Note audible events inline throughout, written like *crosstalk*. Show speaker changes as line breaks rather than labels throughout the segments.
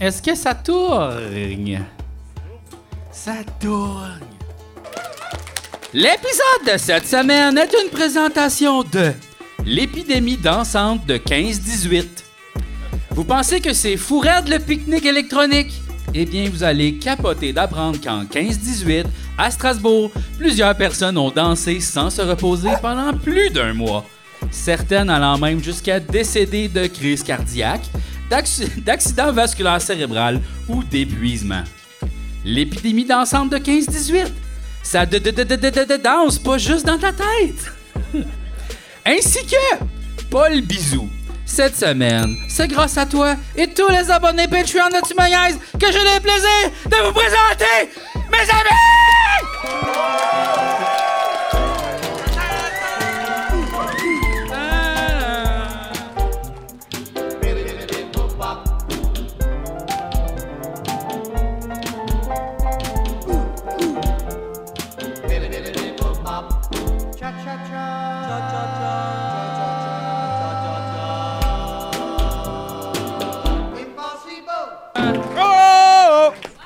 Est-ce que ça tourne? Ça tourne. L'épisode de cette semaine est une présentation de l'épidémie dansante de 15-18. Vous pensez que c'est fou raide le pique-nique électronique? Eh bien, vous allez capoter d'apprendre qu'en 15-18, à Strasbourg, plusieurs personnes ont dansé sans se reposer pendant plus d'un mois. Certaines allant même jusqu'à décéder de crise cardiaque, d'acc- d'accident vasculaire cérébral ou d'épuisement. L'épidémie dansante de 15-18, ça de, de- de- de- de- de- de- danse pas juste dans ta tête! ainsi que Paul Bisou. Cette semaine, c'est grâce à toi et tous les abonnés Patreon de Tu me niaises que j'ai le plaisir de vous présenter mes amis!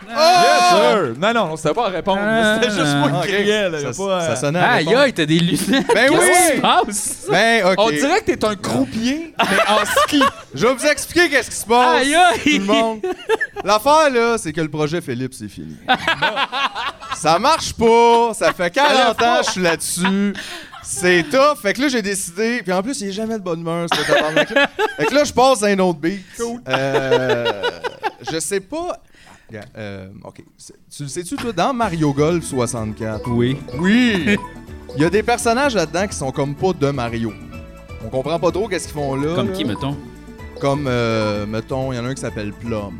Yes, sir! Non, non, on savait pas répondre.
Ah,
C'était juste moi qui
Ah! ok.
criais. Là, y a
Ça,
pas, euh,
ça sonnait à
Aïe,
répondre.
aïe, t'as des lunettes!
Ben
Qu'est-ce
oui!
qui se passe?
Ben, OK.
On dirait que t'es un croupier, mais en ski.
Je vais vous expliquer qu'est-ce qui se passe,
Aïe, aïe.
tout le monde. L'affaire, là, c'est que le projet Philippe,
*laughs*
c'est fini. ça marche pas. Ça fait 40 ans que je suis là-dessus. C'est tough. Fait que là, j'ai décidé. Puis en plus, il est jamais de bonne humeur, ce tabarnak-là. Fait que là, je passe à un autre beat. Euh, je sais pas... Euh, OK. C'est- Tu le sais-tu, toi, dans Mario Golf 64...
Oui.
Oui! Il y a des personnages là-dedans qui sont comme pas de Mario. On comprend pas trop qu'est-ce qu'ils font
Euh.
là.
Comme
là.
qui, mettons?
Comme, euh, mettons, il y en a un qui s'appelle Plum.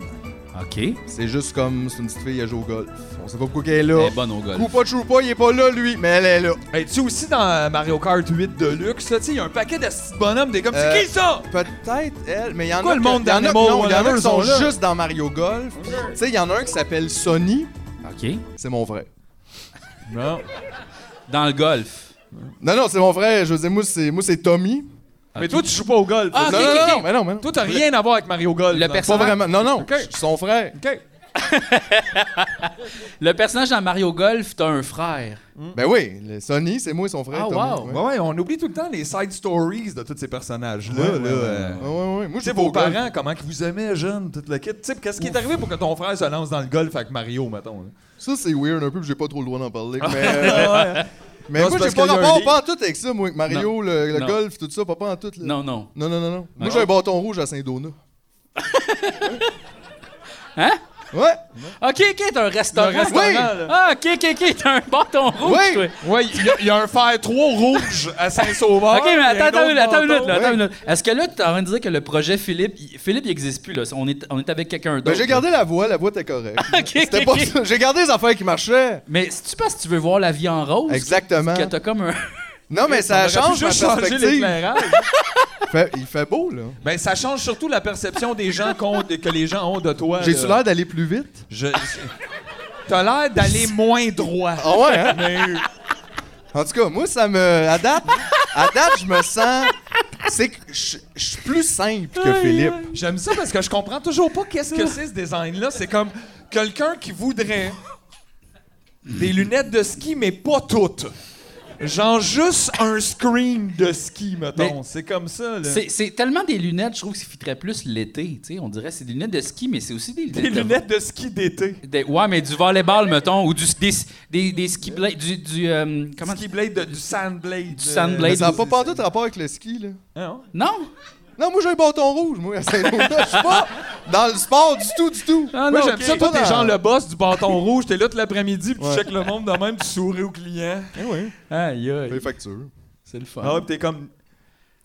OK.
C'est juste comme, c'est une petite fille, elle joue au golf. On sait pas pourquoi elle est
Elle
Oh.
là.
est Eh, bonne au golf.
Koopa Troopa, il est pas là, lui, mais elle est là.
Hey, tu sais, aussi dans euh, Mario Kart 8 Deluxe, là, tu sais, il y a un paquet de petits bonhommes. Des comme,
Euh,
c'est qui ça?
Peut-être elle, mais il y en
Quoi,
a
le
que-
monde
il y en a que
d'animaux,
non, il y en a
whatever,
qui sont
ils sont là.
juste dans Mario Golf. Tu sais, il y en a un qui s'appelle Sony,
OK.
c'est mon frère.
Non.
Dans le golf.
Non, non, c'est mon frère, je veux dire, moi, c'est, moi, c'est Tommy.
Mais toi, tu joues pas au golf.
Ah,
là.
non,
ok,
non,
ok,
non,
ok.
mais non, mais non.
Toi, t'as rien à voir avec Mario Golf.
Le
dans-
perso-
Pas vraiment. Non, non,
Ok.
je suis son frère.
OK.
Le personnage dans Mario Golf, t'as un frère.
Ben oui, le Sony, c'est moi et son frère.
Ah,
Tommy,
wow.
ouais.
Ouais, ouais, on oublie tout le temps les side stories de tous ces personnages-là.
Ouais,
là,
ouais, ouais.
euh.
Ouais, ouais, ouais. Moi, je
Tu sais,
suis pas
vos
au golf.
parents, comment qu'ils vous aimaient, jeune, toute le kit. Tu sais, qu'est-ce qui est arrivé pour que ton frère se lance dans le golf avec Mario, mettons? là?
Ça, c'est weird un peu, puis j'ai pas trop le droit d'en parler. Mais, euh, mais
Non,
moi,
c'est
j'ai
parce
pas
qu'il y a un
rapport
lien.
pas en tout avec ça, moi, avec Mario, le, le
Non.
golf, tout ça, pas, pas en tout. là.
Non, non.
Non, non, non, non. Moi,
Non.
j'ai un bâton rouge à Saint-Donat.
Hein?
Ouais!
OK, OK, t'as un restaurant.
Le restaurant, là.
Ah, OK, OK, OK, t'as un bâton rouge,
Oui.
toi.
Ouais, il y a- il y, a un fer 3 rouge à Saint-Sauveur.
Ah,
OK, mais attends, attends, une minute, attends une minute, là,
Oui.
attends une minute. Est-ce que là, t'es en train de dire que le projet Philippe, il- Philippe, il existe plus, là. On est, on est avec quelqu'un d'autre.
Ben, j'ai
là.
gardé la voix, la voix était correcte. C'était
ok,
pas
ok.
ça. J'ai gardé les affaires qui marchaient.
Mais si tu penses que tu veux voir la vie en rose,
Exactement.
que t'as
*laughs*
comme un...
Non, mais ça change ma
juste changer
perspective.
l'éclairage.
Fait- il fait beau, là.
ben, ça change surtout la perception des gens qu'on- que les gens ont de toi.
J'ai-tu
là.
l'air d'aller plus vite?
Je- je- T'as l'air d'aller moins droit.
Ah ouais, hein? En tout cas, moi, ça me. À date, à date, je me sens. C'est que je je suis plus simple que Philippe.
J'aime ça parce que je comprends toujours pas qu'est-ce que c'est ce design-là. C'est comme quelqu'un qui voudrait des lunettes de ski, mais pas toutes. Genre juste un screen de ski, mettons.
Mais-
c'est comme ça. Là.
C'est c'est tellement des lunettes, je trouve, qui fiteraient plus l'été, tu sais. On dirait c'est des lunettes de ski, mais c'est aussi des
Des lunettes de ski d'été.
Des- ouais, mais du volleyball, mettons, ou du, des, des, des ski bla- du, du euh, comment
Ski blade, de- du sand blade.
Du sand
euh,
blade.
Mais ça n'a pas pas tout rapport avec le ski, là.
Non.
Non?
Non, moi j'ai un bâton rouge, moi, à Saint-Donat. Je suis pas dans le sport du tout, du tout.
Ah
Moi,
non,
j'aime
ok.
ça.
Pas
Toi, t'es
dans-
genre le boss du
*laughs*
bâton rouge. T'es là tout l'après-midi, puis
Ouais.
tu checkes le monde de même, tu souris aux clients.
Eh oui,
Aïe, aïe.
les factures.
C'est le fun.
Ah ouais, puis t'es comme.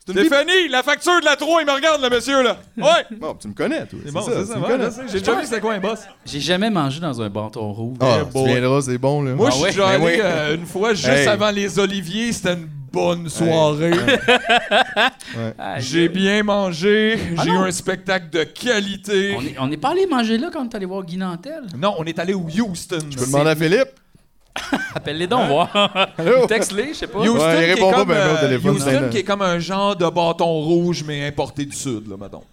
une
Stéphanie, la facture de la 3, il me regarde, le monsieur, là. Ouais!
Bon, tu me connais, toi.
C'est bon,
ça,
c'est
tu
ça,
me
ouais,
connais.
là, c'est- J'ai déjà vu c'est quoi un boss.
J'ai jamais mangé dans un bâton rouge.
Ah,
Eh,
tu
boy.
viendras, c'est bon, là.
Moi,
Ah
je suis
ouais?
déjà
Ben
allé
oui.
euh, une fois juste
Hey.
avant les Oliviers, c'était une bonne soirée. *laughs*
Aïe.
J'ai bien mangé,
Ah
j'ai eu
non.
un spectacle de qualité.
On est, on est pas allé manger là quand t'es allé voir Guy Nantel?
Non, on est allé au Houston.
Je peux demander à
*laughs*
Philippe.
Appelle-les donc, voir.
Allô?
Hein? *laughs* Texte-les, je sais pas.
Houston,
Ouais, il
qui, est
répond pas
comme,
ben ben au
euh,
téléphone,
Houston
maintenant.
qui est comme un genre de bâton rouge, mais importé du Sud, là, mettons.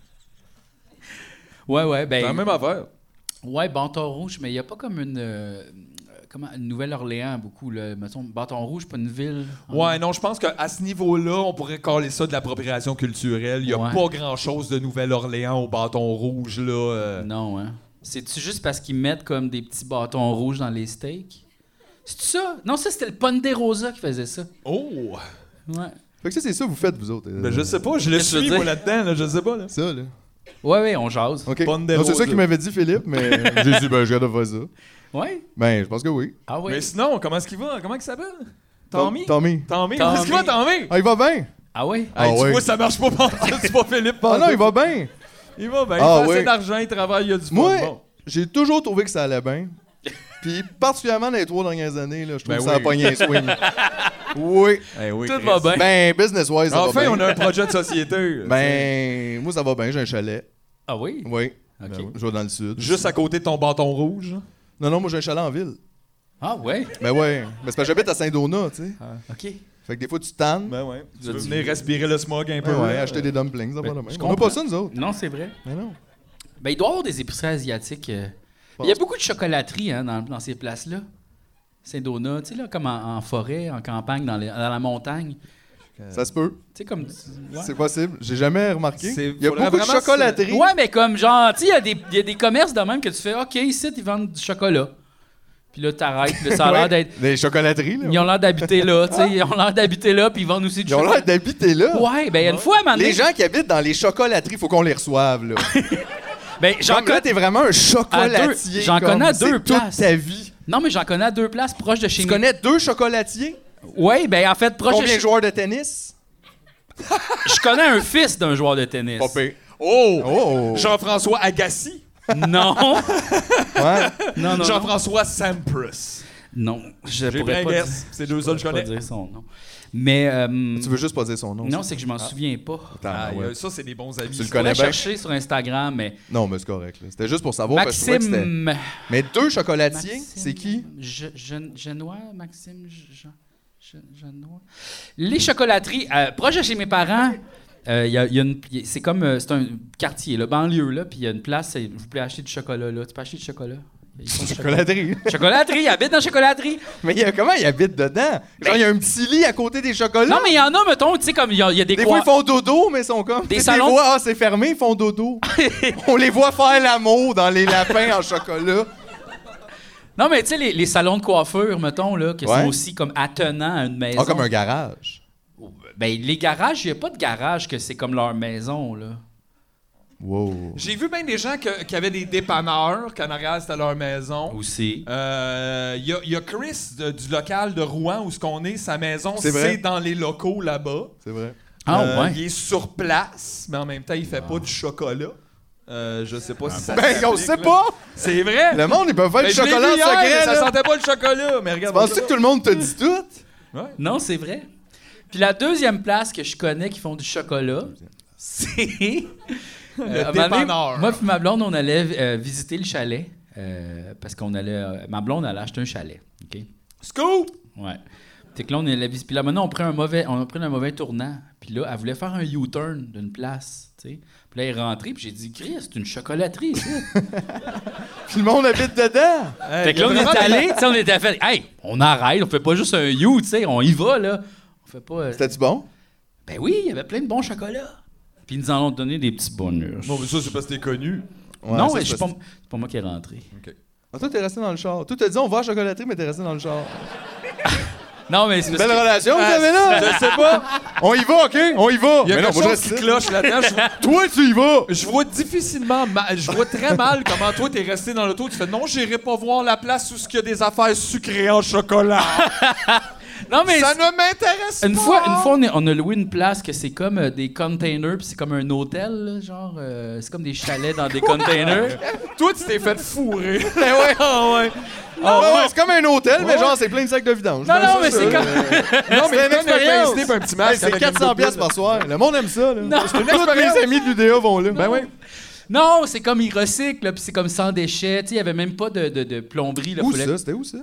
Ouais, ouais,
C'est la
ben.
même affaire.
Ouais, Bâton Rouge, mais il n'y a pas comme une. euh, comment une Nouvelle-Orléans, beaucoup, là. Mettons, Bâton Rouge, pas une ville.
Ouais, non, je pense qu'à ce niveau-là, on pourrait coller ça de l'appropriation culturelle. Il n'y a
Ouais.
pas grand-chose de Nouvelle-Orléans au bâton rouge, là. euh.
Non, hein. C'est-tu juste parce qu'ils mettent comme des petits bâtons rouges dans les steaks? C'est ça? Non, ça, c'était le Ponderosa qui faisait ça.
Oh!
Ouais.
Fait que ça, c'est ça que vous faites, vous autres. euh,
Ben, je sais pas, je le
Qu'est-ce que tu
suis,
veux
moi,
dire?
là-dedans, là, je sais pas, là.
Ça, là.
Ouais, ouais, on jase.
OK.
Ponderosa.
Non, C'est ça qu'il m'avait dit, Philippe, mais
*laughs*
j'ai dit, ben, je regarde pas ça.
Ouais?
Ben, je pense que oui.
Ah ouais?
Mais sinon, comment est-ce qu'il va? Comment il s'appelle? Tommy?
Tommy.
Tommy. Comment est-ce qu'il va, Tommy?
Ah, il va bien.
Ah ouais?
Ah
Hey, tu
ouais.
vois, ça marche pas pantoute, c'est pas Philippe
Ah non,
pantoute.
il va bien.
Il va bien, il
Ah
fait assez
ouais.
d'argent, il travaille, il y a du fun.
Moi,
Bon.
j'ai toujours trouvé que ça allait bien.
*laughs*
Puis particulièrement dans les trois dernières années, là, je trouve
Ben
que ça a
oui.
pogné un swing.
*laughs*
oui.
Tout va bien.
Ben, business-wise, ça
Enfin,
va bien.
on a un projet
*laughs*
de société. euh,
Ben, moi, ça va bien. J'ai un chalet.
Ah oui?
Oui.
Ok.
Je vais dans le sud.
Juste à côté de ton bâton rouge.
Non, non, moi, j'ai un chalet en ville.
Ah ouais?
Ben ouais. Mais c'est parce que j'habite à Saint-Donat, tu sais.
OK.
Fait que des fois, tu tannes.
Ah. Ben ouais. Tu
Je
veux
dis-
venir respirer le smog un peu.
Ben ouais,
là.
acheter des dumplings, ça va le
Ben,
même. On
comprends.
n'a pas ça, nous autres.
Non, c'est vrai.
Mais non.
Ben, il doit y avoir des épiceries asiatiques. euh. Il y a beaucoup de chocolateries hein, dans, dans ces places-là. Saint-Donat, tu sais, là, comme en, en forêt, en campagne, dans, les- dans la montagne. Tu
Euh, Ça se peut.
sais, comme. tu- ouais.
C'est possible. J'ai jamais remarqué.
C'est-
Il y a
faudrait
beaucoup de
vraiment se-
chocolateries.
Ouais, mais comme genre, tu sais, il y a des- il y, a des commerces de même que tu fais, OK, ici, ils vendent du chocolat. Puis là, t'arrêtes, puis là, ça a l'air
Ouais.
d'être.
Des chocolateries, là.
Ils ont l'air d'habiter là, tu sais, ils ont l'air d'habiter là, puis ils vendent aussi du
Ils ont l'air
chocolat.
d'habiter là.
Ouais, ben, une fois, à un moment donné,
Les gens qui habitent dans les chocolateries, faut qu'on les reçoive, là.
ben, j'en
Genre, là,
connais.
t'es vraiment un chocolatier.
deux- j'en
comme,
connais à
c'est
deux
toute
places.
ta vie.
Non, mais j'en connais à deux places proches de chez
Tu
nous.
connais deux chocolatiers?
Ouais, ben, en fait, proche de
Combien
chez
de joueurs de tennis?
Je connais un fils d'un joueur de tennis.
pire.
Oh!
Oh!
Jean-François Agassi.
Non.
Ouais.
Non, non. non.
Jean-François Sampras.
Non, je
J'ai
pourrais
bien
pas,
guess. C'est deux autres que
je
je
pourrais
connais.
pas dire son nom. Mais euh,
Tu veux juste pas dire son nom.
non,
ça.
c'est que je m'en souviens pas.
Attends,
Aïe,
Ah, ouais.
euh, Ça, c'est des bons amis.
Tu le
Je
connais
vais
bien.
chercher sur Instagram, mais
Non, mais c'est correct. là. C'était juste pour savoir. parce que je trouvais que c'était-
Maxime.
Mais deux chocolatiers,
Maxime-
c'est qui?
Je, je- Genois, Maxime Jean, Je- Genois. Les chocolateries, euh, proche de chez mes parents, euh, il y a- il y a une- il y a- c'est comme euh, c'est un quartier, le banlieue là, puis il y a une place, c'est- vous pouvez acheter du chocolat là. Tu peux acheter du chocolat. Ils font
*laughs*
du chocolat.
Chocolaterie.
Chocolaterie, habite dans la chocolaterie.
mais il y a- comment ils habitent dedans? Genre, il y a un petit lit à côté des chocolats.
Non, mais il y en a, mettons, tu sais, comme il y, a il y a des,
Ah! Des
coins-
fois, ils font dodo, mais ils sont comme.
Des
Tu sais,
salons-
les voit, ah, c'est fermé, ils font dodo.
*laughs*
On les voit faire l'amour dans les lapins en chocolat.
Non, mais tu sais, les, les salons de coiffure, mettons, là, qui
Ouais.
sont aussi comme attenants à une maison.
Ah, comme un garage.
Ben, les garages, il n'y a pas de garage que c'est comme leur maison, là.
Wow.
J'ai vu bien des gens que- qui avaient des dépanneurs, qu'en arrière, c'était leur maison.
Aussi.
Euh, Il y, a- il y a Chris de- du local de Rouen où ce qu'on est, sa maison,
C'est vrai.
c'est dans les locaux là-bas.
C'est vrai.
Ah,
Euh,
ouais.
Il est sur place, mais en même temps, il fait pas du chocolat. Euh, je sais pas si ça.
Ben, on
s'applique,
sait
là.
pas!
C'est vrai.
Le monde, ils peuvent faire
Ben,
du
je l'ai
chocolat
vu
en
hier,
secret,
mais
là.
Ça sentait pas le chocolat, mais regarde.
Penses-tu que tout le monde te dit tout?
Ouais.
Non, c'est vrai. Puis la deuxième place que je connais qui font du chocolat,
*laughs*
c'est. Euh, à un moment donné,
dépanneur.
moi puis ma blonde, on allait euh, visiter le chalet euh, parce qu'on allait. euh, ma blonde allait acheter un chalet. OK?
Scoop!
Ouais. Fait que là, on est la vis- Puis là, maintenant, on prend un mauvais, on a pris un mauvais tournant. Puis là, elle voulait faire un U-turn d'une place, tu sais. Puis là, elle est rentrée, puis j'ai dit, Chris, c'est une chocolaterie, ça.
Tout le monde habite dedans!
Euh,
fait que là, on est allé, tu sais, on était fait, hey, on arrête, on fait pas juste un U, tu sais, on y va, là. On fait pas. euh,
C'était-tu bon?
Ben oui, il y avait plein de bons chocolats. Puis ils nous en ont donné des petits bonus.
Non, mais ça, c'est parce que t'es connu.
Ouais,
non,
ça,
ouais,
c'est
je suis pas,
pas-
c'est pas moi qui est rentré.
Ah, toi, t'es resté dans le char. Toi, t'as dit on va à la chocolaterie, mais t'es resté dans le char.
Non, mais c'est parce
Belle
que-
relation, vous avez là!
Je sais pas.
On y va, OK? On y va!
Ah, Il y a
Mais moi,
quelque
je
chose
reste
qui
ici.
cloche là-dedans. Je-
Toi, tu y vas!
Je, vois difficilement mal. Je vois très mal comment toi, t'es resté dans l'auto. Tu fais non, j'irai pas voir la place où il y a des affaires sucrées en chocolat.
Non, mais
ça ne m'intéresse pas.
Une fois, une fois on, est- on a loué une place que c'est comme euh, des containers, puis c'est comme un hôtel, là, genre, euh, c'est comme des chalets dans
*laughs*
des containers.
*laughs* Toi, tu t'es fait fourrer.
Ben ouais!
Ah ouais.
Ah ouais, C'est comme un hôtel, mais genre, c'est plein de sacs de vidange.
Non,
Ben,
non,
ça,
mais
ça,
c'est
là.
Non,
C'est
mais
une
donne un
expérience.
pince-nez puis un petit
Hey,
masque.
c'est
avec une
400
boucle.
pièces par soir. Le monde aime ça, là.
Non.
Tous mes amis de l'UDA vont là.
Ben ouais.
Non, c'est comme ils recyclent, puis c'est comme sans déchets. Tu sais, il n'y avait même pas de, de, de plomberie. Là,
Où
fallait-
ça? C'était où, ça?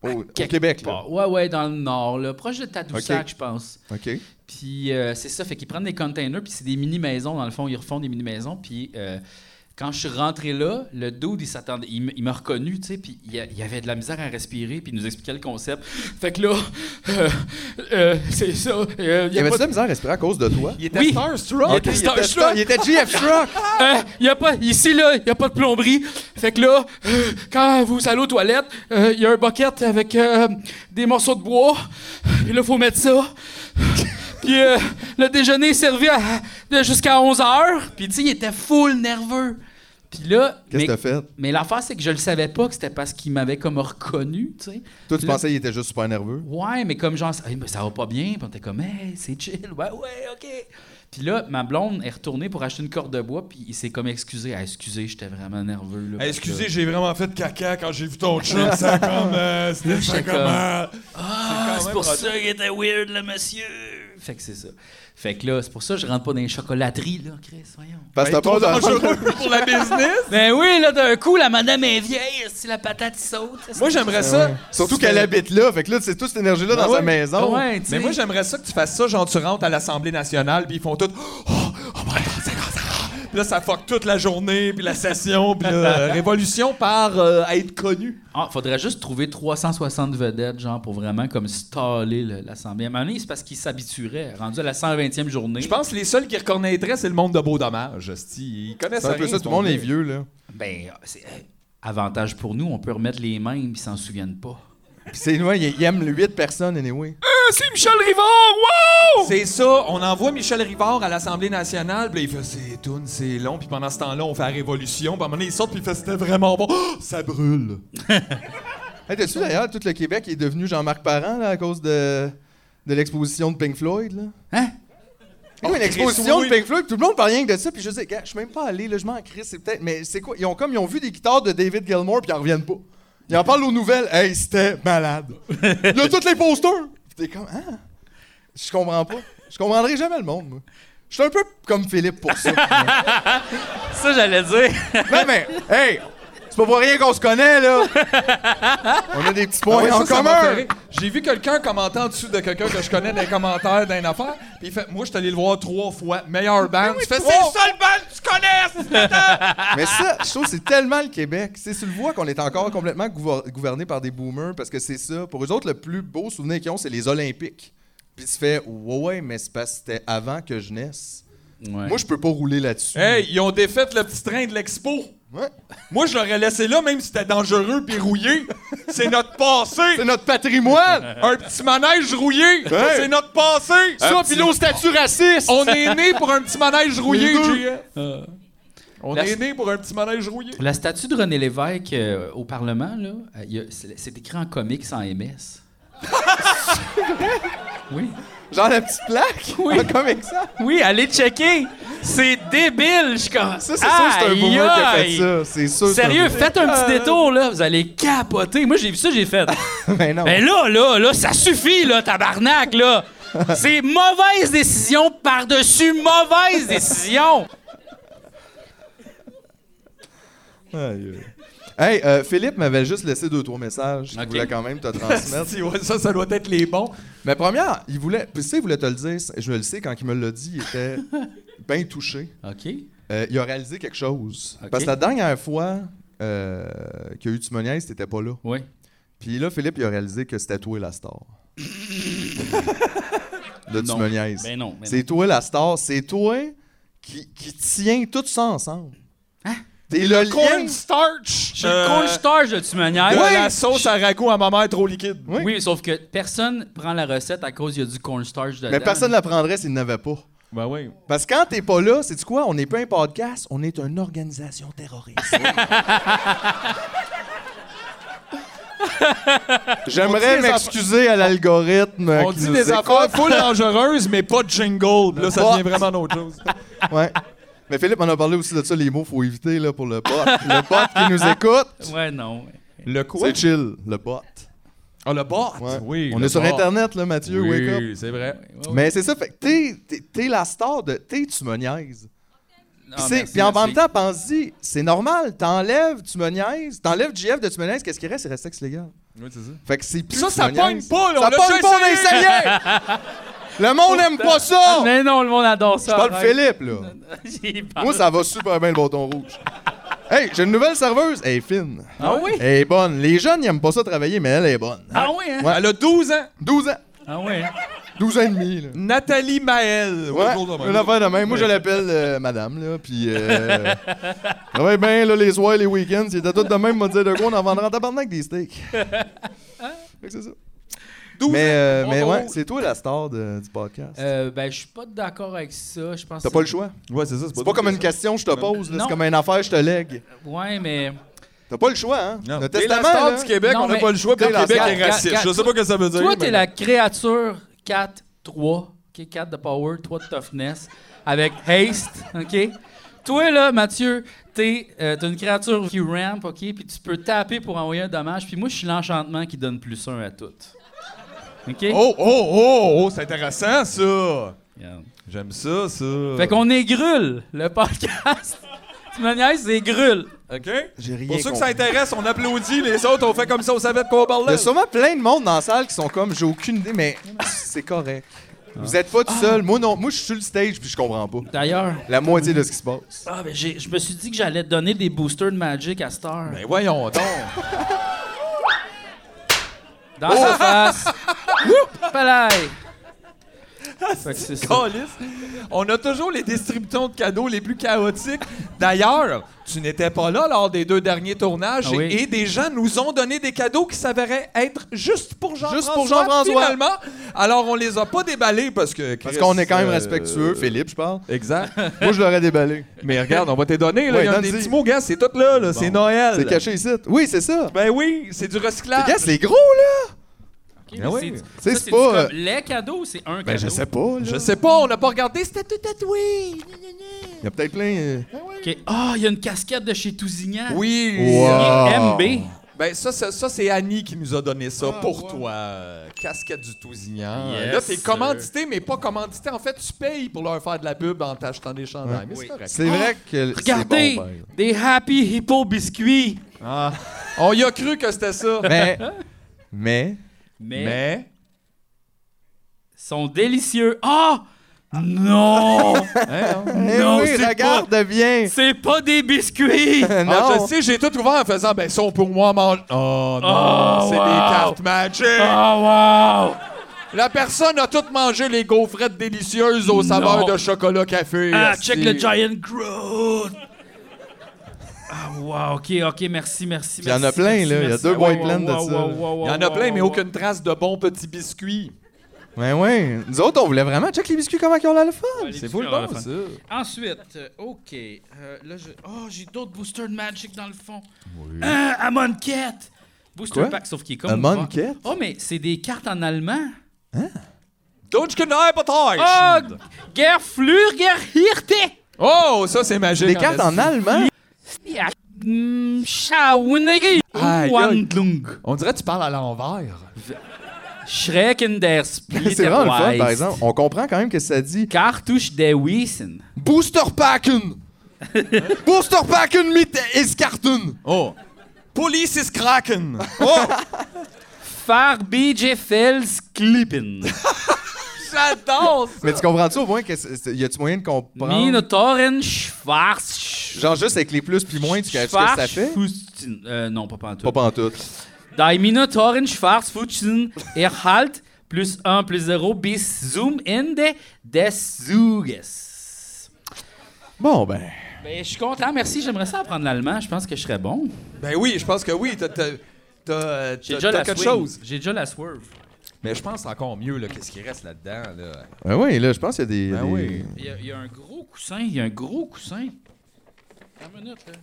Au, au
quelque
Québec, là.
part. Ouais, ouais, dans le nord, là, proche de Tadoussac,
Ok.
je pense.
OK.
Puis euh, c'est ça, fait qu'ils prennent des containers, puis c'est des mini-maisons, dans le fond, ils refont des mini-maisons, puis euh, Quand je suis rentré là, le dude, il s'attendait, il, m- il m'a reconnu, tu sais, puis il, y a- il avait de la misère à respirer, puis il nous expliquait le concept. Fait que là, *laughs* euh, euh, c'est ça. euh, il
Il
y a
avait
pas
de
de-
la misère à respirer à cause de toi?
Il était
Oui.
starstruck.
Il
Ok,
était starstruck.
Il était GF Struck!
Euh, y a pas, ici, là, il n'y a pas de plomberie. Fait que là, euh, quand vous allez aux toilettes, il y a un bucket avec euh, des morceaux de bois. Et là, faut mettre ça. Puis euh, le déjeuner est servi à- de- jusqu'à 11 h. Puis tu sais, il était full nerveux. Puis là,
Qu'est-ce
mais,
que t'as fait?
mais l'affaire, c'est que je le savais pas que c'était parce qu'il m'avait comme reconnu, tu sais.
Toi, tu
Là-
pensais qu'il était juste super nerveux?
Ouais, mais comme genre, Hey, mais ça va pas bien. Puis on était comme, hey, c'est chill. Ouais, ouais, OK. Puis là, ma blonde est retournée pour acheter une corde de bois, puis il s'est comme excusé. Ah, excusez, j'étais vraiment nerveux.
Ah,
Là,
Hey,
parce que-
excusez, j'ai vraiment fait de caca quand j'ai vu ton chum. Ça comme. euh, C'était
J'étais
ça comme.
comme-
euh,
Ah,
quand
c'est
même
pour
rendu-
ça qu'il était weird, le monsieur. Fait que c'est ça. Fait que là, c'est pour ça que je rentre pas dans les chocolateries, là, Chris, voyons.
Parce que
Hey,
t'as
trop
pas
ben, dangereux pour la business.
Ben oui, là, d'un coup, la madame est vieille, si la patate saute.
Moi, j'aimerais ça.
Ben Surtout qu'elle habite là, fait que là, c'est toute cette énergie-là
Ah
dans
ouais.
sa maison.
Ben Ouais, tu sais.
Mais moi, j'aimerais ça que tu fasses ça, genre tu rentres à l'Assemblée nationale, puis ils font tout. Oh, oh my god, c'est quoi ça? Puis là, ça fuck toute la journée, puis la session, puis euh, la *laughs* révolution par euh, être connu.
Ah, faudrait juste trouver 360 vedettes, genre, pour vraiment comme staller le- l'Assemblée. À un moment donné, c'est parce qu'ils s'habitueraient. Rendu à la 120e journée.
Je pense que les seuls qui reconnaîtraient, c'est le monde de Beau Dommage. Ils connaissent
C'est un peu
rien,
ça,
ce
tout le monde
monde-là.
est vieux, là.
Ben, c'est euh, avantage pour nous, on peut remettre les mêmes, ils s'en souviennent pas.
Puis c'est loin, il il aime 8 personnes, anyway.
Ah,
c'est Michel Rivard! Wow!
C'est ça, on envoie Michel Rivard à l'Assemblée nationale, puis là, il fait c'est tout, c'est long, puis pendant ce temps-là, on fait la révolution, puis à un moment donné, il sort, puis il fait c'était vraiment bon, Oh, ça brûle.
Hey, T'as-tu d'ailleurs, tout le Québec est devenu Jean-Marc Parent là, à cause de, de l'exposition de Pink Floyd? Là?
Hein?
Oui, une
Oh, Chris,
exposition
oui,
de Pink Floyd, puis tout le monde parle rien que de ça, puis je dis, gars, je suis même pas allé, là, je m'en crisse, c'est peut-être. Mais c'est quoi? Ils ont comme, ils ont vu des guitares de David Gilmour, puis ils en reviennent pas. Ils en parlent aux nouvelles, hey, c'était malade. Là, toutes les posters! Puis T'es comme, hein? Je comprends pas. Je comprendrai jamais le monde, moi. Je suis un peu comme Philippe pour ça.
Ça, j'allais dire.
non, mais, hey! C'est pas pour rien qu'on se connaît, là! On a des petits
Ah
points
ouais,
en
ça, ça m'a fait
commun!
rire. J'ai vu quelqu'un commenter en dessous de quelqu'un que je connais dans les commentaires d'une affaire, puis il fait Moi, je suis allé le voir trois fois, meilleur band. tu fais oh! C'est le seul band que tu connais
Mais ça, je trouve que c'est tellement le Québec. C'est sur le voit qu'on est encore complètement gouver- gouverné par des boomers parce que c'est ça. Pour eux autres, le plus beau souvenir qu'ils ont, c'est les Olympiques. Puis tu fais, ouais, ouais, mais c'est parce que c'était avant que je naisse. Moi, je peux pas rouler là-dessus.
Hein?
Hey, ils ont défait le petit train de l'expo.
Ouais.
Moi, je l'aurais laissé là, même si c'était dangereux puis rouillé. C'est notre passé.
C'est notre patrimoine!
*laughs*
Un petit manège rouillé. C'est notre passé.
ça, puis nos statues racistes!
On est né pour un petit manège
Les
rouillé,
deux.
JF. On
La-
est né pour un petit manège rouillé.
La statue de René Lévesque euh, au Parlement, là, euh, il y a- c'est c'est écrit en comics en *laughs* MS. oui.
Genre la petite plaque? Ah,
Oui.
Comme avec ça.
Oui, allez checker. C'est débile, je pense.
Ça, c'est sûr que c'est un boomer qui a fait ça. C'est sûr. que c'est un
Sérieux,
*laughs*
faites un petit détour, là. Vous allez capoter. Moi, j'ai vu ça, j'ai fait.
boomer. Ben non.
Ben là, là, là, ça suffit, là, tabarnak, là. C'est mauvaise décision par-dessus mauvaise décision.
Aïe, aïe. Hey, euh, Philippe m'avait juste laissé deux, trois messages. qu'il
Ok.
voulait quand même te transmettre.
Si, ouais, ça, ça doit être les bons.
Mais première, il voulait, puis ça, il voulait te le dire. Je le sais, quand il me l'a dit, il était
*laughs*
bien touché.
OK.
Euh, il a réalisé quelque chose.
Ok.
Parce que la dernière fois euh, qu'il y a eu Timoniaise, t'étais pas là.
Oui.
Puis là, Philippe, il a réalisé que c'était toi la
*laughs*
star. de
Non.
Timoniaise.
Ben non. ben
c'est toi la star. C'est toi qui, qui tient tout ça ensemble.
Hein?
T'es le lien.
Cornstarch. Euh,
Je suis le cool star de Tumanière.
Ouais, Ah, La sauce à ragoût à ma mère trop liquide.
Oui.
Oui, sauf que personne prend la recette à cause qu'il y a du cornstarch dedans.
Mais personne ne la prendrait s'il n'avait pas.
Ben oui.
Parce que quand t'es pas là, c'est quoi? On n'est pas un podcast, on est une organisation
*laughs*
terroriste. J'aimerais
On dit des
m'excuser à l'algorithme.
On
qui
dit
nous
des
écoute.
affaires full dangereuses, mais pas de jingle. Là, ça
Pas.
devient vraiment
*laughs*
autre chose.
Ouais. Mais Philippe en a parlé aussi de ça, les mots faut éviter là, pour le bot. le bot
*laughs*
qui nous écoute,
Ouais, non.
Le quoi?
c'est chill, le bot.
Ah, le bot.
Ouais.
Oui.
on
le
est sur
bot.
Internet, là, Mathieu, wake up.
Oui, c'est vrai.
Mais c'est ça, fait que t'es, t'es- t'es la star de. T'es Tumoniaise.
Non,
Ah,
Puis c'est-
merci,
puis en
merci.
même temps, pense-y, c'est normal, t'enlèves, tu me niaises, t'enlèves JF de tu me niaises, qu'est-ce qui reste? Il reste sexe légal.
Oui, c'est ça.
Fait que c'est plus
Ça, ça
tu me niaises.
pogne pas, là, on
Ça
l'a
pogne
déjà
pas, on a
*laughs* essayé.
essayé! Le monde aime pas ça!
Mais non, le monde adore ça.
Je parle de
arrête.
Philippe,
*laughs*
là.
*laughs* J'y parle.
Moi, ça va super bien, le bâton rouge. Hey, j'ai une nouvelle serveuse. Elle est fine.
Ah oui?
Elle est bonne. Les jeunes, ils aiment pas ça travailler, mais elle est bonne.
Ah oui, hein?
Ouais.
Elle a 12 ans.
12 ans.
Ah oui, hein?
12 ans et demi, là.
Nathalie Maël.
Ouais,
Bonjour de même.
une affaire de même. Moi, je l'appelle euh, madame, là, puis... Euh, *laughs* travaille bien, là, les soirs, les week-ends. Si était tout de même, m'a dit de quoi, on en vendra en tabarnak des *laughs* steaks. Fait que c'est ça.
12
Mais, euh, mais
on-
ouais, c'est toi la star de- du podcast.
Euh, ben, je suis pas d'accord avec ça. Je pense
T'as
que-
pas le choix.
Ouais, c'est ça.
C'est pas comme une question que je te pose, là,
Non.
c'est comme une affaire que je te lègue.
Ouais, mais.
T'as pas le choix, hein?
Non.
Le
T'es la
testament,
star
là,
du Québec,
Non,
on n'a
mais-
pas le choix, puis
T'es
le
la
Québec
star.
est raciste.
Ga- ga-
Je sais pas ce que ça veut dire.
Toi, t'es
mais-
la créature 4, 3, OK, 4 de power, 3 de toughness, avec haste, OK? Toi, là, Mathieu, t'es euh, t'as une créature qui rampe, OK? Puis tu peux taper pour envoyer un dommage. Puis moi, je suis l'enchantement qui donne plus 1 à toutes. OK?
Oh, oh, oh, oh, c'est intéressant, ça.
Regarde.
J'aime ça, ça.
Fait qu'on est grul, le podcast. *laughs* tu me niaises, c'est grul.
OK?
J'ai rien
Pour ceux que
compris.
ça intéresse, on applaudit. Les autres, on fait comme ça, on savait de quoi on
Il y
parlait.
a sûrement plein de monde dans la salle qui sont comme j'ai aucune idée, mais c'est correct. Vous êtes pas tout seul. Moi non, moi je suis sur le stage puis je comprends pas.
D'ailleurs,
La moitié de ce qui se passe.
ah, ben, j'ai- je me suis dit que j'allais te donner des boosters de Magic à Star.
Ben voyons *laughs* donc.
Dans sa
Oh! *laughs*
face. Whoop! Palaille!
Ah,
Fait que c'est ça.
Calisse. On a toujours les distributeurs de cadeaux les plus chaotiques. D'ailleurs, tu n'étais pas là lors des deux derniers tournages
Ah oui.
et, et des gens nous ont donné des cadeaux qui s'avéraient être juste pour Jean-François.
Juste pour Jean-François.
Finalement, alors on les a pas déballés parce que.
Parce
Chris,
qu'on est quand même
euh,
respectueux, Philippe, je parle.
Exact.
Moi je l'aurais déballé.
Mais regarde, on va te donner. là.
Ouais,
Il y a des
donne-y.
petits mots, gars. C'est tout là. là. C'est
Bon.
Noël.
C'est caché ici. Oui, c'est ça.
Ben oui, c'est du recyclage.
Regarde, c'est gros là!
Ok,
Ah
mais
oui.
c'est
C'est
ça, c'est-tu
pas,
comme
euh,
les cadeaux, ou c'est un
Ben
cadeau.
je sais pas là.
Je sais pas, on n'a pas regardé, c'était tout tatoué.
Il y a peut-être plein. euh,
Ok. Ah, il y a une casquette de chez Tousignan.
Oui.
Wow. Ah.
MB.
Ben ça, ça, ça, c'est Annie qui nous a donné ça
Ah,
pour
wow.
toi. euh, Casquette du Tousignan.
Yes,
Là, t'es
sir.
commandité, mais pas commandité. En fait, tu payes pour leur faire de la pub en t'achetant des chandails. Mais c'est correct.
C'est vrai que. c'est
Regardez,
bon, ben.
des Happy Hippo biscuits.
On y a cru que c'était ça.
Mais. ben. Mais.
Mais,
Mais.
sont délicieux. Ah! Non!
*laughs*
Hein, hein?
Eh
Non,
oui,
c'est
regarde bien!
c'est pas des
*laughs*
biscuits!
non!
Ah, je sais, j'ai tout ouvert en faisant, ben ça, on peut au moins en manger. Oh non,
Oh,
c'est
wow.
des cartes Magic.
Oh, wow!
La personne a tout mangé les gaufrettes délicieuses aux saveurs de chocolat café.
Ah,
esti.
check le Giant Groot! Ah, wow, ok, ok, merci, merci.
Il y en a
merci,
plein,
merci,
là, il y a
merci.
deux
Ah,
boîtes
wow,
pleines de
wow,
ça,
wow,
là.
wow, wow,
Il y en a
wow,
plein, mais
wow.
aucune trace de bons petits biscuits.
Ben ouais. Nous autres, on voulait vraiment. Check les biscuits, comment ils ont là le fun!
Ouais, les
C'est fou le
différents
bon,
fans.
ça.
Ensuite, euh, ok. euh, là, je... Oh, j'ai d'autres boosters de Magic dans le fond. Ah, à mon quête! Booster
Quoi?
pack, sauf qu'il est
Un
comme. ouvert.
monquette?
Oh, mais c'est des cartes en allemand.
Deutsche Kneipe
Oh, Gerflur, Gerhirte!
Oh, ça c'est magique.
Des cartes en
esti.
allemand?
Ja, mm, Schauenegi.
Aïe, aïe.
Umwandlung.
On dirait que tu parles à l'envers.
Schrecken der
*laughs*
Splitterweiss.
C'est vraiment le fun, par exemple. On comprend quand même que ça dit
Cartouche des Wiesen.
Booster
*laughs*
Packen! Booster Packen mit Escarten!
Oh. Police is Kraken.
Oh, Farbige Fels Klippen.
J'adore ça.
Mais tu comprends-tu au moins que c'est- c'est- y a-tu moyen de comprendre?
Minotoren Schwarz.
Genre juste avec les plus puis moins, tu caches ce que ça fait?
Schwarzfuchsen. Euh, non, pas pantoute.
Pas pantoute.
Die Minotoren Schwarzfuchsen erhalt Er plus 1 plus 0 bis zum Ende des Zuges.
Bon, ben.
Ben, je suis content, merci. J'aimerais ça apprendre l'allemand. Je pense que je serais bon.
Ben oui, je pense que oui. T'as, t'as, t'as-
J'ai
t'as-
déjà
t'as
la
quelque
swing.
chose.
J'ai déjà la swerve.
Mais je pense encore mieux là, qu'est-ce qui reste là-dedans. Là.
Ben oui, là, je pense qu'il y a des.
Ben
des-
oui.
Il y, a, il y a un gros coussin. Il y a un gros coussin. Une minute, là.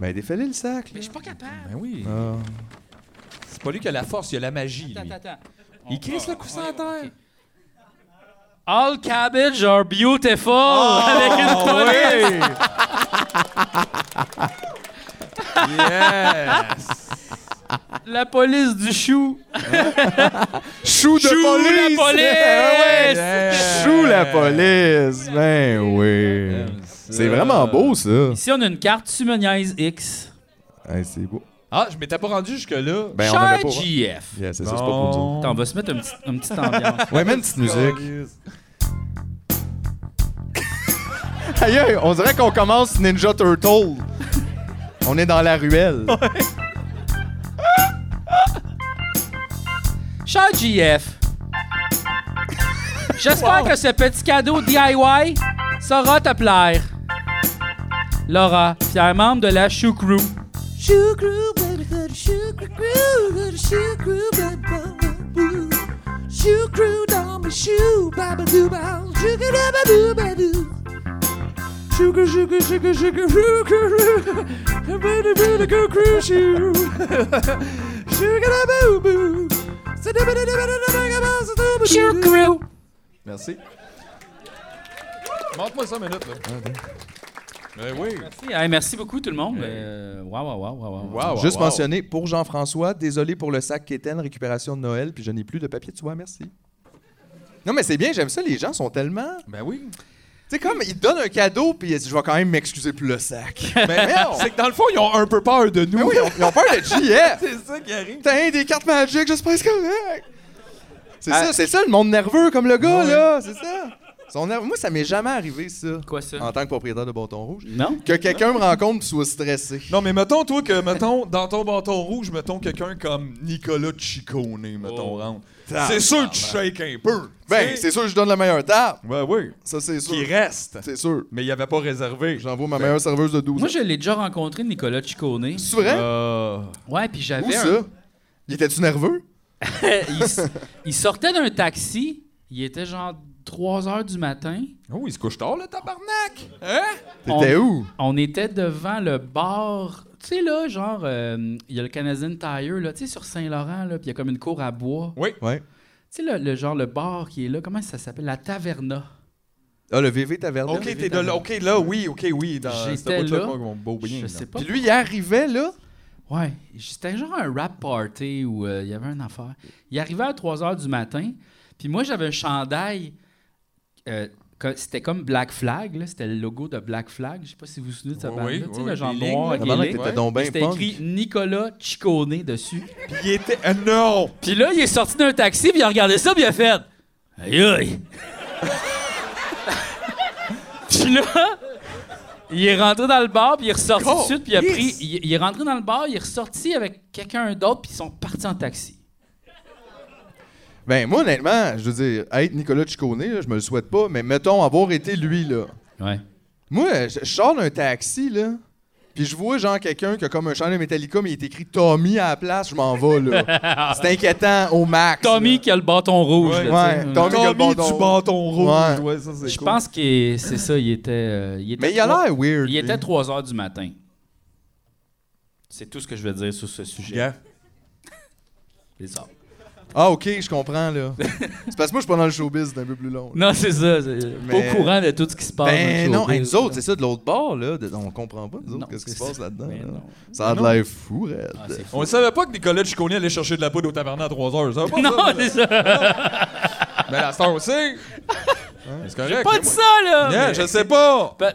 Ben, défais-le le sac, là.
Mais je suis pas capable.
Ben oui.
Ah.
C'est pas lui qui a la force, il a la magie.
Attends,
lui.
attends, attends.
Il
On-
crisse le coussin à terre.
ok. All cabbage are beautiful *laughs* avec une
Oh,
police.
oui. yes.
La police du chou.
Chou de
Chou
police!
la police!
Ben ouais. *laughs*
Yes.
Chou la police! Ben oui.
J'aime ça.
C'est vraiment beau, ça.
Ici, on a une carte Sumoniaise X.
Hey, c'est beau.
Ah, je m'étais pas rendu jusque-là.
Ben, on
Cher
avait pas.
JF.
Yeah, c'est ça, c'est pas pour nous autres.
Attends, on va se mettre un petit, un petit ambiance.
Ouais, même une petite musique. Aïe, aïe, on dirait qu'on commence Ninja Turtle. On est dans la
*laughs*
ruelle.
Cher JF, j'espère que ce petit cadeau DIY saura te plaire. Laura, fière membre de la Shoe Crew. Shoe Crew.
Merci.
Montre-moi ça une minute,
Ah,
là. Ben oui.
Merci, hey, merci beaucoup tout le monde. Euh, Waouh, waouh, waouh, waouh, waouh.
Wow, wow,
Juste
wow.
mentionner pour Jean-François, désolé pour le sac Kéten, récupération de Noël, puis je n'ai plus de papier de soie, merci. Non, mais c'est bien, j'aime ça, les gens sont tellement.
Ben oui.
Tu sais, comme, ils te donnent un cadeau, puis ils disent Je vais quand même m'excuser pour le
*laughs*
sac.
Ben
Oh.
merde. C'est que dans le fond, ils ont un peu peur de
Mais
nous.
Ben oui, ils ont, ils ont peur de JF.
*laughs* C'est ça qui arrive.
Putain, des cartes magiques, j'espère que c'est correct. C'est
Ah.
ça, c'est ça, le monde nerveux, comme le gars, là, c'est ça. Ils sont nerveux. Moi, ça m'est jamais arrivé, ça,
Quoi ça?
en tant que propriétaire de bâton rouge.
Non?
Que quelqu'un me rencontre et soit stressé.
Non, mais mettons, toi, que, mettons, dans ton bâton rouge, mettons quelqu'un comme Nicolas Ciccone, mettons,
Oh.
rentre. C'est sûr que tu shakes un peu.
Ben, c'est sûr que je donne la meilleure table.
Ben oui.
Ça, c'est
Qui
sûr.
reste.
C'est sûr.
Mais il avait pas réservé.
J'envoie ma meilleure serveuse de 12
Moi, je l'ai déjà rencontré, Nicolas Ciccone.
C'est vrai?
Euh,
Ouais, puis j'avais
Où
un-
ça? Il était-tu nerveux?
*laughs* il, s- il sortait d'un taxi. Il était genre 3 heures du matin.
Oh, il se couche tard, le tabarnak! Hein?
T'étais où?
On était devant le bar. Tu sais, là, genre, euh, il y a le Canadian Tire, là, tu sais, sur Saint-Laurent, là, puis il y a comme une cour à bois.
Oui.
Ouais.
Tu sais, le, le genre, le bar qui est là, comment ça s'appelle? La Taverna.
Ah, le VV Taverne.
Ok, t'es de là. Ok, là, oui, ok, oui. Dans
J'étais
cette boîte-là,
là.
moi, mon beau bien,
Je
là.
sais pas.
Puis lui, il arrivait, là.
Ouais, c'était genre un rap party où euh, il y avait une affaire. Il arrivait à 3 h du matin, puis moi j'avais un chandail. euh, co- c'était comme Black Flag, là, c'était le logo de Black Flag. Je sais pas si vous vous souvenez de cette
Oui,
bande-là.
oui,
tu sais,
oui,
le genre
les lignes,
noir
là.
avec
La
les
bande
lignes.
était
ouais.
donc
Puis
bien
C'était
punk.
écrit Nicolas Ciccone dessus.
Puis il était. euh, non!
Puis là, il est sorti d'un taxi, puis il a regardé ça, puis il a fait Aïe aïe! *laughs* Puis là, il est rentré dans le bar, puis il est ressorti tout de suite, puis il a
Yes!
pris. Il, il est rentré dans le bar, il est ressorti avec quelqu'un d'autre, puis ils sont partis en taxi.
Ben, moi, honnêtement, je veux dire, être Nicolas Ciccone, là, je me le souhaite pas, mais mettons avoir été lui, là.
Ouais.
Moi, je, je sors d'un taxi, là. Puis je vois, genre, quelqu'un qui a comme un chandail Metallica, mais il est écrit Tommy à la place, je m'en
*laughs*
vais, là. C'est inquiétant au max.
Tommy
là.
qui a le bâton rouge.
Ouais,
là, tu sais.
ouais, Tommy qui a le
Tommy
bâton.
du bâton rouge. Ouais,
Ouais.
ça, c'est
Je
cool.
pense que c'est ça, il était. euh, il était
Mais il a
trois-
l'air weird.
Il
lui.
était 3 h du matin. C'est tout ce que je veux dire sur ce sujet.
Yeah.
Bizarre.
Ah, ok, je
*laughs*
comprends, là. c'est parce que moi, je suis pas dans le showbiz, c'est un peu plus long. là.
Non, c'est ça. c'est-
Mais-
Au courant de tout ce qui se passe.
Ben
dans le
non, hey,
showbiz,
nous autres,
là.
c'est ça, de l'autre bord, là. de- on comprend pas, nous
Non,
autres, qu'est-ce qui
c'est
se passe
ça.
là-dedans.
Mais
là.
non.
Ça a de
Non.
l'air fou, raide.
Ah, c'est fou.
On ne savait pas que Nicolas Ciccone allait chercher de la poudre au taverna à 3 heures. Ça, va
*laughs*
pas,
Non,
ça,
c'est ça.
Mais la star aussi. Hein? C'est correct.
Pas
mais
de
moi-
ça, là.
Yeah,
Mais-
je sais Hein? pas.
Pe-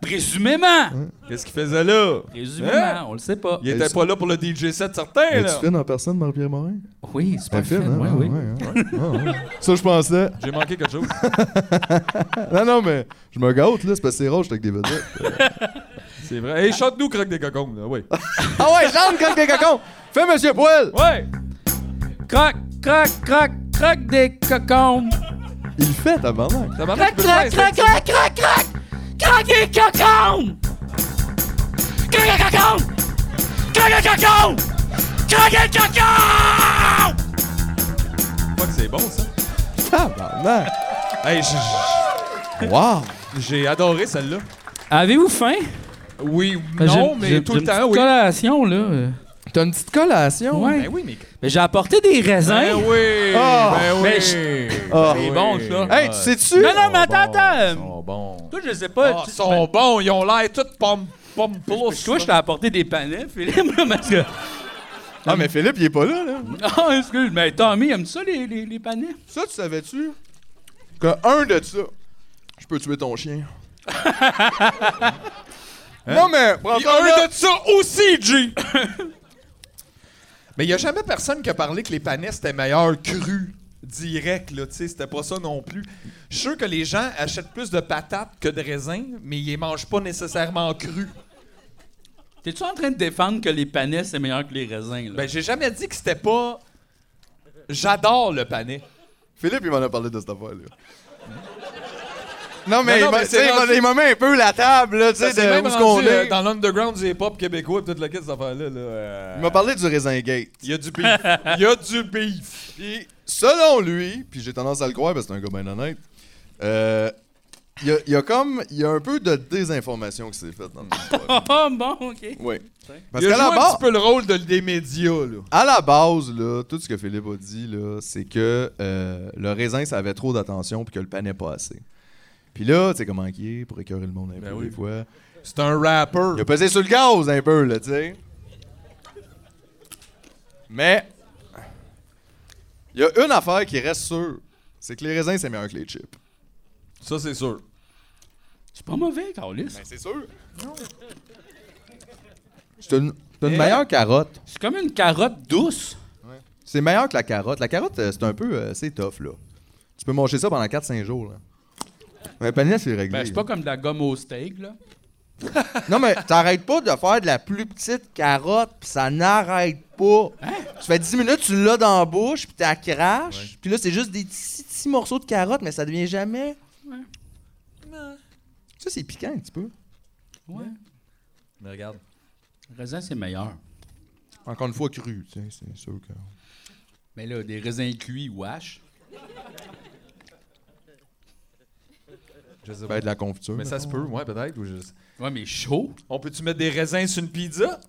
Présumément.
Qu'est-ce qu'il faisait là?
Présumément,
Hein?
on le sait pas.
Il était pas là pour le DJ set certain, là.
tu fais en personne, Marie-Pierre Morin?
Oui, c'est pas fait.
hein?
hein?
Oui, oui.
Ah, Ça, je pensais.
J'ai manqué quelque chose.
Non, non, mais je me gâte, là. C'est parce que c'est rare, j'étais avec des vedettes.
C'est vrai. Hey, chante-nous, croque des cocons, là. Oui.
ah ouais, j'aime comme des cocons! Fais Monsieur Poil!
Ouais!
Croc, croc, croc, croc des cocons.
Il le fait, ta maman.
Tabarnak,
Crac,
tu peux le faire,
crac, crac,
c'est-
crac, crac, crac! Crac des cocons! Crac des cocons! Crac des cocons! Crac des cocons!
Fuck, C'est bon, ça.
Tabarnak!
Hey, j- j-
Wow!
j'ai adoré celle-là.
Avez-vous faim? Ben,
Oui, non, mais tout le temps, oui.
collation, là.
T'as une petite collation?
Ouais.
Ben oui, mais.
Mais j'ai apporté des
Ben
raisins.
oui!
Ah.
Ben oui!
Mais
Ah.
C'est bon, ça.
Hey, tu sais-tu?
Non, non, mais attends,
Ils
attends.
sont bons.
Toi, je sais
Ah,
pas.
Ils
tu-
sont bons, ils ont l'air toutes pom pom plus.
Toi, je t'ai apporté des panais, Philippe, *laughs* là, parce que...
Ah, mais Philippe, il est pas là, là.
Ah, *laughs* excuse, mais Tommy aime ça, les, les, les panais?
Ça, tu savais-tu? Que un de ça, je peux tuer ton chien. Non, mais, prends
Puis un de ça aussi, G! *laughs* Mais il y a jamais personne qui a parlé que les panais c'était meilleur cru, direct, là, tu sais, c'était pas ça non plus. Je suis sûr que les gens achètent plus de patates que de raisins, mais ils les mangent pas nécessairement crus.
T'es-tu en train de défendre que les panais, c'est meilleur que les raisins? Là?
Ben, j'ai jamais dit que c'était pas. J'adore le panais.
Philippe, il m'en a parlé de cette affaire-là. Non, mais,
Non, non,
il m'a-
mais
tu sais,
c'est
il m'a-
rendu-
il m'a mis un peu la table, là, tu sais,
Ça, C'est
de
même
où ce qu'on
rendu, euh,
est.
dans l'underground du hip-hop québécois, pis toute la quête, cette affaire-là. Là, euh,
Il m'a parlé du raisin gate.
Il y a
*laughs*
du beef. Il y a du beef.
Puis, selon lui, puis j'ai tendance à le croire parce que c'est un gars bien honnête, euh, il y, a- il y a comme, il y a un peu de désinformation qui s'est faite dans
*laughs*
le
*laughs* Ah, bon, OK.
Oui. Parce
Il a
qu'à
joué
la,
un
base,
petit peu le rôle de, des médias, là.
à la base, là, tout ce que Philippe a dit, là, c'est que euh, le raisin, ça avait trop d'attention puis que le panais pas assez. Puis là, tu sais comment il est pour écœurer le monde un
Ben
peu
oui.
des fois.
C'est un rapper.
Il a pesé sur le gaz un peu, là, tu sais. Mais, il y a une affaire qui reste sûre, c'est que les raisins, c'est meilleur que les chips.
Ça, c'est sûr.
C'est pas mauvais, Carlis.
Ben, c'est sûr. C'est une, c'est une
Et-
meilleure carotte.
C'est comme une carotte douce.
C'est meilleur que la carotte. La carotte, euh, c'est un peu. euh, c'est tough, là. Tu peux manger ça pendant 4-5 jours, là. Mais panais, c'est réglé.
Ben, c'est pas comme de la gomme au steak, là.
Non, mais t'arrêtes pas de faire de la plus petite carotte, pis ça n'arrête pas.
Hein?
Tu fais 10 minutes, tu l'as dans la bouche, puis t'as crache. Puis là, c'est juste des petits, petits morceaux de carotte, mais ça devient jamais. Ça, c'est piquant un petit peu.
Ouais.
Mais regarde.
Raisin, c'est meilleur.
Encore une fois, cru, tu sais, c'est sûr que.
Mais là, des raisins cuits ou haches.
Je sais
Ça
pas.
va être Ben, de la confiture.
Mais ça se
mettons.
peut, ouais, peut-être. ou je sais-
Ouais, mais chaud.
On peut-tu mettre des raisins sur une pizza?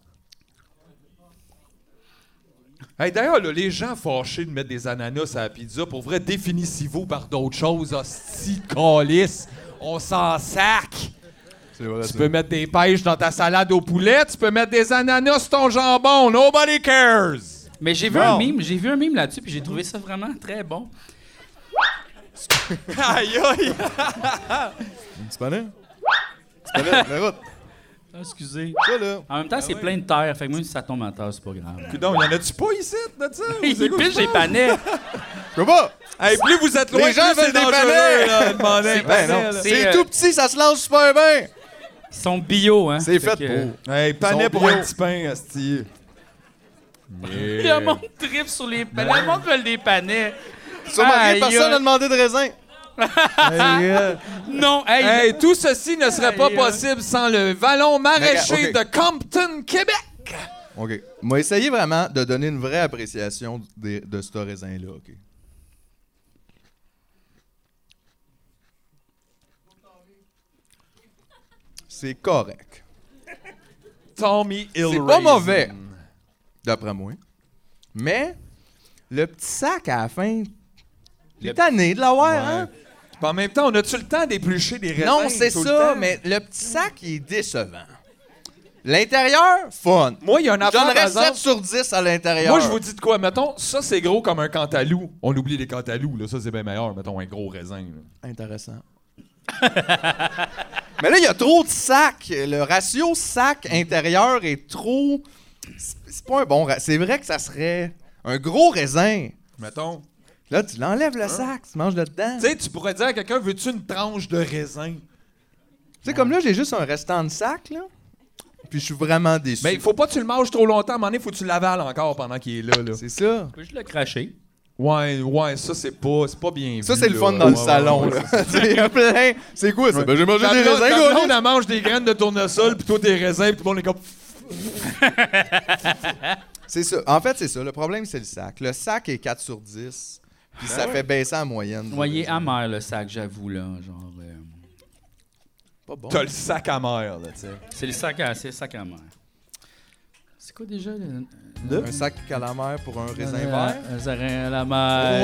Hey, D'ailleurs, là, les gens fâchés de mettre des ananas à la pizza, pour vrai, définissez-vous par d'autres choses, hostie de calice. On s'en sac.
C'est vrai,
Tu
ça.
peux mettre des pêches dans ta salade au poulet, tu peux mettre des ananas sur ton jambon. Nobody cares.
Mais j'ai vu
Non.
un mime, j'ai vu un mime là-dessus, puis j'ai trouvé ça vraiment très bon.
Aïe, aïe.
Tu connais? Tu connais la route?
Ah, Excusez.
*laughs* Ça, là.
En même temps, c'est plein de terre, fait que même si ça tombe en terre, c'est pas
*laughs*
grave.
Coudon, y'en a-tu pas ici, de ça?
Il
Vous écoutez
piche
pas?
les panais.
Je peux pas!
Hey, plus vous êtes loin,
Les gens
plus c'est
veulent des
dangereux,
panais.
là, demander un
Ben
panais,
non.
là.
C'est,
C'est
euh,
tout petit, ça se lance super bien!
Ils sont bio, hein.
C'est fait
que-
pour.
euh, Hey, panais
Ils sont
pour un
bio.
petit pain, hostie.
Le monde tripe sur les panais. Le monde veut des panais.
Sûrement rien,
Aïe,
personne
aïe.
n'a demandé de raisin.
Non, hey,
Hey, tout ceci ne serait pas
Aïe,
hein.
aïe.
possible sans le vallon maraîcher
Mais, ok.
de Compton, Québec.
OK. M'a essayé vraiment de donner une vraie appréciation des- de ce raisin-là, OK? C'est correct.
Tommy Hill
C'est pas mauvais, d'après moi. Mais le petit sac à la fin,
Le-
les tanné de l'avoir, hein?
En même temps, on a-tu le temps d'éplucher des raisins?
Non, c'est
tout le
ça,
temps?
mais le petit sac, il est décevant. L'intérieur, fun.
Moi, il y a un
Je
affaire, par
donnerais
exemple-
7 sur 10 à l'intérieur.
Moi, je vous dis de quoi. Mettons, ça, c'est gros comme un cantalou. On oublie les cantalous, là. Ça, c'est bien meilleur. Mettons, un gros raisin. là.
Intéressant. *laughs* Mais là, il y a trop de sacs. Le ratio sac-intérieur est trop. C'est c'est pas un bon. ra- C'est vrai que ça serait un gros raisin.
Mettons.
Là, tu l'enlèves le sac, tu manges dedans.
Hein? Tu
Tu
sais, tu pourrais dire à quelqu'un, veux-tu une tranche de raisin?
sais, comme là, j'ai juste un restant de sac, là. Puis je suis vraiment déçu.
Mais Ben, il faut pas que tu le manges trop longtemps. À un moment donné, faut que tu l'avales encore pendant qu'il est là, là.
C'est ça.
Je peux juste le cracher.
Ouais, ouais, ça, c'est pas, c'est pas bien
Ça,
vu,
c'est le
là.
fun dans
Ouais,
le
ouais,
salon,
ouais,
là. Tu sais, *laughs* il y a plein. C'est quoi ça? Ben, j'ai mangé
Ta
des
blonde,
raisins,
ta blonde,
gars.
elle mange des graines de tournesol, puis toi, des raisins, puis tout le monde est comme...
C'est ça. En fait, c'est ça. Le problème, c'est le sac. Le sac est 4 sur 10. Puis
Ah
ça fait baisser en moyenne.
Noyer
C'est
amer le sac, j'avoue, là. Genre. euh,
Pas bon.
T'as le sac amer, là, tu sais.
C'est le sac à, c'est le sac à mer. C'est quoi déjà le.
Un sac calamère pour un raisin
Euh,
vert.
Un raisin à la mer.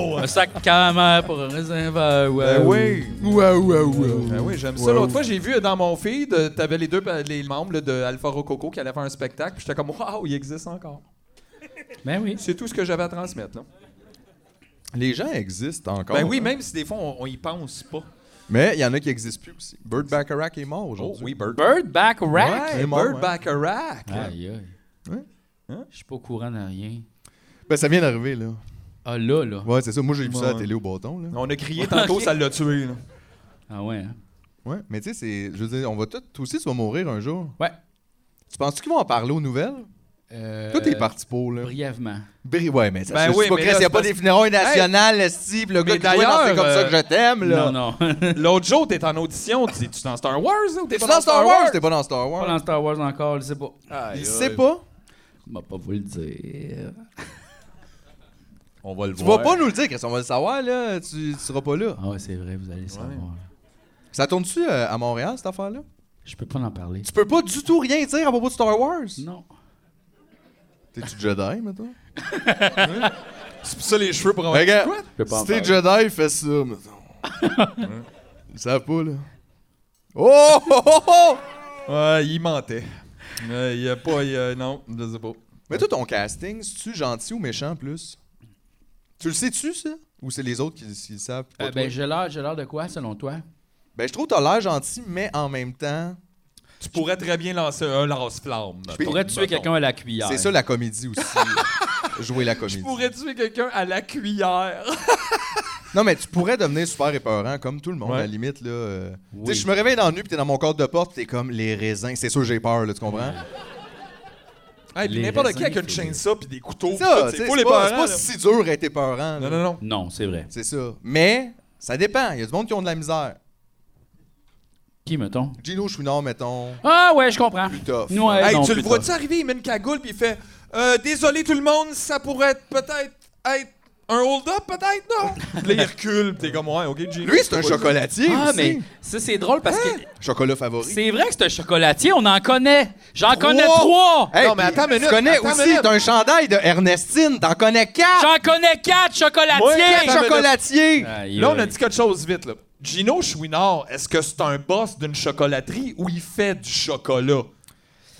Wow!
Un sac caramel pour un raisin vert.
Ben
ouais.
Ouah, ouah, ouah, ouah.
Euh, Ben oui, j'aime ça. L'autre fois, j'ai vu euh, dans mon feed, euh, t'avais les deux pa- les membres là, de Alpha Rococo qui allaient faire un spectacle, puis j'étais comme, waouh, il existe encore.
Ben oui.
C'est tout ce que j'avais à transmettre, non?
Les gens existent encore.
Ben oui, même si des fois, on, on y pense pas.
Mais il y en a qui existent plus aussi. Bird Bacharach est mort
Oh,
aujourd'hui.
oui, Bird.
Bird back rack.
Ouais,
Il est mort,
Bird
ouais. hein?
Bacharach.
Aïe, aïe. Je suis pas au courant de rien.
Ben, ça vient d'arriver, là.
Ah là, là.
Ouais, c'est ça. Moi, j'ai vu ça à la
Ouais.
télé au bâton, là.
On a crié tantôt, ça l'a tué. là.
*laughs*
Ah ouais, hein?
Ouais. Mais tu sais, c'est. Je veux dire, on va tout. Toi aussi, tu vas mourir un jour.
Ouais.
Tu penses-tu qu'ils vont en parler aux nouvelles?
Euh,
Toi, t'es parti pour, là.
Brièvement.
Bri- Ouais, mais ça
Ben
se fait
oui,
c'est pas
mais
Chris,
là,
y a
c'est
pas
parce-
des funérailles nationales, esti, pis le gars
Mais
qui dit, Ouais, non, c'est
d'ailleurs, euh,
comme ça que je t'aime, là.
Non, non. *laughs* pas
L'autre jour, t'es en audition, tu tu dans Star Wars là, ou t'es
T'es
pas
pas dans Star Wars? T'es pas dans Star Wars?
dans Star Wars encore, je sais pas.
Il sait pas.
Je vais pas vous le dire.
On va le
Tu vas pas nous le dire, Chris, on va le savoir, là. Tu, tu seras pas là.
Ah ouais, c'est vrai, vous allez le savoir.
Ça tourne-tu euh, à Montréal, cette affaire-là?
Je peux pas en parler.
Tu peux pas du tout rien dire à propos de Star Wars?
Non.
T'es-tu Jedi, maintenant?
C'est pour ça les cheveux pour
Ben, gars,
Je peux pas en
si t'es
parler.
Jedi, fais ça, mettons. Ils savent pas, là. Oh! oh, oh, oh! *laughs*
Ouais, il mentait. Euh, Il y a pas. il y a- non, je sais pas.
Mais toi, ton casting, c'est-tu gentil ou méchant plus? Tu le sais-tu, ça? Ou c'est les autres qui, qui le savent? pas
Euh,
toi?
ben, j'ai l'air j'ai l'air de quoi, selon toi?
Ben, je trouve que t'as l'air gentil, mais en même temps.
Tu pourrais très bien lancer un lance-flamme.
Je pourrais tuer quelqu'un à la cuillère.
C'est ça la comédie aussi. euh, Jouer la comédie.
*laughs* Je pourrais tuer quelqu'un à la cuillère.
Non, mais tu pourrais devenir super épeurant, comme tout le monde,
Ouais.
à la limite. là. euh.
Oui.
Tu sais, Je me réveille dans la nuit, puis t'es dans mon corps de porte, puis t'es comme les raisins. C'est sûr, que j'ai peur, là, tu comprends?
Hey, puis
Les
n'importe qui
raisins,
avec une
c'est-
chainsaw puis des couteaux. pis
Ça, tu
tout, c'est
sais,
fou
c'est
les
pas, c'est
parents.
pas
là.
si dur à être épeurant. là.
Non, non, non.
Non, c'est vrai.
C'est ça. Mais ça dépend. Il y a du monde qui ont de la misère.
Qui, mettons?
Gino Chouinard, mettons.
Ah ouais, je comprends.
Plus tough.
Ouais,
Hey,
non,
tu le
plus
vois-tu
tough.
arriver, il met une cagoule puis il fait euh, Désolé tout le monde, ça pourrait être peut-être être un hold-up, peut-être, non? Puis là, il recule, pis t'es comme, ouais, ok, Gino.
Lui, c'est un chocolatier
Ah,
aussi. Hein?
mais ça, c'est drôle parce que
Chocolat favori.
c'est vrai que c'est un chocolatier, on en connaît. J'en connais
Trois.
trois!
Hey,
Non, mais
puis
attends une minute,
Tu connais
attends une
aussi,
minute.
t'as un chandail de Ernestine. T'en connais quatre.
J'en connais quatre
Moi,
chocolatiers!
Quatre
attends,
chocolatiers.
Aïe,
Là, on
aïe.
a dit quelque chose vite, là. Gino Chouinard, est-ce que c'est un boss d'une chocolaterie ou il fait du chocolat?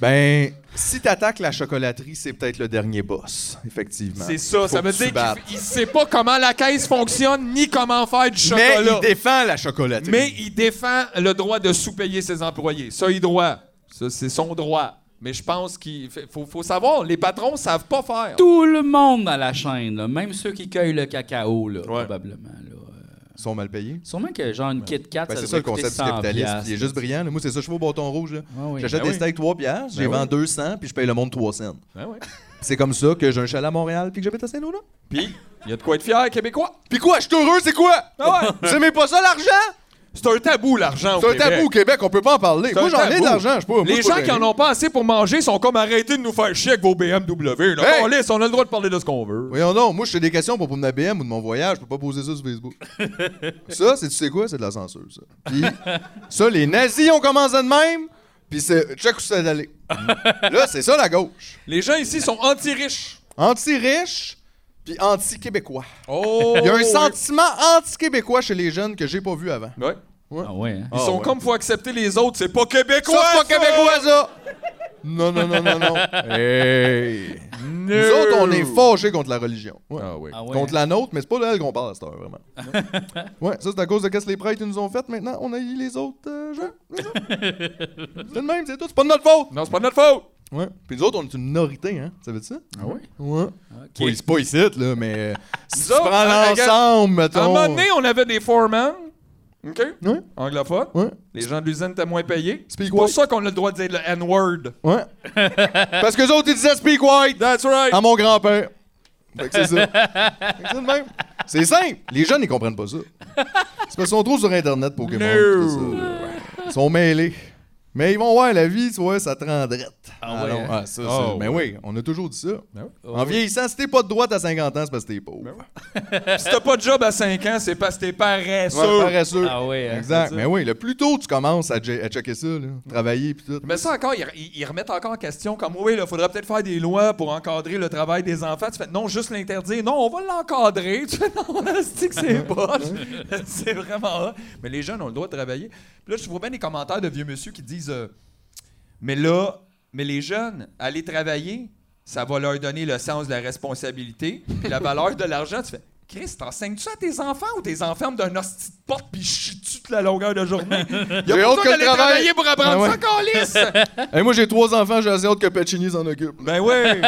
Ben, si t'attaques la chocolaterie, c'est peut-être le dernier boss, effectivement.
C'est ça,
Faut
ça
que
veut
tu
dire
battes.
qu'il il sait pas comment la caisse fonctionne ni comment faire du
Mais
chocolat.
il défend la chocolaterie.
Mais il défend le droit de sous-payer ses employés. Ça, il droit. Ça, c'est son droit. Mais je pense qu'il fait- faut, faut savoir, les patrons savent pas faire.
tout le monde à la chaîne, là, même ceux qui cueillent le cacao, là, probablement. Là. Euh,
Ils sont mal payés.
Sûrement que genre une Kit Kat,
Ben,
ça
c'est
doit
ça le
coûter
concept du
100
capitalisme.
piastres.
Il est juste brillant. là. Moi, c'est ça, je suis au bâton rouge. là.
Ah oui.
J'achète
Ben
des
oui.
steaks 3 piastres, j'ai
Ben oui.
vends 200, puis je paye le monde 300.
Ah ouais.
C'est comme ça que j'ai un chalet à Montréal, puis que j'habite à Saint-Lona.
Puis, il y a de quoi être fier, Québécois.
Puis quoi, je suis heureux, c'est quoi?
Ah ouais.
C'est mais pas ça l'argent?
C'est un tabou, l'argent. au
C'est un
Québec.
tabou au Québec, on peut pas en parler.
C'est un
Moi, j'en ai
tabou.
de l'argent, je sais pas. moi, je
Les
suis pas
gens qui en
gêné.
ont pas assez pour manger sont comme arrêtés de nous faire chier avec vos BMW. Là,
Hey!
Calisse, on a le droit de parler de ce qu'on veut.
Voyons donc, moi, je fais des questions pour, pour ma BM ou de mon voyage, je peux pas poser ça sur
*laughs*
Facebook. ça, c'est tu sais quoi? C'est de la censure, ça. Puis, ça, les nazis ont commencé de même, puis c'est check où ça
*laughs*
d'aller. Là, c'est ça la gauche.
Les gens ici sont anti-riches.
Anti-riche, puis anti-québécois.
Oh!
Il y a un
oui.
sentiment anti-québécois chez les jeunes que j'ai pas vu avant.
Ouais.
Ah ouais, hein?
Ils sont comme, faut accepter les autres, c'est pas québécois!
ça, c'est pas
ça!
québécois, ça! Non, non, non, non,
*laughs*
non. Hey! Nous autres, on est fâchés contre la religion. Ouais.
Ah oui.
Ah ouais,
Contre
hein?
la nôtre, mais c'est pas de elle qu'on parle à cette heure,
*laughs*
vraiment. ouais, ça, c'est à cause de qu'est-ce que les prêtres nous ont fait. Maintenant, on a eu les autres euh, gens.
*laughs*
c'est le même, c'est tout. C'est pas de notre faute.
Non, c'est pas de notre faute!
Ouais. Puis nous autres, on est une minorité, hein. Ça veut dire ça?
Ah ouais?
Ouais.
Ok.
Oui, c'est pas ici, là, mais euh, si tu
autres,
prends
euh,
l'ensemble,
À un
mettons.
moment donné, on avait des foremen, OK?
Ouais.
Anglophones.
Ouais.
Les gens de l'usine étaient moins payés.
Speak
C'est pour
white.
ça qu'on a le droit de dire le N-word.
Ouais.
*laughs*
Parce que les autres, ils disaient speak white
That's right!
à mon grand-père. Fait que c'est ça. Fait que c'est le même. C'est simple. Les jeunes, ils comprennent pas ça. C'est parce qu'ils sont trop sur Internet, Pokémon.
No.
tout ça. Ils sont mêlés. Mais ils vont voir la vie, tu vois, ça te rend drette.
Ah ouais, hein?
ah, ça,
Ah
ça-
ouais.
Mais oui, on a toujours dit ça.
Ben
en vieillissant, si t'es pas de droite à 50 ans, c'est parce que t'es pauvre.
Pis si t'as pas de job à 5 ans, c'est parce que t'es paresseux.
Ouais, paresseux.
Ah ouais, hein?
exact.
c'est ça.
Mais oui, le plus tôt tu commences à, je- à checker ça, là, travailler puis tout.
Mais ça encore, ils, ils- ils remettent encore en question comme oui, il faudrait peut-être faire des lois pour encadrer le travail des enfants. Tu fais non, juste l'interdire. Non, on va l'encadrer. Tu fais non, *laughs* c'est que c'est poche. *laughs* c'est vraiment. hot. Mais les jeunes ont le droit de travailler. Puis là, je vois bien des commentaires de vieux monsieur qui disent euh, mais là, mais les jeunes, aller travailler, ça va leur donner le sens de la responsabilité puis la valeur de l'argent. Tu fais Chris, t'enseignes-tu à tes enfants ou tes enfermes d'un hostie de porte puis chie-tu toute la longueur de journée? Il
J'ai
y a
hâte
pas
que le
d'aller
travail.
travailler pour apprendre
Ah ouais.
ça,
*laughs*
câlisse!
Hey, moi, j'ai trois enfants, j'ai assez hâte que Pacini s'en occupe.
ben oui!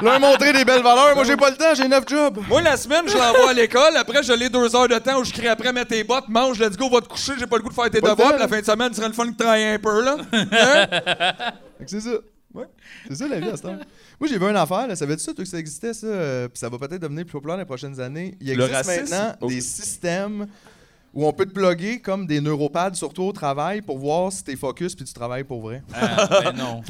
Leur montrer des belles valeurs, moi, j'ai pas le temps, j'ai neuf jobs.
Moi, la semaine, je l'envoie à l'école. Après, je l'ai deux heures de temps où je crie après, mets tes bottes, mange, let's go, va te coucher, j'ai pas le goût de faire tes
Pas le
devoirs.
temps,
puis La
là.
fin de semaine, ce serait le fun de travailler un peu, là. Hein?
Fait que c'est ça. Ouais. C'est ça la vie à cette heure. Moi, j'ai vu une affaire, là. Savais-tu ça, toi, que ça existait, ça? Euh, Puis ça va peut-être devenir plus populaire dans les prochaines années. Il
Le
existe
racisme?
maintenant
Oh.
des systèmes où on peut te plugger comme des neuropads, surtout au travail, pour voir si t'es focus puis tu travailles pour vrai.
Ah, ben non.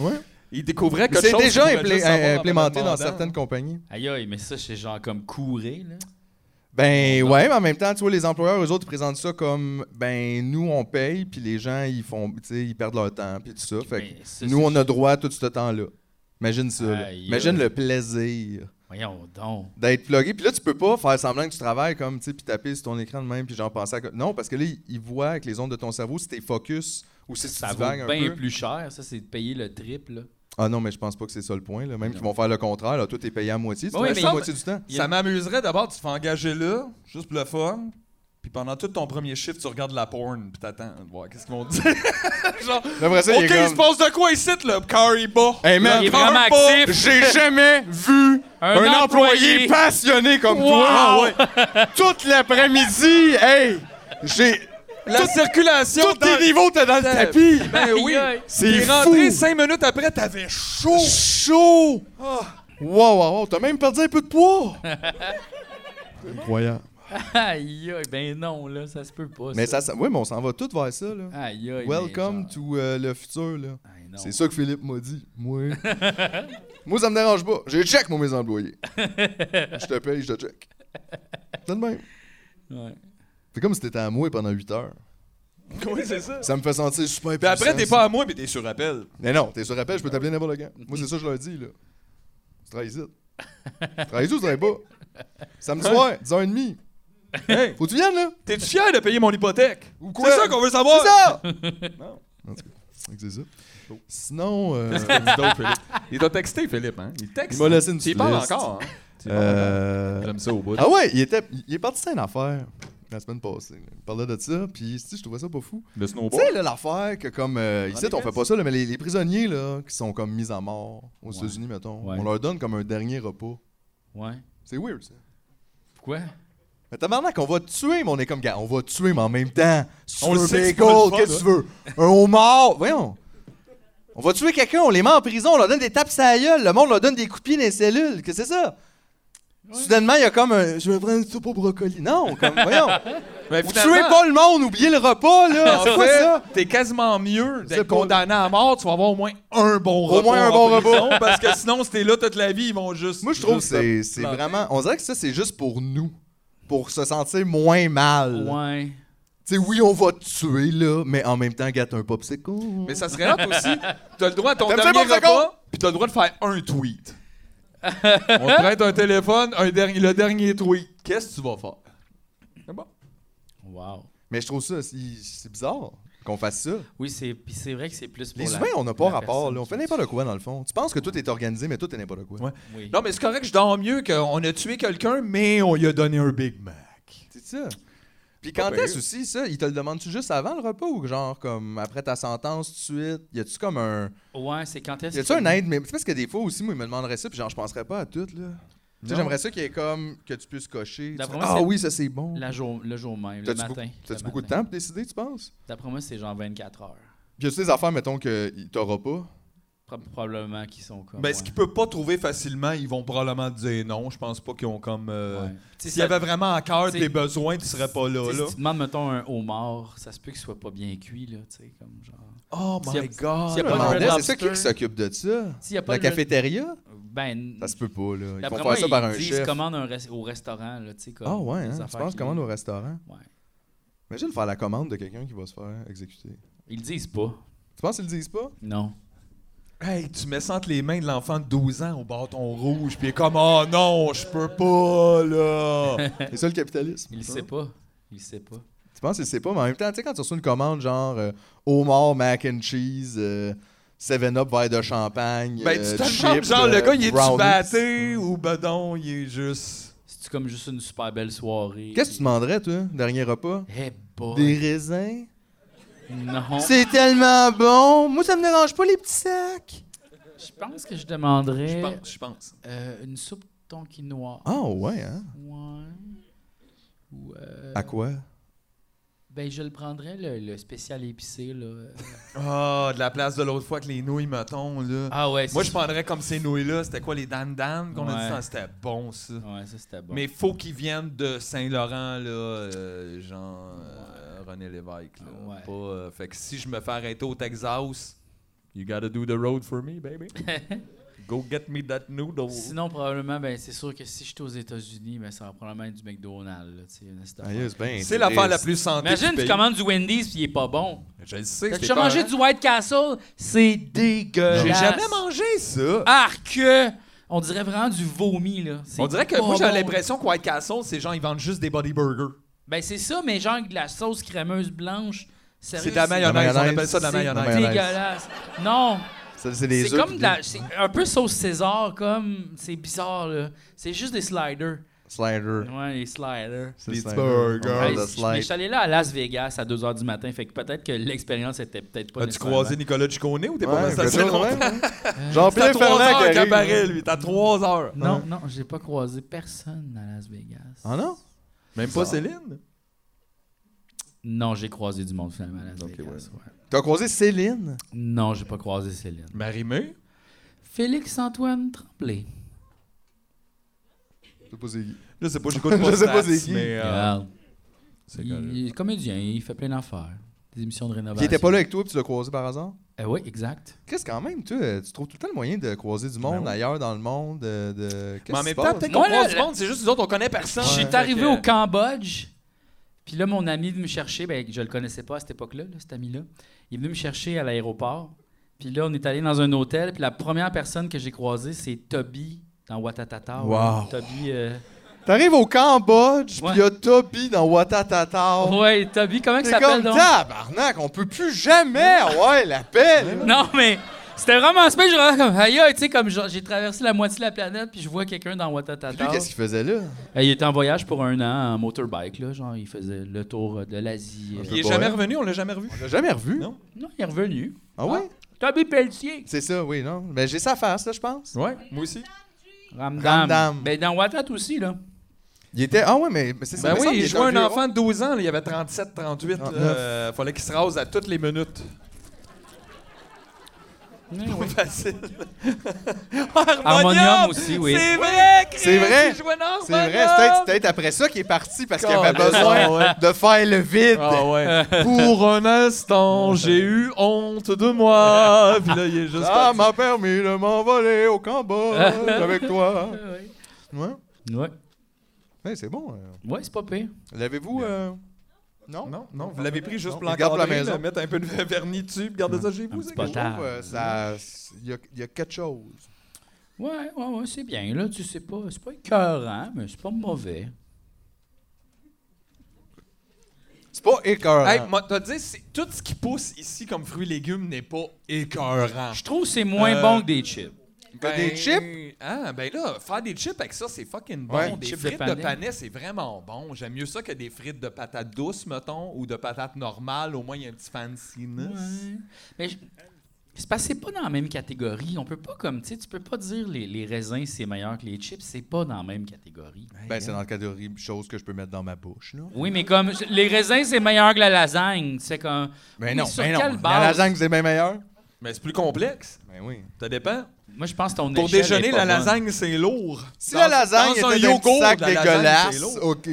Il découvrait que
C'est déjà implé- euh, implémenté
hein.
dans certaines compagnies.
Aïe, aïe, mais ça, c'est genre comme couré, là.
Ben ouais, mais en même temps, tu vois, les employeurs, eux autres, ils présentent ça comme ben nous, on paye, puis les gens, ils font, tu sais, ils perdent leur temps, puis tout ça. Fait
Mais
que
ça,
nous,
c'est-
on a droit à tout ce temps-là. Imagine ça. là.
Aïe,
Imagine
aïe.
le plaisir
Voyons donc.
d'être plugué. Puis là, tu peux pas faire semblant que tu travailles comme, tu sais, puis taper sur ton écran de même, puis j'en pensais à... co- Non, parce que là, ils ils voient avec les ondes de ton cerveau si t'es focus ou si
Ça
tu
vaut
divagues un
bien
peu.
plus cher, ça, c'est de payer le triple, là.
Ah non, mais je pense pas que c'est ça le point. Là. Même qu'ils vont faire le contraire. Là. Toi, t'es payé à moitié. Tu
Oui,
travailles
mais
la
il-
moitié du temps.
Il y a-
Ça m'amuserait d'abord, tu te fais engager là, juste pour le fun. Puis pendant tout ton premier shift, tu regardes la porn, puis t'attends de voir qu'est-ce qu'ils vont te dire. *laughs* Genre,
Après ça, il
OK,
est
il se
comme-
passe de quoi ici, là? Car il bat.
Hey, man,
Il est
prends
vraiment
pas-
actif.
J'ai jamais vu
Un
un,
employé
employé passionné comme toi.
Ah
Wow!
*laughs* Toute l'après-midi, hey, j'ai
La circulation
tous
dans-
tes niveaux t'es dans le tapis.
Ben oui.
Aïe, aïe.
C'est
T'es rentré
fou.
cinq minutes après, t'avais chaud.
Chaud. Wow, wow, wow, t'as même perdu un peu de poids. Incroyable.
*laughs* Aïe, aïe, ben non, là, ça se peut pas.
Mais ça, ça- oui, mais on s'en va tous vers ça là.
Aïe, aïe. ben
Welcome to euh, le futur là. C'est
C'est
ça que Philippe m'a dit. Moi. Moi, ça me dérange pas. J'ai check, moi, mes employés. Je te paye, je te check. C'est de même. C'est comme si t'étais à moi pendant 8 heures.
Oui, c'est ça.
Ça me fait sentir super
Puis après,
puissant,
t'es
ça.
pas à moi, mais t'es sur appel.
Mais non, t'es sur appel, je peux t'appeler n'importe quand. Moi, c'est ça que je leur dis, là. Tu travailles ici. Tu travailles ici ou tu travailles pas? Samedi soir, 10h30.
Hey.
Faut que tu viennes, là.
T'es-tu fier de payer mon hypothèque?
Ou quoi?
C'est ça qu'on veut savoir!
C'est ça!
Non.
En tout cas, c'est que c'est ça. Sinon, euh,
*laughs* hein? Il t'a texté, Philippe, hein? Il texte.
il m'a laissé une
Tu y
petite
parles
liste.
encore, hein? Tu y parles encore.
Euh,
J'aime ça au bout.
Ah ouais, il, était, il est parti d'une affaire la semaine passée. là. Il parlait de ça, puis si, je trouvais ça pas fou.
Le
Tu
snowball.
sais, là, l'affaire que comme. Euh, ici, on fait pas ça, là, mais les, les prisonniers, là, qui sont comme mis à mort aux
Ouais.
États-Unis, mettons,
Ouais.
on leur donne comme un dernier repas.
Ouais.
C'est weird, ça.
Pourquoi?
Mais tabarnak, on va te tuer, mais on est comme, gars, on va te tuer, mais en même temps, si tu
On le
veux un
sait, c'est
bagel,
pas le fun,
qu'est-ce que tu veux? Un homard, voyons. On va tuer quelqu'un, on les met en prison, on leur donne des tapes sur la gueule, le monde leur donne des coups de pied dans les cellules, qu'est-ce que c'est ça? Soudainement, il y a comme un. Je veux prendre une soupe au brocoli. Non, comme, voyons.
Mais
Vous tuez pas le monde, oubliez le repas, là. C'est
Euh, en
quoi
fait,
ça?
T'es quasiment mieux
C'est
d'être
pas-
condamné à mort, tu vas avoir au moins un bon repas.
Au moins un
en
bon
prison,
repas.
Parce que sinon, si t'es là toute la vie, ils vont juste.
Moi, je trouve que
juste
c'est- c'est
planter.
vraiment. On dirait que ça, c'est juste pour nous. Pour se sentir moins mal.
Ouais.
Tu sais, oui, on va te tuer, là, mais en même temps, gâte un popsicle.
Mais ça serait hot aussi. T'as le droit à ton
T'aimes ça,
dernier
Bob Second?
repas, puis t'as le droit de faire un tweet. On te prête un téléphone, un dernier, le dernier tweet. Qu'est-ce que tu vas faire? C'est bon.
Wow.
Mais je trouve ça, c'est c'est bizarre qu'on fasse ça.
Oui, c'est puis c'est vrai que c'est plus pour
Les
la-
humains, on n'a pas
la
rapport,
personne
là. On
qui-
fait n'importe quoi, dans le fond. Tu penses que tout est organisé, mais tout est n'importe quoi.
Ouais.
Oui.
Non, mais c'est correct, je dors mieux qu'on a tué quelqu'un, mais on lui a donné un Big Mac.
C'est ça. Puis
Pas
quand
pire.
est-ce aussi, ça, ils te le demandent-tu juste avant le repas ou genre comme après ta sentence, tout de suite? Y a-tu comme un.
Ouais, c'est quand est-ce
Y a-tu
que-
un aide? Mais tu sais, parce que des fois aussi, moi, ils me demanderaient ça, puis genre, je penserais pas à tout, là. Tu sais,
Non.
j'aimerais ça qu'il y ait comme que tu puisses cocher. tu
D'après
fais,
moi,
ah
c'est-
oui, ça c'est bon.
La jour- le jour même, le
T'as-tu
matin.
beaucoup-
le
T'as-tu beaucoup de
matin.
temps pour décider, tu penses?
D'après moi, c'est genre 24 heures.
Puis y a-tu des affaires, mettons, qu'il t'aura pas?
Pro- probablement qu'ils sont comme.
Ben, ce qu'ils peuvent pas trouver facilement, ils vont probablement te dire non. Je pense pas qu'ils ont comme.
ouais.
euh,
Ouais. T'sais,
S'il y
ça-
avait vraiment à cœur
t'sais-
tes besoins, tu serais pas là.
t'sais,
là.
Si tu demandes, mettons, un homard, ça se peut qu'il soit pas bien cuit, là, tu sais, comme genre.
Oh
S'il y a-
my god!
s'il y a
Je
pas
me
de
demandais,
Ah, Red
c'est ça
Lobster.
qui s'occupe de ça?
S'il y a pas
La
de Red-
cafétéria?
Ben.
Ça se peut pas, là. Ils
d'après
vont
moi,
faire ça par un
ils disent
chef.
commande un res- au restaurant, là, tu sais, comme.
Ah ouais,
des
hein, tu
affaires
penses
qui-
commande au restaurant?
Ouais.
Imagine faire la commande de quelqu'un qui va se faire exécuter.
Ils le disent pas.
Tu penses qu'ils le
*laughs*
disent pas?
Non.
Hey, tu mets ça entre les mains de l'enfant de 12 ans au bâton rouge, puis il est comme Oh non, je peux pas, là!
C'est ça le capitalisme.
Il
Hein?
le sait pas. Il le sait pas.
Tu penses qu'ils le savent pas, mais en même temps, tu sais, quand tu reçois une commande genre euh, homard, mac and cheese, 7-up, verre de champagne,
ben,
euh,
tu te
chips,
demandes, genre,
euh,
le gars, il est-tu
brownies.
batté ou ben non, il est juste.
Si C'est comme juste une super belle soirée.
Qu'est-ce que tu demanderais, toi, dernier repas?
Eh boy.
Des raisins?
Non.
C'est tellement bon! Moi, ça me dérange pas, les petits sacs!
Je pense que je demanderais
Je pense, je pense.
euh, une soupe tonkinoise.
Ah ouais, hein?
Ouais. Ou, euh,
À quoi?
ben, je le prendrais, le, le spécial épicé.
*laughs*
Là.
Ah, de la place de l'autre fois que les nouilles, mettons, là.
Ah ouais, c'est-
Moi, je prendrais comme ces nouilles-là. C'était quoi, les dan-dan qu'on a
Ouais.
dit? ça? C'était bon, ça.
Ouais, ça c'était bon.
Mais faut qu'ils viennent de Saint-Laurent, là, euh, genre euh, René Lévesque. Là.
Ouais.
Pas, euh, fait que si je me fais arrêter au Texas, you gotta do the road for
*laughs*
me, baby. Go get me that noodle.
Sinon, probablement, ben, c'est sûr que si j'étais aux États-Unis, ben, ça va probablement être du McDonald's. là, tu sais, une affaire.
bien.
c'est l'affaire la plus santé.
Imagine,
du
tu
pays.
commandes du Wendy's puis il est pas bon.
Je le sais.
T'as
c'est
déjà mangé
épeurant.
du White Castle? C'est dégueulasse.
J'ai jamais mangé ça.
Arc! euh, On dirait vraiment du vomi, là. C'est
On dirait que
pas
moi, j'avais
bon.
l'impression que White Castle, ces gens, ils vendent juste des body burgers.
Ben, c'est ça, mais genre de la sauce crémeuse blanche. Sérieux,
C'est de la mayonnaise.
mayonnaise.
On appelle ça de la
c'est
mayonnaise.
mayonnaise.
dégueulasse. Non,
C'est c'est des
c'est
œufs
comme
pis
de la,
des
c'est un peu sauce César, comme c'est bizarre là. C'est juste des sliders.
Sliders.
Ouais, des sliders.
C'est
Des
slider.
burgers.
On
Ah,
Hey,
parle de
je mais je suis
slide.
allé là à Las Vegas à 2h du matin, fait que peut-être que l'expérience était peut-être pas
As-tu croisé Nicolas Ciccone ou t'es pas
Ouais,
resté assez
quelque chose,
longtemps?
ouais, ouais.
C'est à
Jean-Pierre
3
Ferland qui
heures qu'il
arrive.
apparaît, lui. T'as 3 heures.
Non, non, j'ai pas croisé personne à Las Vegas.
Ah non?
Même pas Céline.
Non, j'ai croisé du monde finalement à Las
Ok,
Vegas. ouais.
T'as croisé Céline?
Non, j'ai pas croisé Céline.
Marie-Mé?
Félix-Antoine Tremblay.
T'as pas Ziggy.
Je sais pas, j'écoute pas
Je sais
Stats,
pas c'est qui.
mais, euh,
Regarde,
c'est correct.
il, il est comédien, il fait plein d'affaires. Des émissions de rénovation.
Puis il était pas là avec toi puis tu l'as croisé par hasard?
Euh, oui, exact.
Chris, quand même, tu, euh, tu trouves tout le temps le moyen de croiser du monde
Ben oui.
ailleurs dans le monde. euh, de...
Mais en
Qu'est-ce qui
même
se
temps,
passe?
peut-être qu'on
Ouais,
croise
la-
du monde, c'est juste nous autres, on connaît personne.
Je suis
Fait
arrivé
que-
au Cambodge. Puis là, mon ami est venu me chercher. Ben, je le connaissais pas à cette époque-là, là, cet ami-là. Il est venu me chercher à l'aéroport. Puis là, on est allé dans un hôtel. Puis la première personne que j'ai croisée, c'est Toby dans Watatata.
Wow.
Toby. euh,
T'arrives au Cambodge,
Ouais.
puis il y a Toby dans Watatata.
Ouais, Toby, comment il
Oh. C'est
s'appelle
comme
donc?
tabarnak, on peut plus jamais avoir la paix. là.
Non, mais c'était vraiment space. Je regardais comme, aïe, aïe, tu sais, comme genre, j'ai traversé la moitié de la planète. Puis je vois quelqu'un dans
Puis
Watatata.
lui, qu'est-ce qu'il faisait là?
Euh, Il était en voyage pour un an en motorbike, là, genre il faisait le tour euh, de l'Asie.
Ah,
euh.
Il est
Boy.
jamais revenu, on l'a jamais revu.
On l'a jamais revu.
Non.
Non, il est revenu.
Ah ouais?
Toby Pelletier.
C'est ça, oui, non? Mais j'ai sa face, là, je pense.
Ouais, moi aussi.
Ramdam.
Ramdam.
Ben, dans Watat aussi, là.
Il était. Ah ouais, mais, mais c'est ça.
Ben
me
oui,
semble
il
qu'il
jouait
était
un
vieux
enfant de 12 ans, là, il avait 37, 38. là,
39.
euh, fallait qu'il se rase à toutes les minutes. Pas *laughs* facile.
Harmonium aussi, oui.
C'est vrai, Chris,
C'est vrai.
il jouait dans
C'est vrai, c'est
Harmonium.
peut-être- c'est peut-être après ça qu'il est parti parce qu'il avait
Caliste. Ah
besoin
ouais.
de faire le vide.
Ah ouais. *laughs* Pour un instant, j'ai eu honte de moi. Puis là, il est juste.
Ça
parti.
m'a permis de m'envoler au
*laughs*
Cambodge avec toi.
Ouais.
Ouais,
Ouais,
Ouais, c'est bon. euh.
Ouais, c'est pas pire.
L'avez-vous. euh, Non?
Non, non, vous l'avez pris juste
Non,
pour
il garde pour la
l'encadrer,
maison.
là, mettre un peu de vernis dessus, puis garder ça chez vous.
petit
c'est
pot.
cool.
Je trouve, euh, ça- Il y a- il y a quelque chose.
Ouais, ouais, ouais, c'est bien, là. Tu sais pas, c'est pas écœurant, mais c'est pas mauvais.
C'est pas écœurant.
Hey, moi, t'as dit, c'est- tout ce qui pousse ici comme fruits et légumes n'est pas écœurant.
Je trouve que c'est moins
Euh,
bon que des chips.
Que des chips?
Ah, ben là, faire des chips avec ça, c'est fucking bon.
Ouais.
des
Chips de
frites de
panais.
panais, c'est vraiment bon. J'aime mieux ça que des frites de patates douces, mettons, ou de patates normales. Au moins, il y a un petit
hein?
fanciness.
Ouais. Mais je- c'est parce que c'est pas dans la même catégorie. On peut pas comme, tu sais, tu peux pas dire les, les raisins c'est meilleur que les chips, c'est pas dans la même catégorie.
Ben, c'est dans le catégorie chose que je peux mettre dans ma bouche, là.
Oui, mais comme je- les raisins c'est meilleur que la lasagne, c'est comme
Ben
Mais
non,
sur
ben non.
quelle
La
base?
lasagne, c'est bien meilleur.
Mais c'est plus complexe.
Ben oui.
Ça dépend.
moi je pense que ton
Pour
échelle est
déjeuner,
pas
la
bonne.
lasagne, c'est lourd.
Si
Dans-
la lasagne
dans
était un petit sac
la lasagne,
dégueulasse,
c'est lourd.
ok.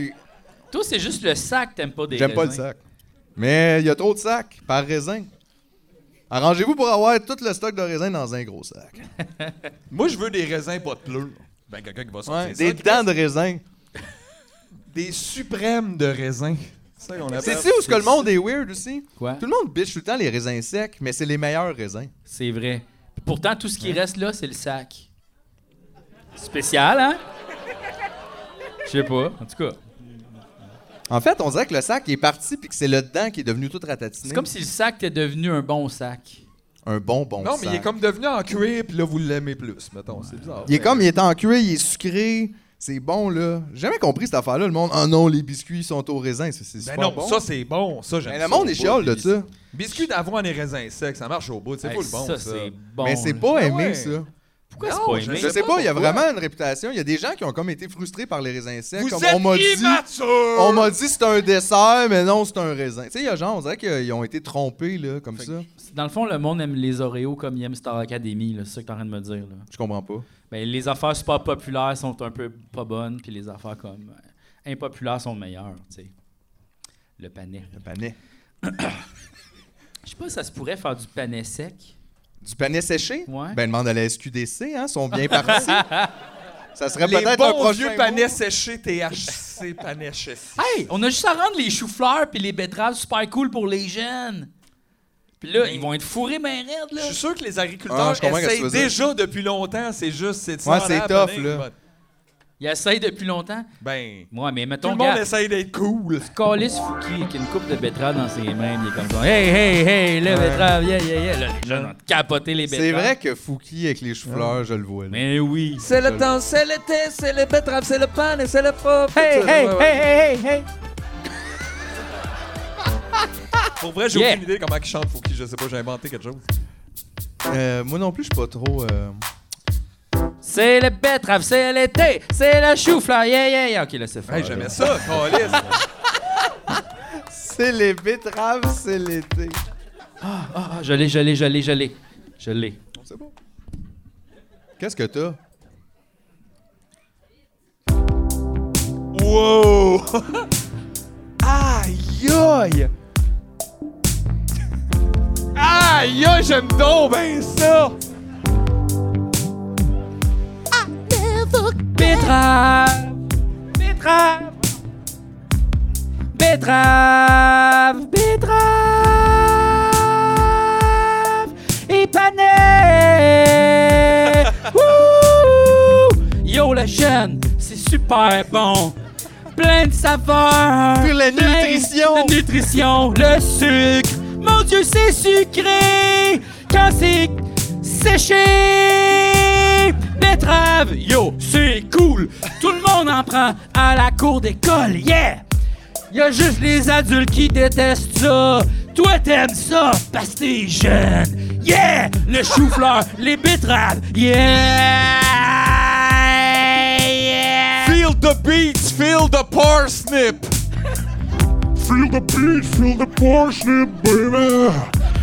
Toi, c'est juste le sac, t'aimes pas des
J'aime pas le
raisins.
sac. Mais il y a trop de sacs par raisin. Arrangez-vous pour avoir tout le stock de raisins dans un gros sac.
Moi, je veux des raisins pas de pleurs. Ben, quelqu'un qui va sortir ça,
Des
Chris.
dents de raisin.
Des suprêmes de raisins. Ah, ben, C'est ça qu'on
C'est
appelle.
ici où ce que le monde est weird aussi.
Quoi?
Tout le monde bitch tout le temps les raisins secs, mais c'est les meilleurs raisins.
C'est vrai. Puis Pourtant, tout ce qui reste là, c'est le sac. Spécial, hein? Je sais pas, en tout cas.
En fait, on dirait que le sac est parti puis que c'est le dedans qui est devenu tout ratatiné.
C'est comme si le sac était devenu un bon sac.
un bon bon
Non, mais il est
sac.
comme devenu en cuir, puis là, vous l'aimez plus, mettons. C'est bizarre.
Il est comme, il est en cuir, il est sucré. C'est bon, là. J'ai jamais compris cette affaire-là. Le monde, ah non, les biscuits sont au raisin. C'est c'est
Ben
super
non,
bon.
ça c'est bon, ça j'aime
Mais
ça
le monde
au
est
bout,
chial de
puis-
ça.
Biscuit d'avoine et raisin sec, ça marche au bout, c'est
Hey,
pas le bon ça.
Ça, c'est bon.
Mais c'est
là.
pas
Ah
aimé,
ouais.
ça.
Pourquoi
Non,
c'est pas aimé?
Je sais pas, il y a vraiment une réputation. Il y a des gens qui ont comme été frustrés par les raisins secs.
Vous
comme
êtes
on m'a dit,
immature!
on m'a dit c'est un dessert, mais non, c'est un raisin. Tu sais, il y a genre, on dirait qu'ils ont été trompés, là, comme
Fait
ça.
Dans le fond, le monde aime les Oreos comme il aime Star Academy, là, c'est ça que t'es en train de me dire. Là.
Je comprends pas.
Ben, les affaires super populaires sont un peu pas bonnes, puis les affaires comme euh, impopulaires sont meilleures, tu sais. Le panais.
Le panais.
Je sais pas si ça se pourrait faire du panais sec.
Du panais séché?
Ouais.
Ben, demande à la SQDC, hein, sont bien
*laughs*
partis. ça serait
Les
peut-être un
bons
prochain
vieux
mot. Ah,
panais séchés THC panais séchés.
Hey, on a juste à rendre les choux-fleurs puis les betteraves super cool pour les jeunes. Puis là,
Mais-
ils vont être fourrés ben raides,
Je
là.
suis sûr que les
Ah,
agriculteurs
je comprends ce que tu
essayent
veux dire.
déjà depuis longtemps, c'est juste c'est
Ouais,
not
c'est
happening,
tough, là.
but-
Ils essayent depuis longtemps.
Ben,
Moi, mais
tout
mettons,
le monde
gars,
essaye d'être cool.
Calis Fouki qui a une coupe de betteraves dans ses mains, il est comme ça. Hey, hey, hey, le betterave, yeah, yeah, yeah. Là, les jeunes ont capoté les betteraves.
C'est vrai que Fouki avec les
Ah.
choux-fleurs, je le vois. là.
Mais oui.
C'est le temps, c'est l'été, c'est les betteraves, c'est le pan et c'est le pop.
hey, hey, hey.
Pour vrai, j'ai
Yeah.
aucune idée de comment ils chantent Fouki, je sais pas, j'ai inventé quelque chose.
Euh, moi non plus, je suis pas trop. euh,
C'est le betterave, c'est l'été, c'est le chou-fleur, yeah, yeah, yeah. Ok, là, c'est
Ah,
fort.
Hey, j'aimais ça, Calis.
C'est les betteraves, c'est l'été.
Ah, ah, je l'ai, je l'ai, je l'ai, je l'ai. Je l'ai.
C'est bon. Qu'est-ce que t'as?
wow!
Aïe aïe!
Aïe, aïe, j'aime donc bien ça!
Betterave, betterave, betterave, betterave et
*laughs*
panais. Wouh! Yo le jeune, c'est super bon. Plein de saveurs.
Puis la
plein
nutrition.
de nutrition, le sucre. Mon Dieu, c'est sucré. Quand c'est séché. Betterave, yo, c'est cool. Tout le monde en prend à la cour d'école, yeah. Y a juste les adultes qui détestent ça. Toi, t'aimes ça parce que t'es jeune. Yeah! Le chou-fleur, les betteraves. Yeah! Yeah!
Feel the beats, feel the parsnip!
Feel the beat, feel the parsnip, baby.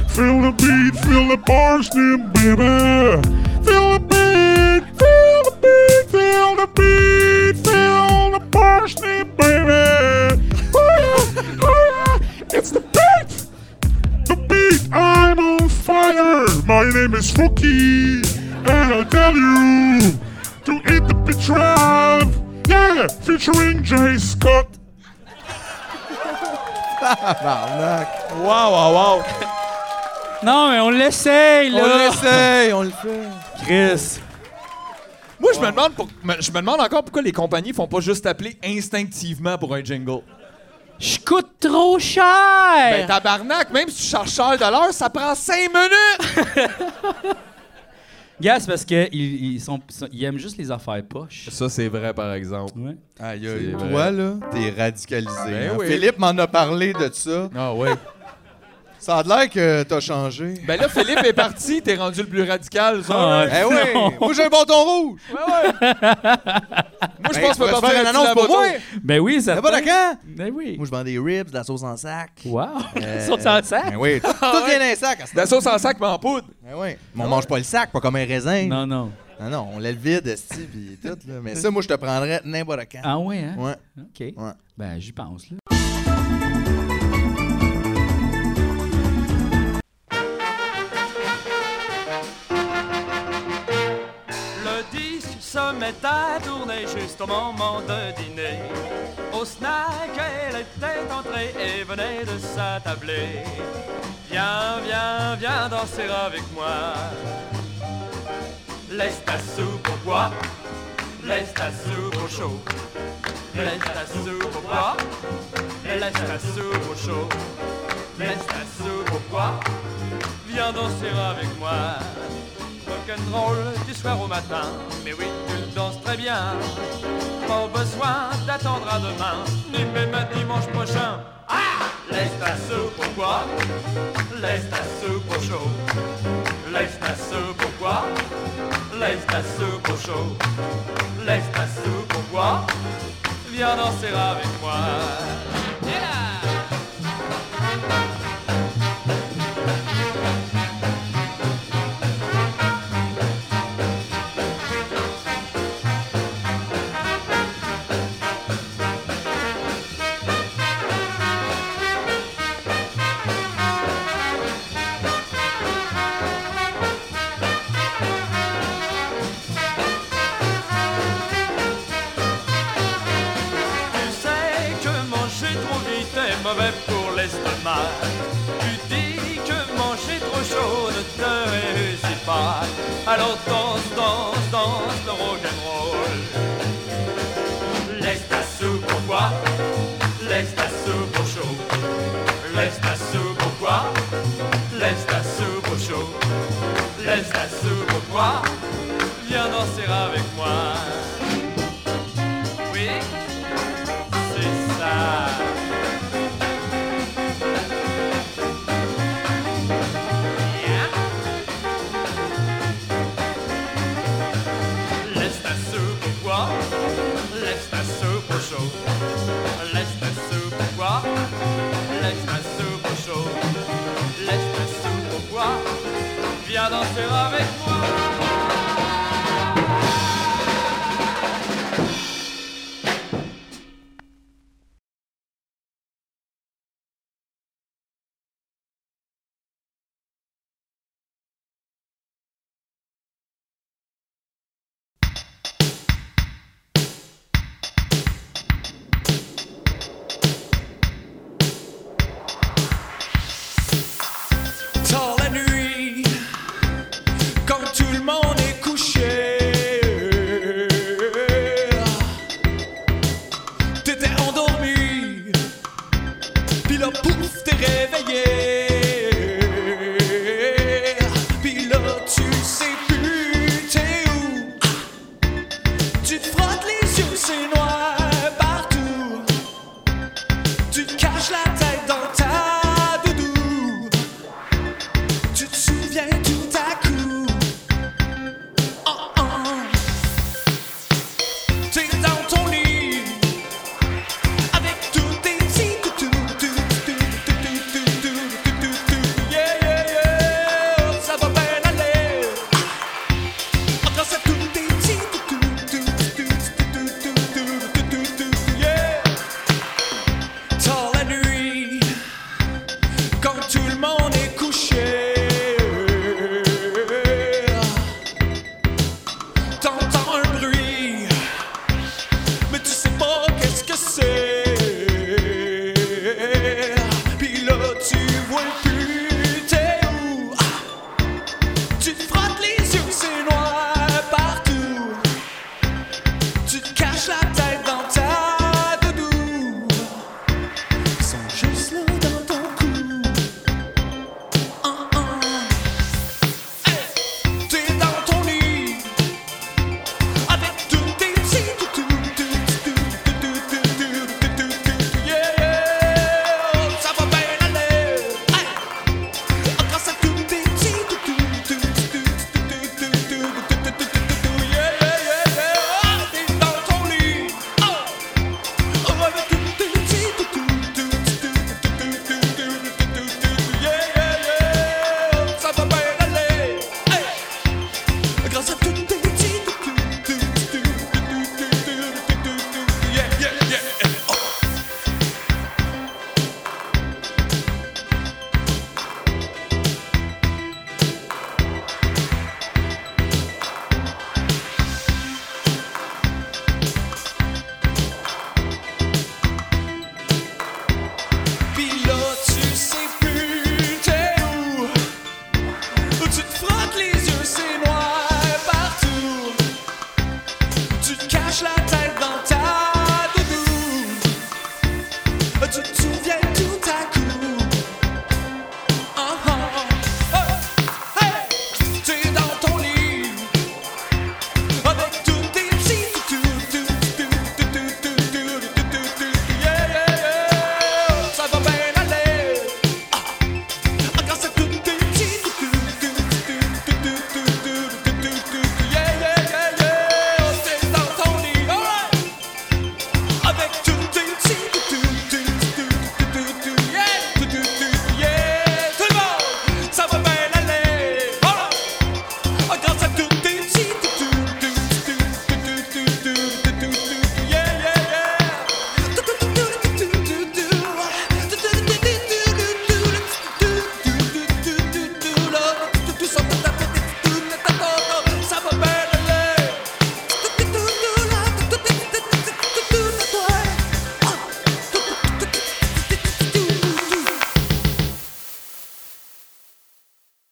Feel the beat, feel the parsnip, baby. Feel the beat, feel the beat, feel the beat, feel the parsnip, baby. Oh yeah, oh yeah, it's the beat. The beat, I'm on fire. My name is Fookie, and I tell you to eat the betrayal. Yeah, featuring Jay Scott.
Wow, wow, wow!
Non, mais on l'essaye,
On
là!
l'essaye, on le fait.
Chris!
Moi, je me demande pour- me- je me demande encore pourquoi les compagnies font pas juste appeler instinctivement pour un jingle.
Je coûte trop cher!
Ben tabarnak, même si tu cherches cher de l'heure, ça prend 5 minutes.
Gars, c'est parce qu'ils ils sont, ils aiment juste les affaires poches.
*laughs* Ça c'est vrai par exemple.
Ouais.
Aïe aïe,
C'est vrai.
toi là, t'es radicalisé.
Ben
hein.
oui.
Philippe m'en a parlé de ça.
Ah ouais.
Ça a l'air que t'as changé.
ben là Philippe est parti, t'es rendu le plus radical. ça.
Ah,
Eh oui! Moi j'ai un bâton rouge!
Ouais, ouais. moi je
Ben,
pense
tu peux
que
faire une annonce pour moi?
Ben oui, ça.
T'as pas d'accord?
Ben oui.
Moi je vends des ribs, de la sauce en sac.
Wow! *laughs*
Euh,
Sur ton sac?
Ben oui, tout vient d'un sac. à ce
La sauce en Eh, sac mais en poudre.
Ben oui. Mais on mange pas le sac, pas comme un raisin.
Non, non.
Non, non, on lève vide, esti, pis tout, là. Mais ça, moi, je te prendrais n'importe quand.
Ah ouais, hein?
Ouais.
OK.
Ouais.
Ben, j'y pense, là.
Le disque se met à tourner juste au moment de dîner. Au snack, elle était entrée et venait de s'attabler. Viens, viens, viens danser avec moi. Laisse ta soupe au bois, laisse ta soupe au chaud. Laisse ta soupe au bois, laisse ta soupe au chaud. Laisse ta soupe au bois, viens danser avec moi. Rock'n'roll du soir au matin, mais oui, tu le danses très bien. pas besoin d'attendre à demain, ni même à dimanche prochain. Ah Laisse ta soupe au poids, laisse ta soupe au chaud. Laisse ta soupe au poids, laisse ta soupe au chaud. Laisse ta soupe au poids, viens danser avec moi. Yeah Tu sais que manger trop vite est mauvais pour l'estomac. Tu dis que manger trop chaud ne te réussit pas. Alors danse, danse, danse le rock'n'roll. Laisse ta soupe au poids, laisse ta soupe au chaud. Laisse ta soupe au poids, laisse ta soupe au chaud. Laisse ta soupe au poids, viens danser avec moi. Oui c'est ça. Yeah. Laisse ta soupe au poids, laisse ta soupe au chaud. Laisse ta soupe au poids, laisse ta soupe au chaud. Laisse ta soupe au poids, viens danser avec moi.
Dans la nuit, quand tout le monde est couché, t'étais endormi, puis là pouf, t'es réveillé, puis là tu sais plus t'es où, tu te frottes les yeux, c'est noir partout, tu te caches la tête dans ta doudou. Tu te souviens tout à coup. Oh, oh. T'es dans ton lit avec tous tes petits toutous, tout, tout, tout, tout, tout, tout, tout, tout, tout. Yeah, yeah, yeah, ça va bien aller. On danse à tous tes petits toutous, tout, tout, tout, tout, tout, tout, tout, tout, tout,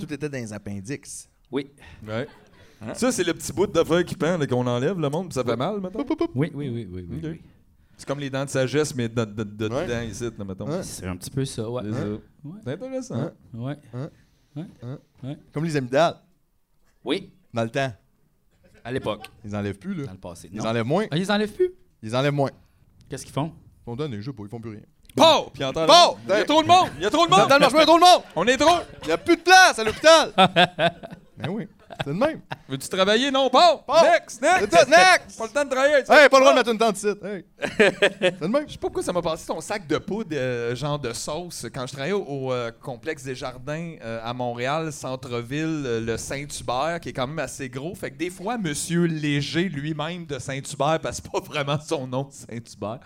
c'était dans les appendix.
Oui.
Ouais. Ça, c'est le petit bout de feuille qui pend, là, qu'on enlève le monde, puis ça fait mal, mettons.
Oui, oui, oui, oui, oui.
Ok.
oui.
C'est comme les dents de sagesse, mais de, de- de-
Ouais.
dedans, ici, là, mettons.
Ouais.
C'est un petit peu ça, ouais.
C'est ça.
Ouais.
C'est intéressant.
Hein?
Ouais.
Comme les amygdales,
Oui,
dans le temps.
à l'époque,
Ils enlèvent plus,
dans
là.
le passé.
Ils
Non.
enlèvent moins.
Ah, ils enlèvent plus?
Ils enlèvent moins.
Qu'est-ce qu'ils font?
Ils font donner, je sais pas, ils font plus rien.
Pow! Puis entends.
Pow!
Il y a trop de monde! Il y a trop de
Dans le temps,
monde!
le marchement, il y a trop de monde!
On est trop!
Il y a plus de place à l'hôpital! ben oui, c'est le même.
Veux-tu travailler? Non, Pow!
Pow!
Next!
C'est
Next!
tout, next!
Pas le temps de travailler! tu
Hey, pas le droit
Pow!
de mettre une tente ici. Hey. C'est le même.
Je sais pas pourquoi ça m'a passé ton sac de poudre, euh, genre de sauce. Quand je travaillais au, au, euh, complexe des jardins euh, à Montréal, centre-ville, euh, le Saint-Hubert, qui est quand même assez gros. Fait que des fois, Monsieur Léger lui-même de Saint-Hubert, parce que c'est pas vraiment son nom, Saint-Hubert,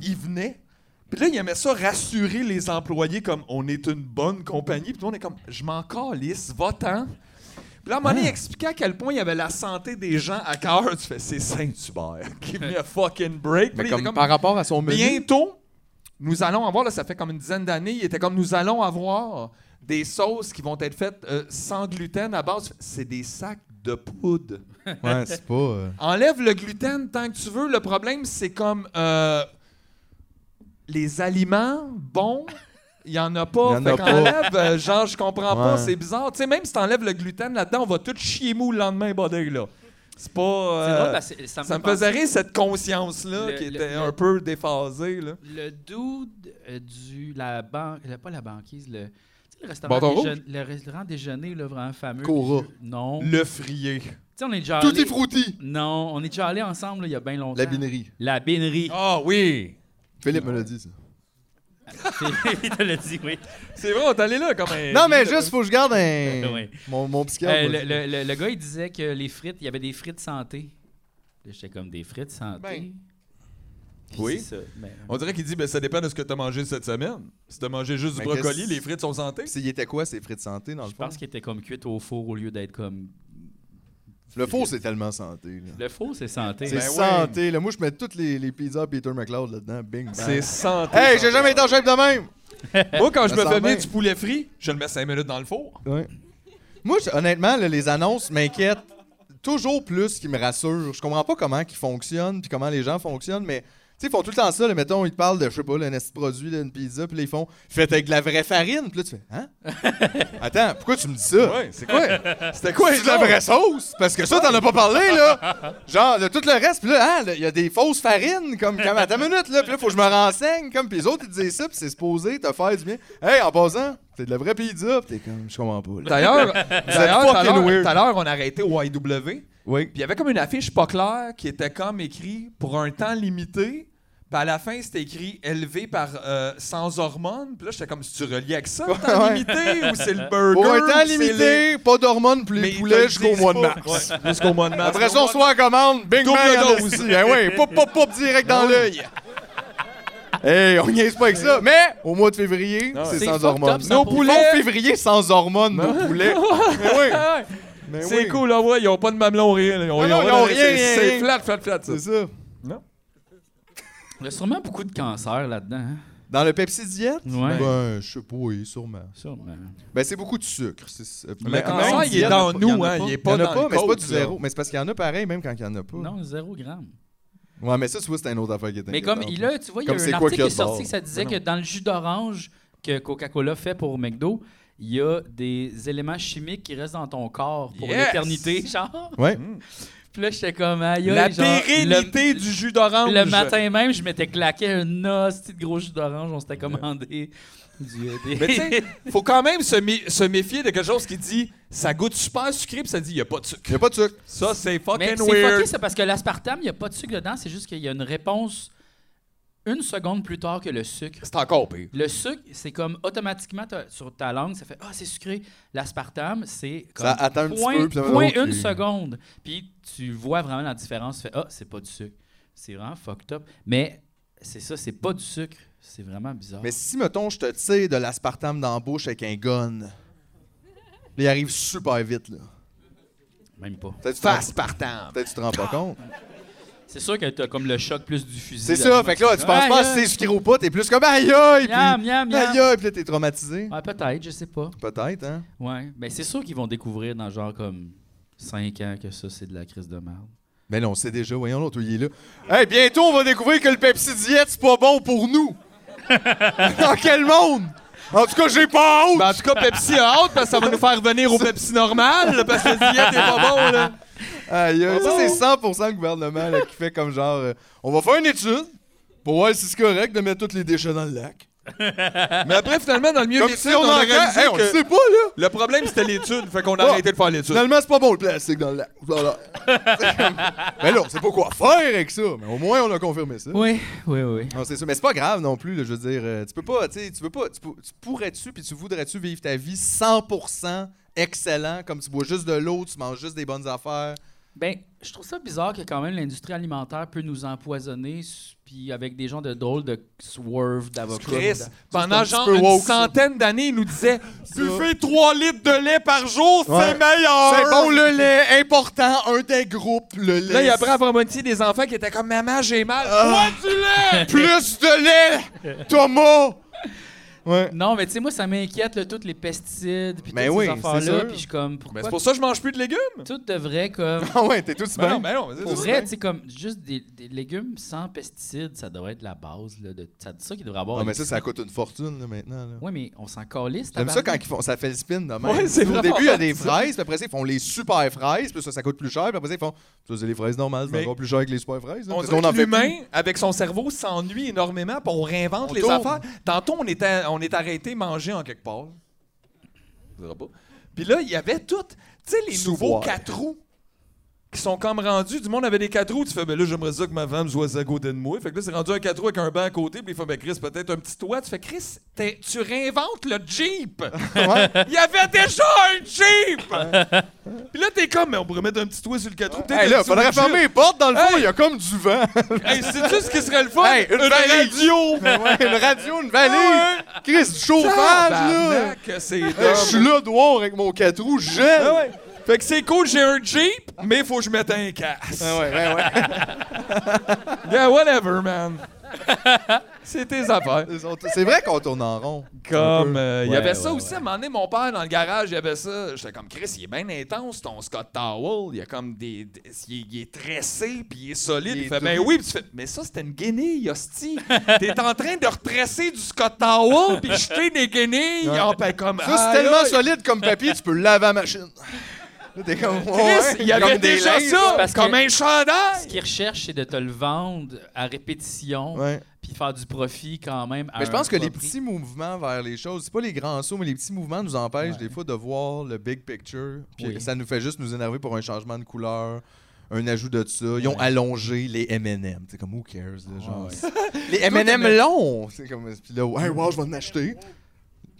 il venait. Puis là, il aimait ça rassurer les employés comme on est une bonne compagnie. Puis tout le monde est comme je m'en calisse, va-t'en. Puis là, à un moment donné, il expliquait à quel point il avait la santé des gens à cœur. Tu fais, c'est Saint-Hubert. Give me a fucking break. Puis là, il était comme-
rapport à son
Bientôt, nous allons avoir, là, ça fait comme une dizaine d'années, il était comme nous allons avoir des sauces qui vont être faites euh, sans gluten à base. C'est des sacs de poudre.
Ouais, c'est pas. euh,
Enlève le gluten tant que tu veux. Le problème, c'est comme euh, les aliments bons. Il n'y en a pas.
Il y en
fait
a pas.
qu'enlève, euh, genre, je comprends pas,
Ouais.
c'est bizarre. Tu sais, même si t'enlèves le gluten là-dedans, on va tout chier mou le lendemain, body, là. C'est pas.
C'est
euh,
drôle parce que ça me,
ça me
fait
faisait rire cette conscience-là
Le-
qui
le-
était
le-
un peu déphasée, là.
penser- Le dude euh, du... La banque... Pas la banquise, le... tu sais, Le restaurant,
Bâton
déje- le restaurant déjeuner, le vraiment fameux.
Cora.
Non. Tu
Le frier.
sais, on est déjà
Tout
allé-
est frouti!
Non, on est déjà allé ensemble là, il y a bien longtemps.
La binerie.
La binerie.
Ah oui!
Philippe me l'a dit, ça.
*laughs* il te l'a dit, oui.
C'est vrai, on est allé là comme un.
Non, mais juste, faut que je garde un.
Ouais.
Mon, mon petit cœur,
Euh,
moi,
le, le- le- le gars, il disait que les frites, il y avait des frites santé. Là, J'étais comme des frites santé.
Ben,
Puis
oui.
c'est ça, ben,
On dirait qu'il dit, ben ça dépend de ce que t'as mangé cette semaine. Si t'as mangé juste du
Mais
brocoli,
Ben, qu'est-ce-
les frites sont santé.
C'est- Il était quoi, ces frais de santé, dans le
je
fond?
pense qu'il était comme cuite au four au lieu d'être comme.
Le faux, c'est tellement santé. là.
Le four, c'est santé.
C'est
Ben ouais.
santé. Là. Moi, je mets toutes les, les pizzas Peter McLeod là-dedans. Bing, bang.
Ben. C'est santé.
Hey, j'ai jamais été en shape de même!
Moi, quand je
Ça
me
sent
fais
bien.
venir du poulet frit, je le mets 5 minutes dans le four.
Ouais. Moi, je- honnêtement, là, les annonces m'inquiètent toujours plus qu'ils me rassurent. Je comprends pas comment ils fonctionnent puis comment les gens fonctionnent, mais tu sais, ils font tout le temps ça. Là, mettons, ils te parlent de, je sais pas, là, un esti de produit, là, une pizza, puis là, ils font « Faites avec de la vraie farine! » Puis là, tu fais «
*laughs*
Hein? Attends, pourquoi tu me dis ça?
Ouais, c'est quoi? C'était quoi?
C'est de la vraie sauce! Parce que ça, t'en as pas parlé, là! Genre, de tout le reste, puis là, ah, là, il y a des fausses farines, comme, comme à ta minute, là, puis là, faut que je me renseigne, comme, puis les autres, ils te disent ça, puis c'est supposé te faire du bien. Hey, en passant, c'est de la vraie pizza, puis t'es comme, je comprends pas, là.
*laughs* D'ailleurs, d'ailleurs, tout à
fucking
l'heure-
weird.
tout à l'heure, on a arrêté au IW.
Oui.
Puis il y avait comme une affiche pas claire qui était comme écrit pour un temps limité. Puis à la fin, c'était écrit élevé par euh, sans hormones. Puis là, j'étais comme si tu reliais avec ça, le
*laughs*
temps
Ouais.
limité ou c'est le burger.
Pour un
ou
temps
c'est
limité, pas d'hormones pour
Mais
les
ils te
poulets
le
jusqu'au
disent
mois de
pas.
mars.
les- *laughs* Jusqu'au mois de mars.
Après ça, on soit en commande, bing
Double
bang, en
dose.
esti. Ben oui, pop, pop, pop, direct dans l'œil. Hey, on niaise pas avec ça, mais au mois de février,
Non,
c'est
c'est
sans
fucked
hormones.
up, ça,
Nos
pour
poulets.
vrai.
Nos février sans hormones, nos
*laughs*
poulets. Mais oui.
*laughs* Ah ouais.
mais
C'est
oui.
cool, là, ouais, ils ont pas de mamelon, rien. là. Ils ont,
Ah non,
ils
ils
ont
ont
rien,
rien, rien,
C'est c'est
rien.
flat, flat, flat, ça.
C'est ça.
Il y a sûrement beaucoup de cancer là-dedans. hein.
Dans le Pepsi Diet?
Ouais.
Ben, je sais pas, oui, sûrement.
Sûrement.
Ben, c'est beaucoup de sucre. c'est-
Le
quand
cancer,
même,
il
diète,
est dans
y en a
nous,
pas.
hein. Il est
Il y
pas
en a
dans
pas,
le
mais c'est pas
coke,
du
là.
zéro. Mais c'est parce qu'il y en a pareil, même quand il y en a pas.
Non, zéro gramme.
Ouais, mais ça, tu vois, c'est une autre affaire qui est
Mais comme
inquiétante.
il a, tu vois, il y a
Comme
un
c'est quoi
article
qu'il y a
qui est
de
sorti
bord?
que ça disait
Ben
que dans le jus d'orange que Coca-Cola fait pour McDo, il y a des éléments chimiques qui restent dans ton corps pour
Yes!
l'éternité, *laughs* genre.
Ouais.
Puis là, j'étais comme, aïe,
La
aïe, genre,
pérennité du jus d'orange.
le, le matin même, je m'étais claqué un hostie de gros jus d'orange, on s'était *laughs* commandé. du- des-
Mais tu *laughs* sais, faut quand même se, mé- se méfier de quelque chose qui dit ça goûte super sucré, puis ça dit il n'y a pas de sucre.
Il y a pas de sucre.
Ça, c'est
Mais
fucking
c'est
weird.
fucké, ça, parce que l'aspartame, il n'y a pas de sucre dedans, c'est juste qu'il y a une réponse une seconde plus tard que le sucre.
C'est encore pire.
Le sucre, c'est comme automatiquement t'as- sur ta langue, ça fait Ah, c'est sucré. L'aspartame, c'est comme.
Ça attend un petit
point,
peu, puis ça va
point
dans le
une
cul.
seconde. Puis tu vois vraiment la différence. Tu fais Ah, c'est pas du sucre. C'est vraiment fucked up. Mais c'est ça, c'est pas du sucre. C'est vraiment bizarre.
Mais si, mettons, je te tire de l'aspartame dans la bouche avec un gun, là, il arrive super vite, là.
Même pas.
Peut-être tu te rends-
Aspartame.
Ah. peut-être tu te rends pas compte.
C'est sûr que t'as comme le choc plus du fusil.
C'est ça, fait que là, tu penses
Aïe,
pas
aïe.
si c'est sucré ou pas, t'es plus comme aïe aïe, puis
Miam, miam, miam.
aïe aïe, puis là, t'es traumatisé.
Ouais, peut-être, je sais pas.
Peut-être, hein?
Ouais. Mais c'est sûr qu'ils vont découvrir dans genre comme 5 ans que ça, c'est de la crise de merde.
Mais Ben non, on sait déjà, voyons l'autre, il est là. Hey, bientôt, on va découvrir que le Pepsi Diète, c'est pas bon pour nous! Dans quel monde? En tout cas, j'ai pas honte!
Ben, en tout cas, Pepsi a hâte parce que ça va nous faire venir au Pepsi normal là, parce que la diète est pas bon. Là.
Aïe, aïe, ça, c'est 100% le gouvernement là, qui fait comme genre, euh, on va faire une étude pour voir si c'est correct de mettre tous les déchets dans le lac.
Mais après, finalement, dans le milieu
Comme
de
si
l'étude,
on
on
en
a réalisé
hey, on
que
le sait pas, là!
le Ah. problème, c'était l'étude. Fait qu'on a
Oh.
arrêté de faire l'étude.
Finalement, c'est pas bon le plastique dans le lac.
*laughs*
Voilà. C'est comme- mais là, on sait pas quoi faire avec ça, mais au moins, on a confirmé ça.
Oui, oui, oui.
Non, c'est ça. Mais c'est pas grave non plus, là, je veux dire. euh, tu peux pas, tu sais, tu veux pas, tu, pou- tu pourrais-tu puis tu voudrais-tu vivre ta vie 100% excellent, comme tu bois juste de l'eau, tu manges juste des bonnes affaires.
Ben, je trouve ça bizarre que quand même l'industrie alimentaire peut nous empoisonner, s- puis avec des gens de drôles de swerve, d'avocats.
Chris,
dedans.
pendant
C'est un
genre
petit peu
une
woke, ça.
centaine d'années, il nous disait Buvez 3 litres de lait par jour,
Ouais.
Ah, c'est meilleur!
C'est bon le lait, important, un des groupes, le lait.
Là, il y a après avoir moitié des enfants qui étaient comme Maman, j'ai mal.
Ah.
Bois du lait!
Plus de lait, Thomas! Ouais.
Non, mais tu sais, moi, ça m'inquiète, là, tous les pesticides, puis
Ben
toutes
oui,
ces
c'est
affaires-là,
sûr. Ben,
puis je suis comme,
Mais
pourquoi
Ben, c'est pour ça que je mange plus de légumes.
tout devrait, comme...
Ah ouais, t'es tout
Ben
bien.
non, ben non, mais c'est
Pour
ça.
vrai, tu sais, comme, juste des, des légumes sans pesticides, ça devrait être la base, là, de... Ça, ça qu'il devrait avoir.
Ah, mais ça, ça coûte une fortune, là, maintenant. là.
Oui, mais on s'en calisse,
J'aime ça quand
tabarnak.
ils font, ça fait le spin de même.
Ouais, c'est
Au
vraiment
début, il y a des fraises, puis après ça, ils font les super fraises, puis ça, ça coûte plus cher, puis après ça, ils font. Ça, c'est les fraises normales, c'est
Mais-
encore plus cher que les super fraises. là,
On
parce
dirait
qu'on en
que
fait
l'humain, avec son cerveau, s'ennuie énormément, puis on réinvente
On
les
tourne.
affaires. Tantôt, on, était, on est arrêté manger en quelque part. Je dirais pas. Puis là, il y avait tout. Tu sais, les
Sous-bois.
nouveaux quatre roues qui sont comme rendus. Du monde avait des quatre roues. Tu fais, ben là, j'aimerais ça que ma femme soit à côté de moi. Fait que là, c'est rendu un quatre roues avec un banc à côté. Puis il fait, ben Chris, peut-être un petit toit. Tu fais, Chris, t'es- tu réinventes le
*laughs*
Jeep.
plus. Ouais.
Il y avait déjà un Jeep. Puis là, t'es comme, mais on pourrait mettre un petit toit sur le quatre roues. peut-être
Hey,
un
là,
petit
faudrait
windshield.
fermer les portes, dans le fond, il
Hey!
y a comme du
*laughs*
vent.
Hey, sais-tu ce qui serait le fun?
Hey, une valise. Mais ouais, une radio, une valise. Chris, du chauffage, là.
Ah Tabarnak, c'est dumb.
Hey, Je suis là, noir, avec mon 4 roues, je gèle.
Ah ouais. Fait que c'est cool, j'ai un Jeep, mais faut que je mette un casque.
Ah ouais, ouais, ouais.
Yeah, whatever,
*laughs*
man. c'est tes affaires.
Ils ont- C'est vrai qu'on tourne en rond.
Comme, euh, il y
Ouais,
avait
ouais,
ça
ouais.
aussi, à un moment donné, mon père, dans le garage, il y avait ça. J'étais comme, Chris, il est bien intense, ton Scott Towel. Il y a comme des... des- il, est, il est tressé, puis il est solide.
Il
Il,
est
fait, ben
doux.
oui. Puis tu fais, mais ça, c'était une guenille, hostie. T'es en train de retresser du Scott Towel, puis jeter des guenilles.
Ouais.
Ah, ben, comme,
Ça,
ah,
c'est tellement
là,
solide comme papier, tu peux le laver à la
*laughs*
machine. Là, T'es comme.
Chris,
ouais,
il y avait
comme des
déjà
linges.
ça,
parce
comme
que-
un
Ce
chandail.
qu'ils recherchent, c'est de te le vendre à répétition,
Ouais.
puis faire du profit quand même. à
Mais je
un
pense que
bas
les
prix.
petits mouvements vers les choses, c'est pas les grands sauts, mais les petits mouvements nous empêchent des fois de voir le big picture. Puis
Oui.
ça nous fait juste nous énerver pour un changement de couleur, un ajout de ça. Ils ont allongé les M&M. C'est comme who cares là, genre. Les M&M longs. C'est comme puis là, hey, wow, je vais en acheter.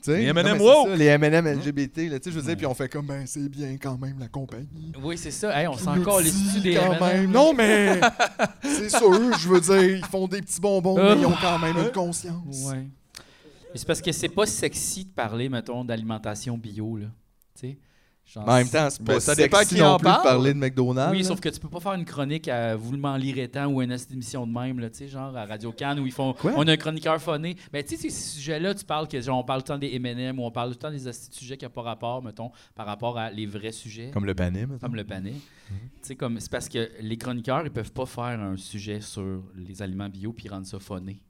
Tu sais,
Les
non,
M&M
mais c'est
woke.
ça, Les M&M LGBT, là, tu sais, je veux dire, puis on fait comme, ben, c'est bien quand même la compagnie.
Oui, c'est ça. Hey, on s'en
Nous
calisse
dit
des
quand
M&M?
même. Non, mais c'est sûr, je veux dire, ils font des petits bonbons, mais ils ont quand même une conscience.
Ouais. Mais C'est parce que c'est pas sexy de parler, mettons, d'alimentation bio, là. Tu sais? Genre,
Mais En même temps, c'est
Ben,
pas
ça
sexy
dépend qui
non
en
plus
parle.
de parler de McDonald's.
Oui,
là.
sauf que tu peux pas faire une chronique à Vous le m'en lirez tant ou une émission de même, là, tu sais, genre à Radio Cannes où ils font.
Quoi?
On a un chroniqueur phoné. Mais tu sais, ces sujets-là, tu parles que genre on parle tout le temps des MM ou on parle tout le temps des asti de sujets qui n'ont pas rapport, mettons, par rapport à les vrais sujets.
Comme le panim. mettons.
Comme le panier. Tu sais, comme c'est parce que les chroniqueurs, ils peuvent pas faire un sujet sur les aliments bio puis rendre ça phoné.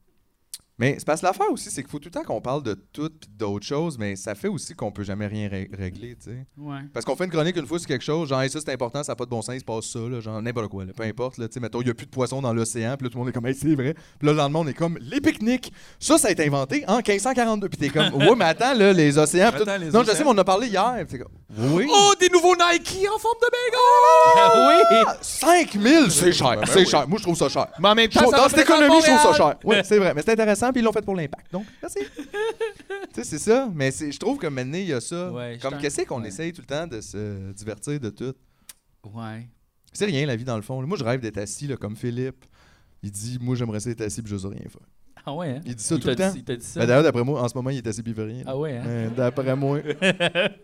Mais c'est parce que l'affaire aussi, c'est qu'il faut tout le temps qu'on parle de tout pis d'autres choses, mais ça fait aussi qu'on peut jamais rien ré- régler, tu sais.
Ouais.
Parce qu'on fait une chronique une fois sur quelque chose, genre, Hey, ça c'est important, ça n'a pas de bon sens, il se passe ça, là, genre, n'importe quoi, là, peu importe, là, tu sais, mettons, il n'y a plus de poissons dans l'océan, puis là, tout le monde est comme, hey, c'est vrai. Puis là, le lendemain, on est comme, les pique-niques, ça, ça a été inventé en 1542. Puis t'es
*laughs*
comme, ouais, mais attends, là, les océans. puis tout-
Attends, les
non, je
océans.
sais, mais on en a parlé hier. Puis t'es comme, oui.
Oh, des nouveaux Nike en forme de bagel!
Ah oui!
5000, c'est cher,
ben
c'est cher. Moi, je trouve ça cher.
Mais en même
Je trouve- dans cette
représente
économie, je trouve ça
Montréal.
cher. Oui, c'est vrai. Mais c'est intéressant, puis ils l'ont fait pour l'impact. Donc,
*laughs*
merci. tu sais, c'est ça. Mais c'est- je trouve que maintenant, il y a ça.
Ouais, je
Comme
t'en-
qu'est-ce qu'on
ouais.
essaye tout le temps de se divertir de tout.
Ouais.
C'est rien, la vie, dans le fond. Moi, je rêve d'être assis, là, comme Philippe. Il dit, moi, j'aimerais ça être assis, puis je sais rien faire.
Ah ouais, hein?
Il dit ça
Il
tout le
t'a
temps.
dit- Il t'a dit ça?
Ben, D'ailleurs, d'après moi, en ce moment, il est assez bivérien.
ah ouais, hein?
Euh, D'après moi.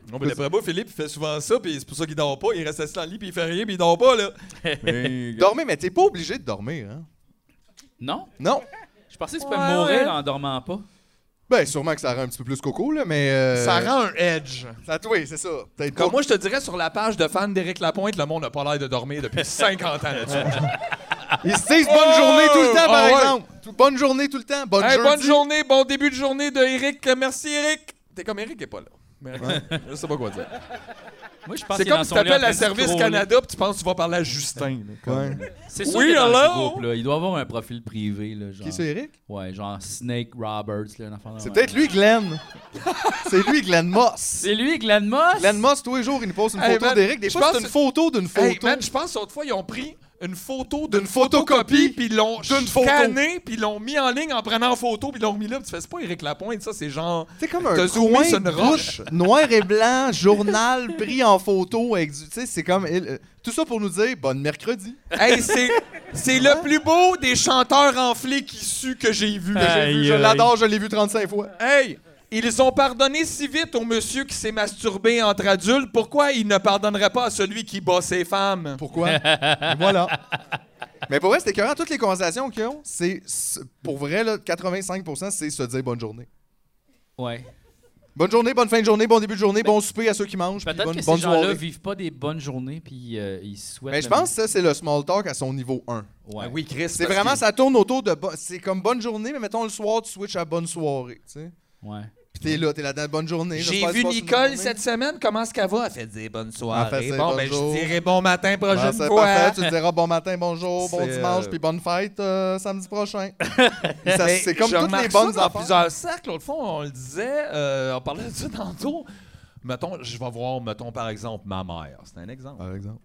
Non, mais d'après moi, Philippe, il fait souvent ça, *laughs* puis c'est pour ça qu'il dort pas. Il reste assis dans le lit, puis il fait rien, puis il dort pas, là.
Dormez, mais t'es pas obligé de dormir, hein?
Non?
Non?
Je pensais que tu
Ouais,
peux mourir
ouais.
en dormant pas.
Ben, sûrement que ça rend un petit peu plus coco, là, mais. euh,
Ça rend un edge.
Ça, oui, c'est ça. Peut-être
Comme
pas-
moi, je te dirais, sur la page de fans d'Éric Lapointe, le monde n'a pas l'air de dormir *laughs* depuis 50 ans là-dessus.
Ils se disent bonne
Oh!
journée tout le temps, par
Ah ouais.
exemple. Tout- Bonne journée tout le temps. Bonne,
Hey,
jeudi.
bonne journée, bon début de journée de Eric. Merci, Eric. T'es comme Eric est pas là. Mais *laughs* je sais pas quoi dire.
Moi, je pense
C'est
qu'il est
comme
dans
si
son lit en
t'appelles
train
à
de
Service
scroller.
Canada puis tu penses que tu vas parler à Justin. là, comme-
Ouais.
C'est sûr
Oui,
qu'il est dans ce
hello?
groupe-là. Il doit avoir un profil privé, là, genre.
Qui c'est, Eric?
Ouais, genre Snake Roberts, là, un enfant de
C'est
même.
peut-être lui, Glenn. c'est lui, Glenn Moss.
C'est lui, Glenn Moss?
Glenn Moss, tous les jours, il nous pose une
Hey,
photo
man,
d'Eric. Des
je
fois,
pense
c'est une
que-
photo d'une photo.
Hey, man, je pense qu'autrefois, ils ont pris une photo d'une
D'une photocopie
photocopie, puis ils l'ont
d'une photo.
scannée, puis ils l'ont mis en ligne en prenant en photo, puis ils l'ont remis là. Puis Tu fais, c'est pas Éric Lapointe, ça, c'est genre...
C'est comme un
T'as zoomé
coin
sur une
de
roche.
route, noir et blanc, journal pris en photo avec du. Tu sais, c'est comme. euh, tout ça pour nous dire bonne mercredi.
Hey, c'est... C'est le plus beau des chanteurs enflés qui suent que j'ai vu.
Que j'ai vu,
Aïe,
je
aïe.
l'adore, je l'ai vu 35 fois.
Hey, ils ont pardonné si vite au monsieur qui s'est masturbé entre adultes. Pourquoi ils ne pardonneraient pas à celui qui bat ses femmes?
Pourquoi? *laughs* Et voilà. Mais pour vrai, c'est écœurant. Toutes les conversations qu'ils ont, c'est. c'est- Pour vrai, là, 85 c'est se dire bonne journée.
Ouais.
Bonne journée, bonne fin de journée, bon début de
Ben,
journée, bon souper à ceux qui mangent, puis
Peut-être
bonne,
que ces
bonne
gens-là
soirée.
vivent pas des bonnes journées, puis euh, ils souhaitent...
Mais je
le-
pense Ben que ça, c'est le small talk à son niveau 1.
Ouais.
Ah oui, Chris.
C'est
parce
vraiment,
que-
ça tourne autour de. bo- C'est comme bonne journée, mais mettons le soir, tu switches à bonne soirée. tu sais.
ouais.
Puis t'es là, t'es là-dedans, bonne journée.
J'ai
j'espère que
vu
tu passes une
Nicole
bonne
cette semaine. Comment est-ce qu'elle va? Elle fait dire bonne soirée.
Elle fait dire
bon, ben,
bonjour.
je dirais bon matin
Ben,
prochaine
c'est
fois.
parfait, tu te diras bon matin, bonjour, bon
C'est,
dimanche,
euh,
puis bonne fête euh, samedi
*laughs*
prochain. Et ça,
Mais
c'est comme
Ben, je
toutes les
remarque
bonnes
ça dans
affaires.
plusieurs cercles. L'autre fois, on le disait, euh, on parlait de ça tantôt. Mettons, je vais voir, mettons, par exemple, ma mère. C'est un exemple.
Par exemple.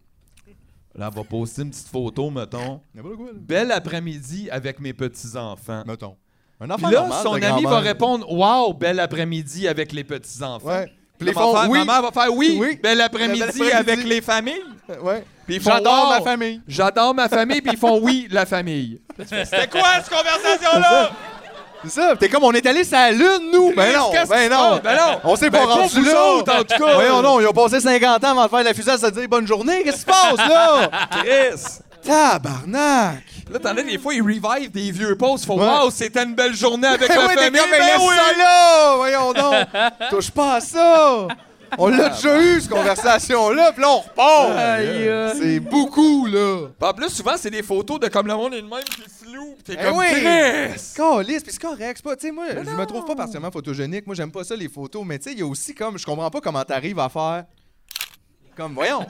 Là, elle va poster une petite photo, mettons.
N'importe quoi, là.
Bel après-midi avec mes petits-enfants.
Mettons. Un
Puis
enfant
là,
normal,
son
de
ami va
grand-mère.
répondre Waouh, bel après-midi avec les petits-enfants.
Ouais. Puis
Puis
les
là, maman
font,
va faire-
oui.
Maman va faire oui,
Oui.
bel
Bel
après-midi
après-midi.
avec les familles.
Euh, Ouais.
Puis ils font
J'adore ma
Wow,
famille.
J'adore ma famille, puis ils font oui, la
*laughs*
famille. C'était quoi cette conversation-là?
C'est ça. T'es comme, on est allé sur la lune, nous. Ben non,
Qu'est-ce qui
ben
se
non.
passe? Ben non.
On s'est
Ben,
pas
pas
rendu
vous
là.
autres, en tout cas.
Voyons non, ils ont passé 50 ans avant de faire de la fusée à se dire bonne journée. Qu'est-ce qui se passe, là?
Chris!
*laughs* Tabarnak.
Là, t'en as des fois, ils revivent des vieux posts. Ils font
Ouais.
Wow, c'était une belle
*laughs*
journée avec
Ben
la
oui, t'es
famille.
comme, ben
ben
laisse
oui.
ça là. Voyons *laughs* donc. Touche pas à ça. On l'a déjà eu, cette conversation-là, puis là, on repart.
Aïe, euh,
C'est beaucoup, là.
Puis en plus, souvent, c'est des photos de comme le monde est le même, puis flou. Puis t'es
Eh
comme
oui.
Chris!
Calisse, puis c'est correct, c'est pas, tu sais, moi, je me trouve pas particulièrement photogénique, moi, j'aime pas ça, les photos, mais tu sais, il y a aussi comme, je comprends pas comment t'arrives à faire, comme,
*laughs*
voyons,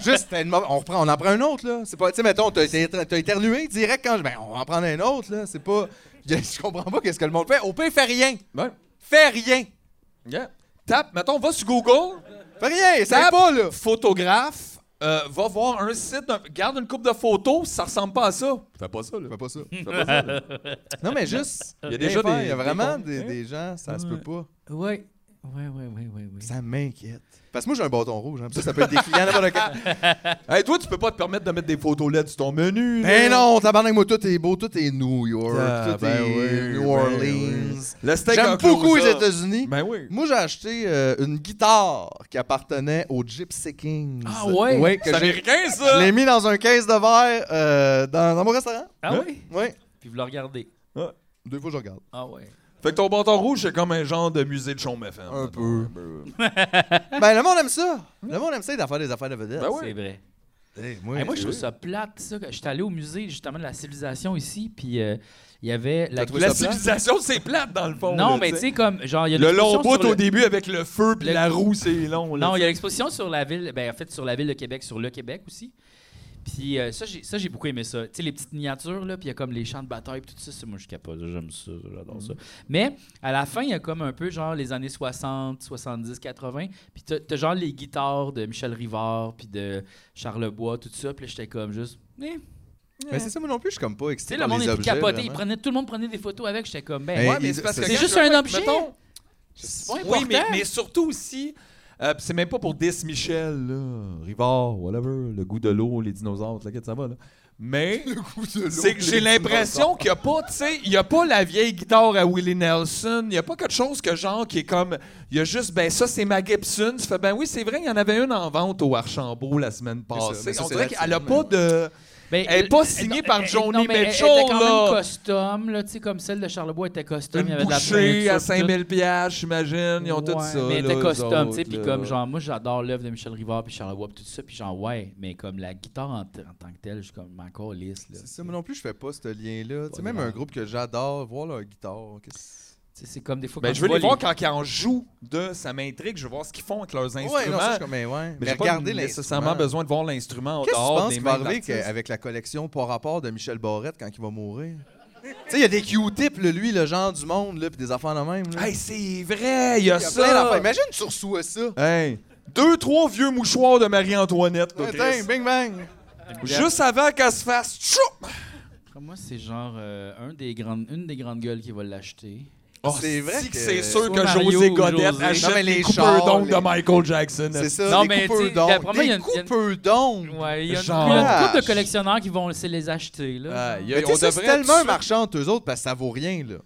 juste, t'as une mauvaise- on, reprend, on en prend un autre, là, c'est pas, tu sais, mettons, t'as t'as- t'as éternué direct quand, je- ben, on va en prendre un autre, là, c'est pas, *laughs* je, je comprends pas qu'est-ce que le monde fait, au pire, fais rien,
Ouais.
fais rien,
Yeah. Tape, mettons, va sur Google,
fais rien, ça
Tape.
pas, là,
photographe, euh, va voir un site, un- garde une coupe de photos, ça ressemble pas à ça. Fais pas ça, là.
fais pas ça,
Fais pas ça, là.
non, mais juste,
Il y
rien
a déjà
faire.
des-
il y a
des hein?
vraiment
cons.
des, des gens, ça se peut pas,
Ouais. Ouais, ouais, ouais, ouais, ouais.
ça m'inquiète, parce que moi, j'ai un bâton rouge, hein, puis ça, ça peut être des clients, n'importe Ben quand.
Hey, toi, tu peux pas te permettre de mettre des photos là sur ton menu.
Mais
là.
Ben non, tabarnak, moi, tout est beau, tout est New York,
Ah,
tout
ben
est
oui,
New
ben
Orleans.
Le steak en
J'aime beaucoup les
close-up.
États-Unis.
Ben oui.
Moi, j'ai acheté euh, une guitare qui appartenait aux Gypsy Kings.
Ah ouais?
Ouais, que
C'est
j'ai-
américain,
je
ça!
l'ai mis dans un caisse de verre euh, dans, dans mon restaurant.
Ah
Hein?
oui?
Ouais.
Puis vous le regardez.
Deux fois, je regarde.
Ah ouais.
Fait que ton bâton rouge, c'est comme un genre de musée de Chaume FM.
Un peu. ben, le monde aime ça. Le monde aime ça, d'en faire des affaires de vedettes.
Ben oui.
C'est vrai.
Hey, moi,
Hey, moi, je
c'est-
trouve ça plate, ça. J'étais allé au musée, justement, de la civilisation ici, puis euh, il y avait la...
trouvé
La
ça plate?
civilisation, c'est plate dans le fond.
Non,
là,
mais tu sais, comme, genre, il y a
Le
une
long
discussion
bout
sur le-
au début avec le feu puis
Le-
la roue, c'est long. là,
Non, il y a l'exposition sur la ville, ben, en fait, sur la ville de Québec, sur le Québec aussi. Puis euh, ça, j'ai ça, j'ai beaucoup aimé ça. Tu sais, les petites miniatures, là, puis il y a comme les champs de bataille, puis tout ça, c'est moi, je capote, j'aime ça, j'adore ça. Mais à la fin, il y a comme un peu, genre, les années 60, 70, 80, puis t'as t'as genre les guitares de Michel Rivard, puis de Charlebois, tout ça, puis là, j'étais comme juste... eh.
Mais c'est ça, moi non plus, je suis comme pas
Tu
excité.
sais, le
par
monde
les
était
objets,
capoté, il
vraiment.
prenait, tout le monde prenait des photos avec, j'étais comme, ben,
Hey,
Ouais,
ouais,
mais c'est parce que
c'est
quand
juste
je-
un objet.
mettons-
c'est pas
Oui,
important.
mais, mais surtout aussi, euh, pis c'est même pas pour Dis Michel, là, Rivard, whatever, *laughs* le goût de l'eau, les dinosaures, la quête, ça va. Là. Mais
de
c'est que j'ai l'impression qu'il n'y a pas, tu sais, il n'y a pas la vieille guitare à Willie Nelson. Il n'y a pas quelque chose que genre qui est comme, il y a juste, ben ça c'est ma Gibson. Tu fais, ben oui, c'est vrai, il y en avait une en vente au Archambault la semaine
ça, mais
passée.
ça,
On
c'est la
dirait qu'elle n'a
tienne,
pas de.
Ben,
Elle est
euh,
pas
euh, non,
signée par
euh,
Johnny
non, mais elle-
Mitchell,
Elle était quand même
là.
custom, là, tu sais, comme celle de Charlebois était custom. il y
Une
avait de la
bouchée
peinture,
à
tout.
5000 piastres, j'imagine. Ils ont tout
Ouais,
ça.
Mais elle
là,
était
eux
custom, tu sais,
autres,
puis
là.
comme genre, moi j'adore l'œuvre de Michel Rivard, puis Charlebois, puis tout ça, puis genre, ouais, mais comme la guitare en, t- en tant que telle, je suis comme encore lisse, là.
C'est
Tu
ça, moi non plus, je fais pas ce lien-là. Tu
Pas
sais, même
grave.
un groupe que j'adore, voir leur guitare. qu'est-ce-
sais, C'est comme des fois
Ben,
quand
je veux
vois
les voir quand ils en jouent de, ça m'intrigue. Je veux voir ce qu'ils font avec leurs instruments.
Ouais, non, ça, je suis comme, mais ouais.
Mais
Mais
j'ai pas
regardez
nécessairement
l'instrument.
besoin de voir l'instrument en
Qu'est-ce que tu
dehors
penses
des
qui va
mains
arriver que-
d'artistes.
avec la collection par rapport de Michel Barrette quand il va mourir? tu sais, il y a des Q-tips, là, lui, le genre du monde, là, puis des affaires de même. Là.
Hey, c'est vrai, il y a,
Il y a plein d'affaires.
ça.
Imagine, tu reçois ça.
Hey, deux, trois vieux mouchoirs de Marie-Antoinette. là, Chris.
Attends, bing bang!
Juste avant qu'elle se fasse tchou!
Comme moi, c'est genre euh, un des grandes, une des grandes gueules qui va l'acheter.
Oh,
C'est vrai
si
que-
c'est sûr
Soit
que
Mario
José
ou
Godette
José.
achète
Non, mais
les,
les
coupeurs
chars,
d'ongles de
les-
Michael Jackson.
C'est ça,
Non,
des
mais tu
coupeurs
sais,
d'ongles.
d'après moi, il y a une-
Des
il y a une-
coupeurs d'ongres!
Ouais, il y a une,
Genre-
il y a une couple
Vache.
de collectionneurs qui vont se les acheter, là.
Aïe,
Mais
aïe,
tu
on
sais, ça, c'est
devrait
tellement
tout
un
de
marchand, entre eux autres, parce que ça vaut rien, là.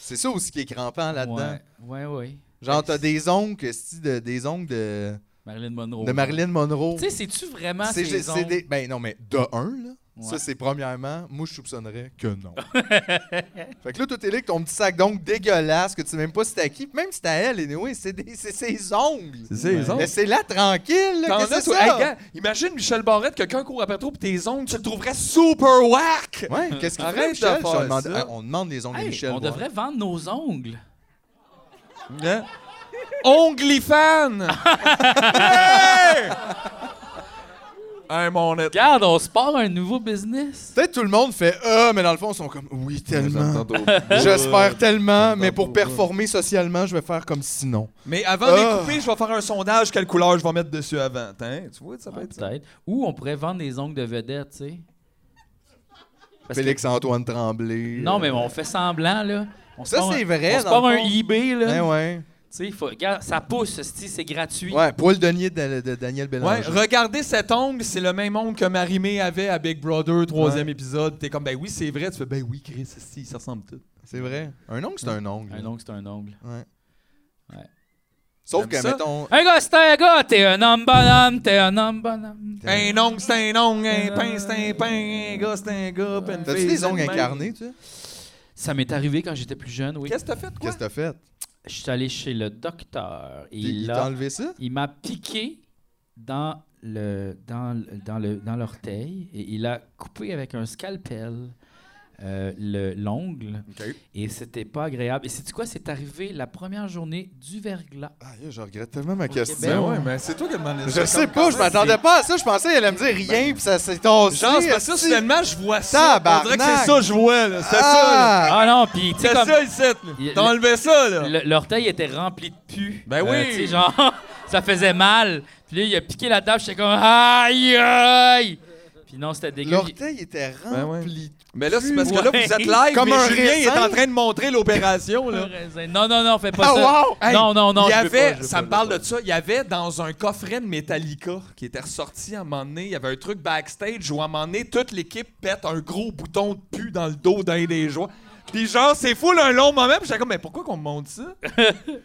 C'est ça aussi qui est crampant là-dedans.
Ouais, ouais, ouais.
Genre, t'as des ongles, esti, de- des ongles de,
Marilyn Monroe.
de Marilyn Monroe.
Tu sais, c'est-tu vraiment
C'est-
ces
c'est
ongles?
des- Ben non, mais de un, là.
Ouais.
Ça, c'est premièrement, moi, je soupçonnerais que non. fait que là, toi, t'es là avec ton petit sac donc dégueulasse que tu sais même pas si t'as qui. Puis Même si t'as elle, anyway, c'est des- c'est ses ongles.
suite. C'est ça, les
Mais
ongles.
c'est là tranquille, là.
T'en as,
Qu'est-ce que
toi.
c'est
Hey,
ça?
gars, imagine Michel Barrette, quelqu'un court après toi, pis tes ongles, tu le trouverais super whack!
Ouais, qu'est-ce qu'il
Arrête
ferait,
de
Michel, si
faire
on, demande,
ça.
Ah, on demande les ongles
Hey,
de Michel.
on
voir.
devrait vendre nos ongles.
Hein? *laughs* Onglifan! hey! Hey, mon net.
Regarde, on se part un nouveau business.
Peut-être tout le monde fait Ah, mais dans le fond, ils sont comme Oui, tellement. J'espère tellement, mais pour performer socialement, je vais faire comme sinon.
Mais avant de les
Ah.
couper, je vais faire un sondage quelle couleur je vais mettre dessus avant. Hein? Tu vois, ça peut
Ah,
être ça.
peut-être. Ou on pourrait vendre des ongles de vedettes, tu sais. Parce que-
Félix-Antoine Tremblay. euh,
Non, mais on fait semblant, là. On se
Ça,
part un-
c'est vrai,
On se
dans
part
le
un
fond.
eBay, là.
Ben ouais.
Tu sais, il faut- regarde, ça pousse, c'ti, c'est gratuit.
Ouais, pour le denier de, de Daniel
Ouais,
Bélanger.
regardez cet ongle, c'est le même ongle que Marie-Mé avait à Big Brother, troisième épisode. T'es comme, ben oui, c'est vrai. Tu fais, ben oui, Chris, si, ça ressemble tout.
C'est vrai. Un ongle, c'est un ongle.
Un ongle, c'est un ongle.
Ouais.
Ouais.
Sauf
J'aime
que,
ça.
mettons.
Un gars, c'est un gars, t'es un homme bonhomme, t'es un homme bonhomme.
Un ongle, c'est un ongle, un pain, c'est un pain, un gars, c'est un gars, puis une
T'as-tu
fille,
des
c'est une
ongles
main.
incarnés, tu sais?
Ça m'est arrivé quand j'étais plus jeune, oui.
Qu'est-ce que t'as fait, quoi?
Qu'est-ce que t'as fait?
Je suis allé chez le docteur. Et
Il
il,
t'a
a-
enlevé ça?
il m'a piqué dans le dans, le- dans le dans l'orteil et il a coupé avec un scalpel euh, le l'ongle et c'était pas agréable. Et c'est quoi C'est arrivé la première journée du verglas.
Ah, je regrette tellement ma
Ben
Ben
question.
ouais, mais c'est toi qui as demandé ça.
Je sais pas, je m'attendais pas à ça. Je pensais qu'elle allait me dire rien, puis ça s'est tombé.
Genre, c'est parce que ça, soudainement, je vois ça. On dirait que
Tabarnak.
c'est ça que je vois, là. C'est ça, là.
Ah!
Ah non, puis tu sais
C'est
comme
ça, ici, là.
Il-
T'as enlevé ça, là.
le- l'orteil était rempli de pu.
Ben oui.
tu sais, genre *laughs* ça faisait mal. Puis là, il a piqué la table, j'étais comme aïe aïe. Puis non, c'était dégueu.
L'orteil était
Ben ouais.
rempli.
Mais là, c'est parce que là, vous êtes live,
Comme
mais
un
Julien est
raisin.
en train de montrer l'opération, là.
Non non non, fais pas
Ah,
ça.
wow!
Hey,
non non non,
il y
je veux pas,
avait,
je veux
ça
pas,
me
je
parle
veux
de ça, il y avait dans un coffret de Metallica qui était ressorti à un moment donné, il y avait un truc backstage où à un moment donné, toute l'équipe pète un gros bouton de pu dans le dos d'un des joueurs. Puis genre, c'est fou là, un long moment, puis j'étais comme, mais pourquoi qu'on me
*laughs*
montre ça?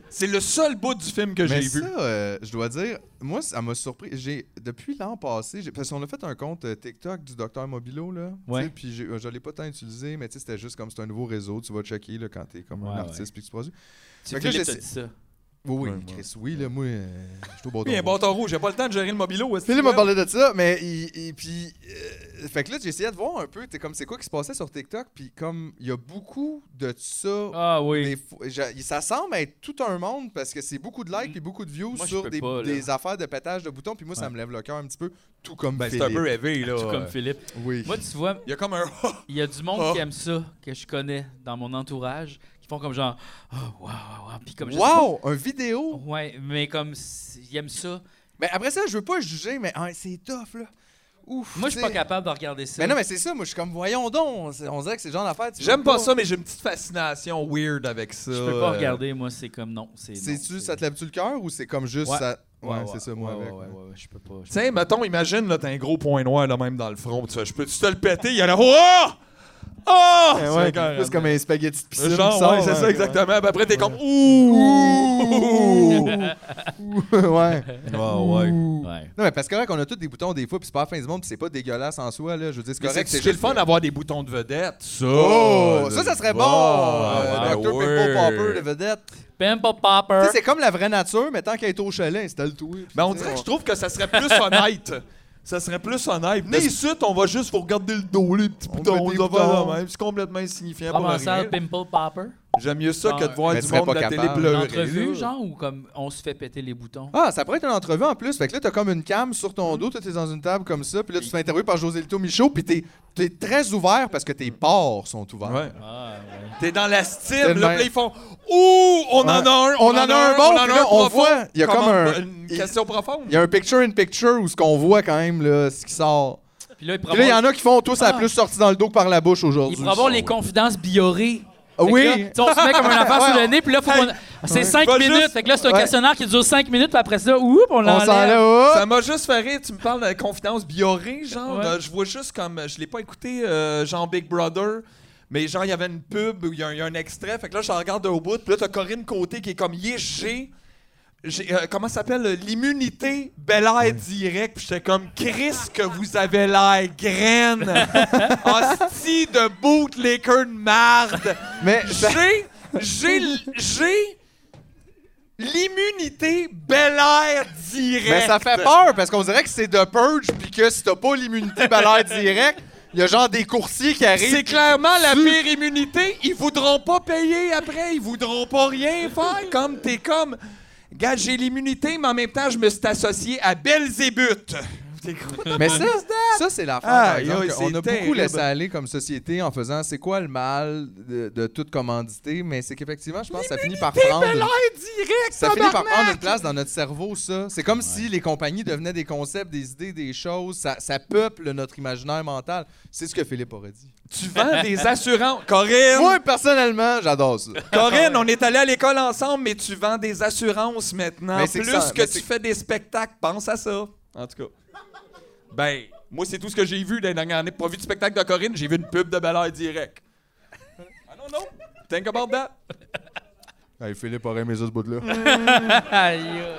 c'est le seul bout du film que j'ai
Mais
vu.
ça, euh, je dois dire, moi, ça m'a surpris. J'ai depuis l'an passé, j'ai- parce qu'on a fait un compte euh, TikTok du docteur Mobilo là. tu
Ouais.
sais, Puis j'ai- euh, je l'ai pas tant utilisé, mais tu sais, c'était juste comme c'est un nouveau réseau, tu vas checker là, quand t'es comme
Ouais,
un
ouais.
artiste puis que tu produis.
Tu
Fait que là,
Philippe
j'essa-
t'a dit ça.
Oui, oui,
Ouais,
Chris, oui là, moi, euh, je suis au bon
Oui, un
endroit.
bâton rouge, j'ai pas le temps de gérer le mobilo. est-ce que
Philippe
tu
m'a
veux?
parlé de ça, mais il- il- puis euh, fait que là j'essayais de voir un peu, t'es comme c'est quoi qui se passait sur TikTok, puis comme il y a beaucoup de ça
Ah oui.
Des fois- je- ça semble être tout un monde parce que c'est beaucoup de likes et beaucoup de views
Moi, je
sur
peux
des,
pas, là.
des affaires de pétage de boutons. Puis moi, ça
Ouais.
me lève le cœur un petit peu, tout comme
Ben, c'est un
Philippe.
peu heavy, là.
Tout comme
Euh,
Philippe.
Oui.
Moi, tu vois,
Il y a comme un.
il y a du monde
Ah.
qui aime ça, que je connais dans mon entourage, qui font comme genre, oh, wow, wow, wow. Puis comme je sais
wow, un
pas-
vidéo.
Ouais, mais comme s- ils aiment ça.
Mais après ça, je veux pas juger, mais ah, c'est tough là. ouf.
Moi, je suis
tu
pas
sais.
capable de regarder ça.
Mais non, mais c'est ça, moi, je suis comme, voyons donc. C'est- On dirait que c'est le genre d'affaire. tu
J'aime
peux
pas ça, mais j'ai une petite fascination weird avec ça.
je peux pas
euh,
regarder, moi, c'est comme non. C'est, non,
C'est-tu, ça te lève-tu le cœur ou c'est comme juste
Ouais.
ça. Ouais,
Ouais,
c'est ça, moi,
ouais,
avec.
ouais, ouais, ouais, je peux pas. je
Tu sais, mettons, imagine, là, t'as un gros point noir, là, même dans le front. Tu fais, je peux-tu te le péter? Il y en a. Oh! Oh!
Ouais,
C'est
ouais,
carrément-
plus comme un spaghetti de piscine.
Genre,
qui sort,
ouais, c'est
hein.
ça, exactement. Puis après, t'es comme,
*laughs*
*laughs*
ouh!
ouais.
Ouais, ouais.
peux- ouais.
Non, mais parce que correct, on a tous des boutons des fois, puis c'est pas la fin du monde, puis c'est pas dégueulasse en soi, là. Je veux dire, c'est
Mais
correct.
C'est
C'est
c'est le
juste-
fun d'avoir des boutons de vedette. Ça,
Oh, ça, ça serait bon!
Ah,
euh,
ouais,
Dr.
ouais.
Pimple Popper de vedette.
Pimple
Tu
Popper.
sais, c'est comme la vraie nature, mais tant qu'elle est au chalet, installe-toi.
Ben, on dirait que je trouve que ça
*laughs*
serait plus honnête. Ça serait plus honnête. Venez ici, on va juste vous regarder le dos, les petits
On
boutons.
met des
ça va
boutons.
là même. C'est complètement insignifiant pour rien.
Provençal Pimple Popper.
J'aime mieux ça
Ah,
que de voir
mais
du
tu serais
monde
pas
de la télé
capable.
Une
pleurer.
entrevue,
là.
genre, ou comme on se fait péter les boutons?
Ah, ça pourrait être une entrevue en plus. Fait que là, t'as comme une cam sur
Mm.
ton dos, toi, t'es dans une table comme ça, puis là, tu te fais interviewer par José Lito Michaud, puis t'es, t'es très ouvert parce que tes pores sont ouverts.
Ouais.
Ah, ouais.
T'es dans la style,
Tellement.
là, puis là, ils font Ouh, on en a un,
On en a un bon,
on
puis
en a
là,
un
on
profond.
voit, il y a comme un-
une question profonde.
Il y a un picture in picture où ce qu'on voit quand même, là, ce qui sort.
Puis là, ils
Puis là, il y en
proposent,
a qui font
Ah.
tous à plus sorti dans le dos que par la bouche aujourd'hui.
ils proposent les confidences biorées.
Ah
Fait que
oui.
là, tu sais, on se met comme un affaire
Ouais,
sous le nez, puis là, faut qu'on- c'est cinq
va
minutes.
juste-
Fait que là, c'est un
Ouais.
questionnaire qui dure cinq minutes, puis après ça, oup, on
On s'en
l'enlève.
là,
Ça m'a juste fait rire, tu me parles de confidence biorée, genre.
Ouais.
de- je vois juste comme. Je l'ai pas écouté, euh, genre Big Brother. Mais genre, il y avait une pub où il y, a un- il y a un extrait. Fait que là, je la regarde au bout. Puis là, t'as Corinne Côté qui est comme Yeah, j'ai. j'ai, euh, comment ça s'appelle euh, L'immunité bel air direct. Puis j'étais comme Chris, que vous avez l'air graine. Hostie de bootlicker de marde.
Mais ça-
J'ai. J'ai. l- J'ai. L'immunité bel air direct.
Mais Ben, ça fait peur parce qu'on dirait que c'est de purge puis que si t'as pas *laughs* l'immunité balaire direct, il y a genre des coursiers qui
C'est
arrivent.
clairement la pire immunité. Ils voudront pas payer après. Ils voudront pas rien faire. Comme t'es comme. Gars, j'ai l'immunité, mais en même temps, je me suis associé à Belzébuth. T'es quoi?
Mais ça, ça c'est l'affaire.
Ah,
par exemple,
yo,
qu'on
c'est
a beaucoup
terrible.
laissé aller comme société en faisant c'est quoi le mal de, de toute commandité, mais c'est qu'effectivement, je pense que ça finit par prendre.
Bel direct,
Ça finit par
tabarnak!
prendre une place dans notre cerveau, ça. C'est comme si les compagnies devenaient des concepts, des idées, des choses. Ça, ça peuple notre imaginaire mental. C'est ce que Philippe aurait dit.
Tu
*laughs*
vends des assurances. Corinne,
Moi, personnellement, j'adore ça.
Corinne, on est allé à l'école ensemble, mais tu vends des assurances maintenant.
Mais c'est
Plus
que ça,
que
mais
tu
c'est-
fais des spectacles, pense à ça. En tout cas. Ben, moi, c'est tout ce que j'ai vu dans les dernières années. Pas vu de spectacle de Corinne, j'ai vu une pub de Bel Air direct. I don't know. Think about that.
*laughs* Hey, Philippe aurait aimé ça, ce bout-là.
Aïe, euh.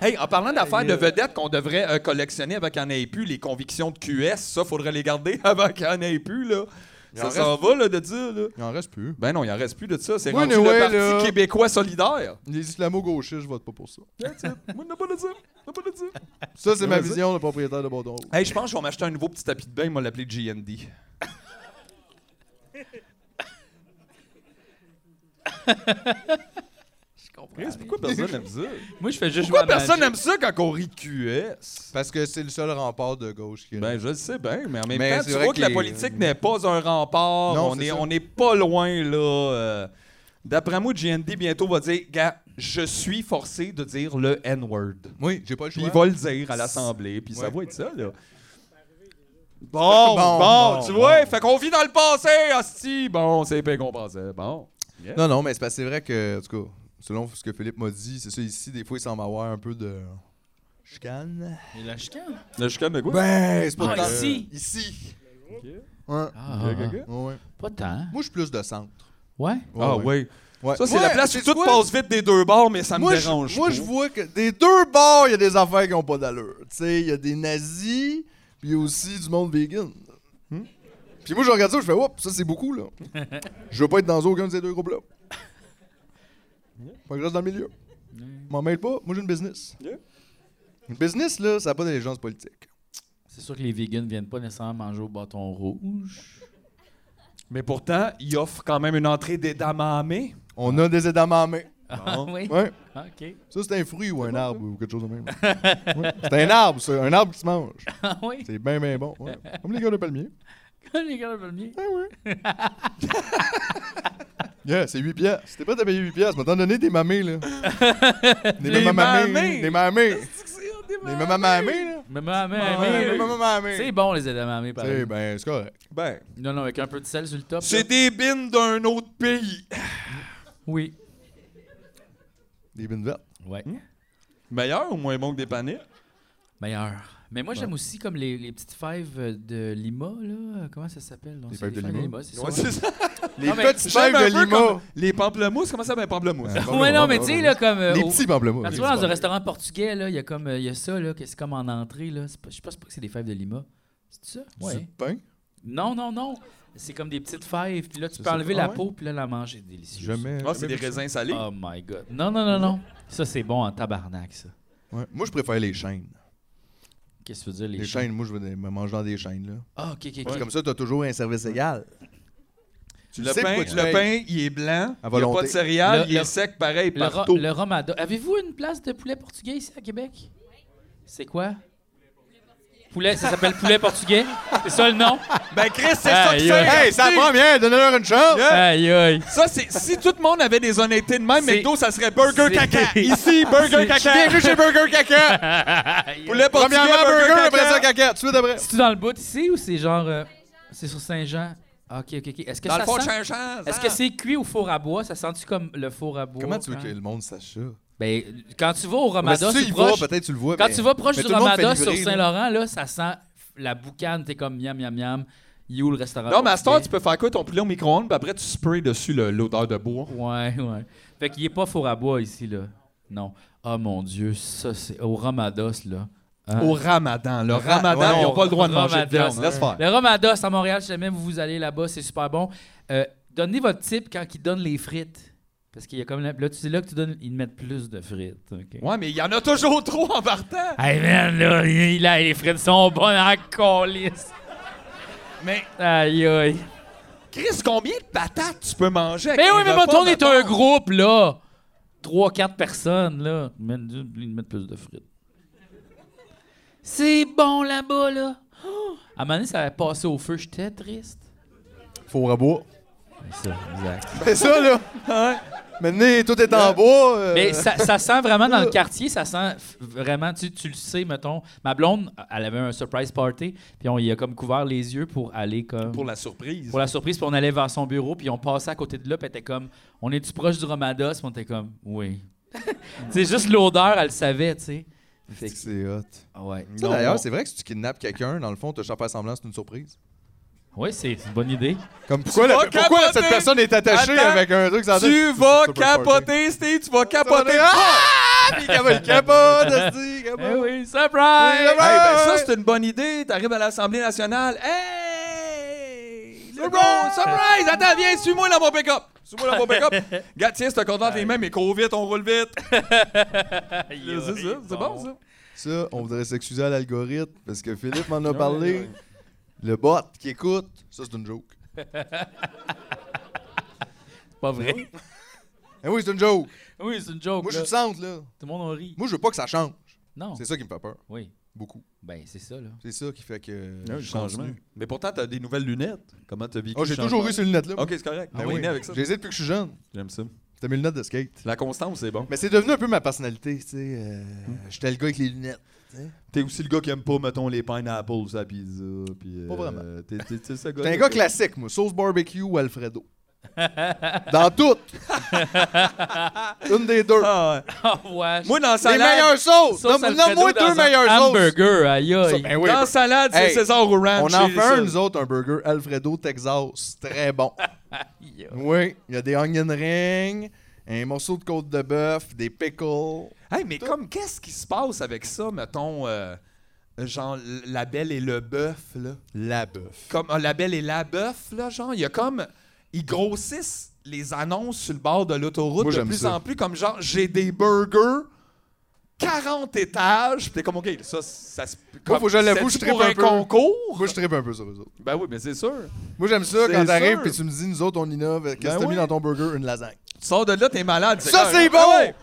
Hey, en parlant d'affaires de vedettes qu'on devrait euh, collectionner avant qu'il n'y en ait plus, les convictions de QS, ça, faudrait les garder *laughs* avant qu'il n'y en ait plus, là.
Il en
Ça s'en va, là, de ça, là.
Il en reste plus.
Ben non, il en reste plus de ça. C'est
Oui,
rendu
anyway,
le Parti
là.
québécois solidaire.
Les islamo-gauchistes, je vote pas pour ça.
That's it. Moi, n'a pas de ça. N'a pas de ça.
Ça, c'est ma
Vas-y.
vision, le propriétaire de Bordon.
Hey, je pense que je vais m'acheter un nouveau petit tapis de bain, il m'a l'appeler GND.
Je comprends.
Chris, pourquoi personne aime ça?
Moi, je fais juste
Pourquoi
jouer à
personne
Magic.
aime ça quand on rit de QS?
Parce que c'est le seul rempart de gauche qui
Ben, je le sais bien, mais en même
Mais
temps,
c'est
tu
vrai
vois que
qu'il
la
est-
politique n'est pas un rempart.
Non,
on,
c'est
est,
ça.
on est pas loin, là. euh. D'après moi, GND bientôt va dire Gars, je suis forcé de dire le N-word.
Oui, j'ai pas le
Puis
choix.
il va le dire à l'Assemblée, puis ça
Ouais.
va être ça, là. Bon, bon,
bon,
tu vois, fait qu'on vit dans le passé, hostie. Bon, c'est bien qu'on pensait. Bon.
Non, non, mais c'est parce que c'est vrai que, en tout cas, selon ce que Philippe m'a dit, c'est ça, ici, des fois, il semble avoir un peu de... Chicane.
Mais la chicane.
Là, je calme de quoi?
Ben, c'est
Ah,
pas tant.
ici.
Ici.
Ah,
Ok, ok, ok.
Ouais, ouais.
Pas tant.
Moi, je suis plus de centre.
Ouais.
Ah, oui.
Ouais.
Ça, c'est
Ouais,
la place où
sais-tu
tout
quoi?
passe vite des deux bords, mais ça me
Moi, je,
dérange.
moi,
pas.
je vois que des deux bords, il y a des affaires qui ont pas d'allure. Tu sais, il y a des nazis, puis il y a aussi du monde vegan. Hmm? Puis moi, je regarde ça, je fais, oups, ça c'est beaucoup, *laughs* là. je veux pas être dans aucun de ces deux groupes-là. Faut que je reste dans le milieu. M'en mêle pas, moi j'ai une business.
Yeah.
Une business, là, ça n'a pas d'allégeance politique.
C'est sûr que les vegans viennent pas nécessairement manger au bâton rouge.
Mais pourtant, il offre quand même une entrée des dames à
On a des *laughs* edamame.
Ah oui.
Ouais.
OK.
Ça, c'est un fruit ou un arbre ou quelque chose de *laughs* même. Ouais. C'est un arbre, ça. Un arbre qui se mange.
Ah oui.
C'est bien, bien bon. ouais. Comme les gars de palmier.
Comme *laughs* les gars de palmier.
Yeah, c'est 8 piastres. Si t'es prêt à payer 8 piastres, m'attends donné des
*laughs*
mamés, là. des
Des
mamamés.
mamés.
Des mamés. Des mamamés, là.
Maman,
Ouais, maman, maman.
C'est bon, les edamame, pareil.
C'est ben, c'est correct.
Ben,
Non, non, avec un peu de sel sur le top.
c'est
là.
des bines d'un autre pays.
Oui.
Des bines vertes.
Ouais.
Meilleur ou moins bon que des paniers?
Meilleur. Mais moi, j'aime aussi comme les, les petites fèves euh, de Lima, là. Comment ça s'appelle? donc,
Les
c'est
fèves de Lima?
c'est
Ouais,
ça.
c'est ça.
Les
Non, mais
petites
J'aime
fèves
un
de
peu
lima.
comme les pamplemousses. Comment ça s'appelle pamplemousse?
Ah,
Ouais, non, mais tu sais, là, comme. euh,
Les
au-
petits
Quand
pamplemouses.
tu vas dans un restaurant portugais, là, il y a comme euh, il y a ça, là, que c'est comme en entrée, là. C'est pas- Je pense pas que c'est des fèves de Lima. C'est ça?
Du
Ouais.
pain.
Non, non, non. C'est comme des petites fèves, puis là, tu
C'est
peux
ça.
enlever
Ah
la
ouais?
peau, puis là, la manger. C'est délicieux.
Jamais.
Ah, c'est
jamais
des
vu ça.
raisins salés.
Oh my god. Non, non, non, non. Ça, c'est bon en tabarnak, ça.
Ouais. Moi, je préfère les chaînes.
Qu'est-ce que tu veux dire, les,
Les,
gens?
chaînes, moi, je veux des- me mange dans des chaînes, là.
Ah, ok, ok, ok.
Parce que Comme ça, t'as toujours un service égal. Tu
Le
sais
pain,
pourquoi tu
le
payes.
pain, il est blanc.
À
Il n'y a pas
volonté.
de céréales.
Le-
il est
le-
sec pareil
Le, ro-
partout.
le Romada. Avez-vous une place de poulet portugais ici à Québec? C'est quoi? Poulet, ça s'appelle poulet portugais? C'est ça le nom?
Ben, Chris, c'est ça
Aïe,
que
aïe.
c'est!
Hey, c'est la première, donnez-leur une chance!
Yeah.
Aïe, aïe.
Ça, c'est si tout le monde avait des honnêtetés de même,
C'est-
McDo, ça serait Burger
c'est-
*laughs* Caca. Ici, Burger
C'est-
Caca.
Bienvenue chez Burger Caca!
*laughs* Poulet portugais,
Premièrement,
Burger,
Burger, après
Caca.
ça, Caca, tout de suite après.
C'est-tu dans le bout ici ou c'est genre. euh, c'est sur Saint-Jean? Ah, Ok, ok, ok. Est-ce que
Dans
ça
le fond, hein.
sent-
j'ai un
Est-ce que c'est cuit au four à bois? Ça sent-tu comme le four à bois?
Comment tu veux
hein?
que le monde sache ça?
Ben, quand tu vas au
Mais
Ramada,
si tu
c'est
y vas,
proche.
peut-être tu le vois.
Quand
mais-
tu vas proche
mais
du
tout le monde fait
Ramada sur
livrer, là.
Saint-Laurent, là, ça sent la boucane. T'es comme miam, miam, miam. Il est où le restaurant?
Non, mais à ce temps, tu
portugais?
peux faire quoi ton poulet au micro-ondes, puis après, tu sprays dessus le- l'odeur de bois.
Ouais, ouais. Fait qu'il est pas four à bois ici, là. Non. Ah, mon Dieu, ça, c'est au Ramadas, là. Hein?
Au ramadan. Le
Ra-
ramadan,
ouais,
ils n'ont
on-
pas le droit de
ramadan,
manger de viande. hein.
c'est-
Laisse faire.
Le Ramadas à Montréal, si jamais vous allez là-bas, c'est super bon. Euh, donnez votre type quand ils donnent les frites. Parce qu'il y a comme... la- Là, tu dis là que tu donnes... Ils mettent plus de frites. OK.
Ouais, mais il y en a toujours trop en partant.
Hey, man, là, il- là, les frites sont bonnes en colis.
Mais
Aïe, aïe.
Chris, combien de patates tu peux manger avec
Mais oui,
un
mais
repas,
mettons, on est
mettons?
un groupe, là. Trois, quatre personnes, là. Ils mettent- Ils mettent plus de frites. C'est bon là-bas, là. Oh! À un moment donné, ça avait passé au feu. J'étais triste.
Four à *laughs* bois.
C'est ça, exact.
C'est ça, là.
Ouais.
Maintenant, tout est en bois. euh,
Mais ça, ça sent vraiment dans le quartier, ça sent f- vraiment, tu, tu le sais, mettons. Ma blonde, elle avait un surprise party, puis on y a comme couvert les yeux pour aller comme.
Pour la surprise.
pour la surprise, puis on allait vers son bureau, puis on passait à côté de là, puis elle était comme, on est-tu proche du Romados? Puis on était comme, oui. *laughs* c'est juste l'odeur, elle le savait, tu sais. Fait que-
C'est hot.
ouais.
Ça, D'ailleurs, c'est vrai que si tu kidnappes quelqu'un, dans le fond, t'as pas semblant, c'est une surprise.
Oui, c'est c'est une bonne idée.
Comme pourquoi, la-
vas
pourquoi
capoter.
cette personne est attachée
Attends.
avec un truc sans
Tu
tête?
vas
Super
capoter, Steve, tu vas capoter.
Capoter. Ah! Puis *laughs* il capote, esti, capote.
*laughs* Eh oui, surprise!
Ouais.
Hey, ben ça, c'est une bonne idée. T'arrives à l'Assemblée nationale. Hey! C'est bon! Surprise! Attends, viens, suis-moi dans mon pick-up! Suis-moi *laughs* dans mon pick-up! Gars, tiens, c'est un compte dans tes mains, mais cours vite, on roule *laughs* vite! c'est ça, c'est bon, ça?
*laughs* Ça, on voudrait s'excuser à l'algorithme parce que Philippe m'en a parlé. Le bot qui écoute, ça c'est une joke.
C'est pas vrai.
Eh oui, c'est une joke.
Oui, c'est une joke.
Moi, je
là.
suis du centre, là.
Tout le monde en rit.
Moi, je veux pas que ça change.
Non.
C'est ça qui me fait peur.
Oui.
Beaucoup.
Ben, c'est ça, là.
C'est ça qui fait que.
Le
je continue.
Mais pourtant, t'as des nouvelles lunettes. Comment t'as vécu?
Oh, j'ai toujours eu ces lunettes-là.
Ok, c'est correct.
Ben
on est
oui.
né avec ça.
J'ai les ai depuis que je suis jeune.
Ah J'aime ça.
C'était mes lunettes de skate.
La constance, c'est bon.
Mais c'est devenu un peu ma personnalité, tu sais. euh, J'étais le gars avec les lunettes.
T'es aussi le gars qui aime pas, mettons, les pineapples à pizza. *laughs* Puis,
Pas vraiment.
T'es
J'étais un euh, gars classique, moi. Sauce barbecue ou
*laughs*
Alfredo. Dans toutes. Une des deux.
*laughs* Ah, ouais.
Moi, dans la
Les
salade,
meilleures sauces.
Sauce
Nomme-
Alfredo
Nomme-moi
dans un
deux meilleures sauces.
Hamburger, aïe,
Ça,
aïe.
ben oui.
dans la salade, c'est
Hey,
César au ranch.
On en
c'est
fait un,
ça.
nous autres, un burger Alfredo Texas. Très *laughs* bon.
Aïe, aïe.
oui, il y a des onion rings, un morceau de côte de bœuf, des pickles.
Hey, mais comme, qu'est-ce qui se passe avec ça, mettons, euh, genre, l- la belle et le bœuf, là?
La bœuf.
Comme, euh, la belle et la bœuf, là, genre, il y a comme, ils grossissent les annonces sur le bord de l'autoroute
Moi,
de
j'aime
plus
ça.
en plus, comme genre, j'ai des burgers, 40 étages, pis t'es comme, OK, ça, ça se... comme,
faut que je l'avoue,
c'est-tu
je trippe
pour un,
un peu.
concours?
Moi, je tripe un peu sur eux autres.
Ben oui, mais c'est sûr.
Moi, j'aime ça quand
C'est
t'arrives
sûr.
puis tu me dis, nous autres, on innove. Qu'est-ce que t'as
Ben oui.
mis dans ton burger? Une lasagne.
Tu sors de là, t'es malade.
Ça,
comme,
c'est
ah
bon!
ouais.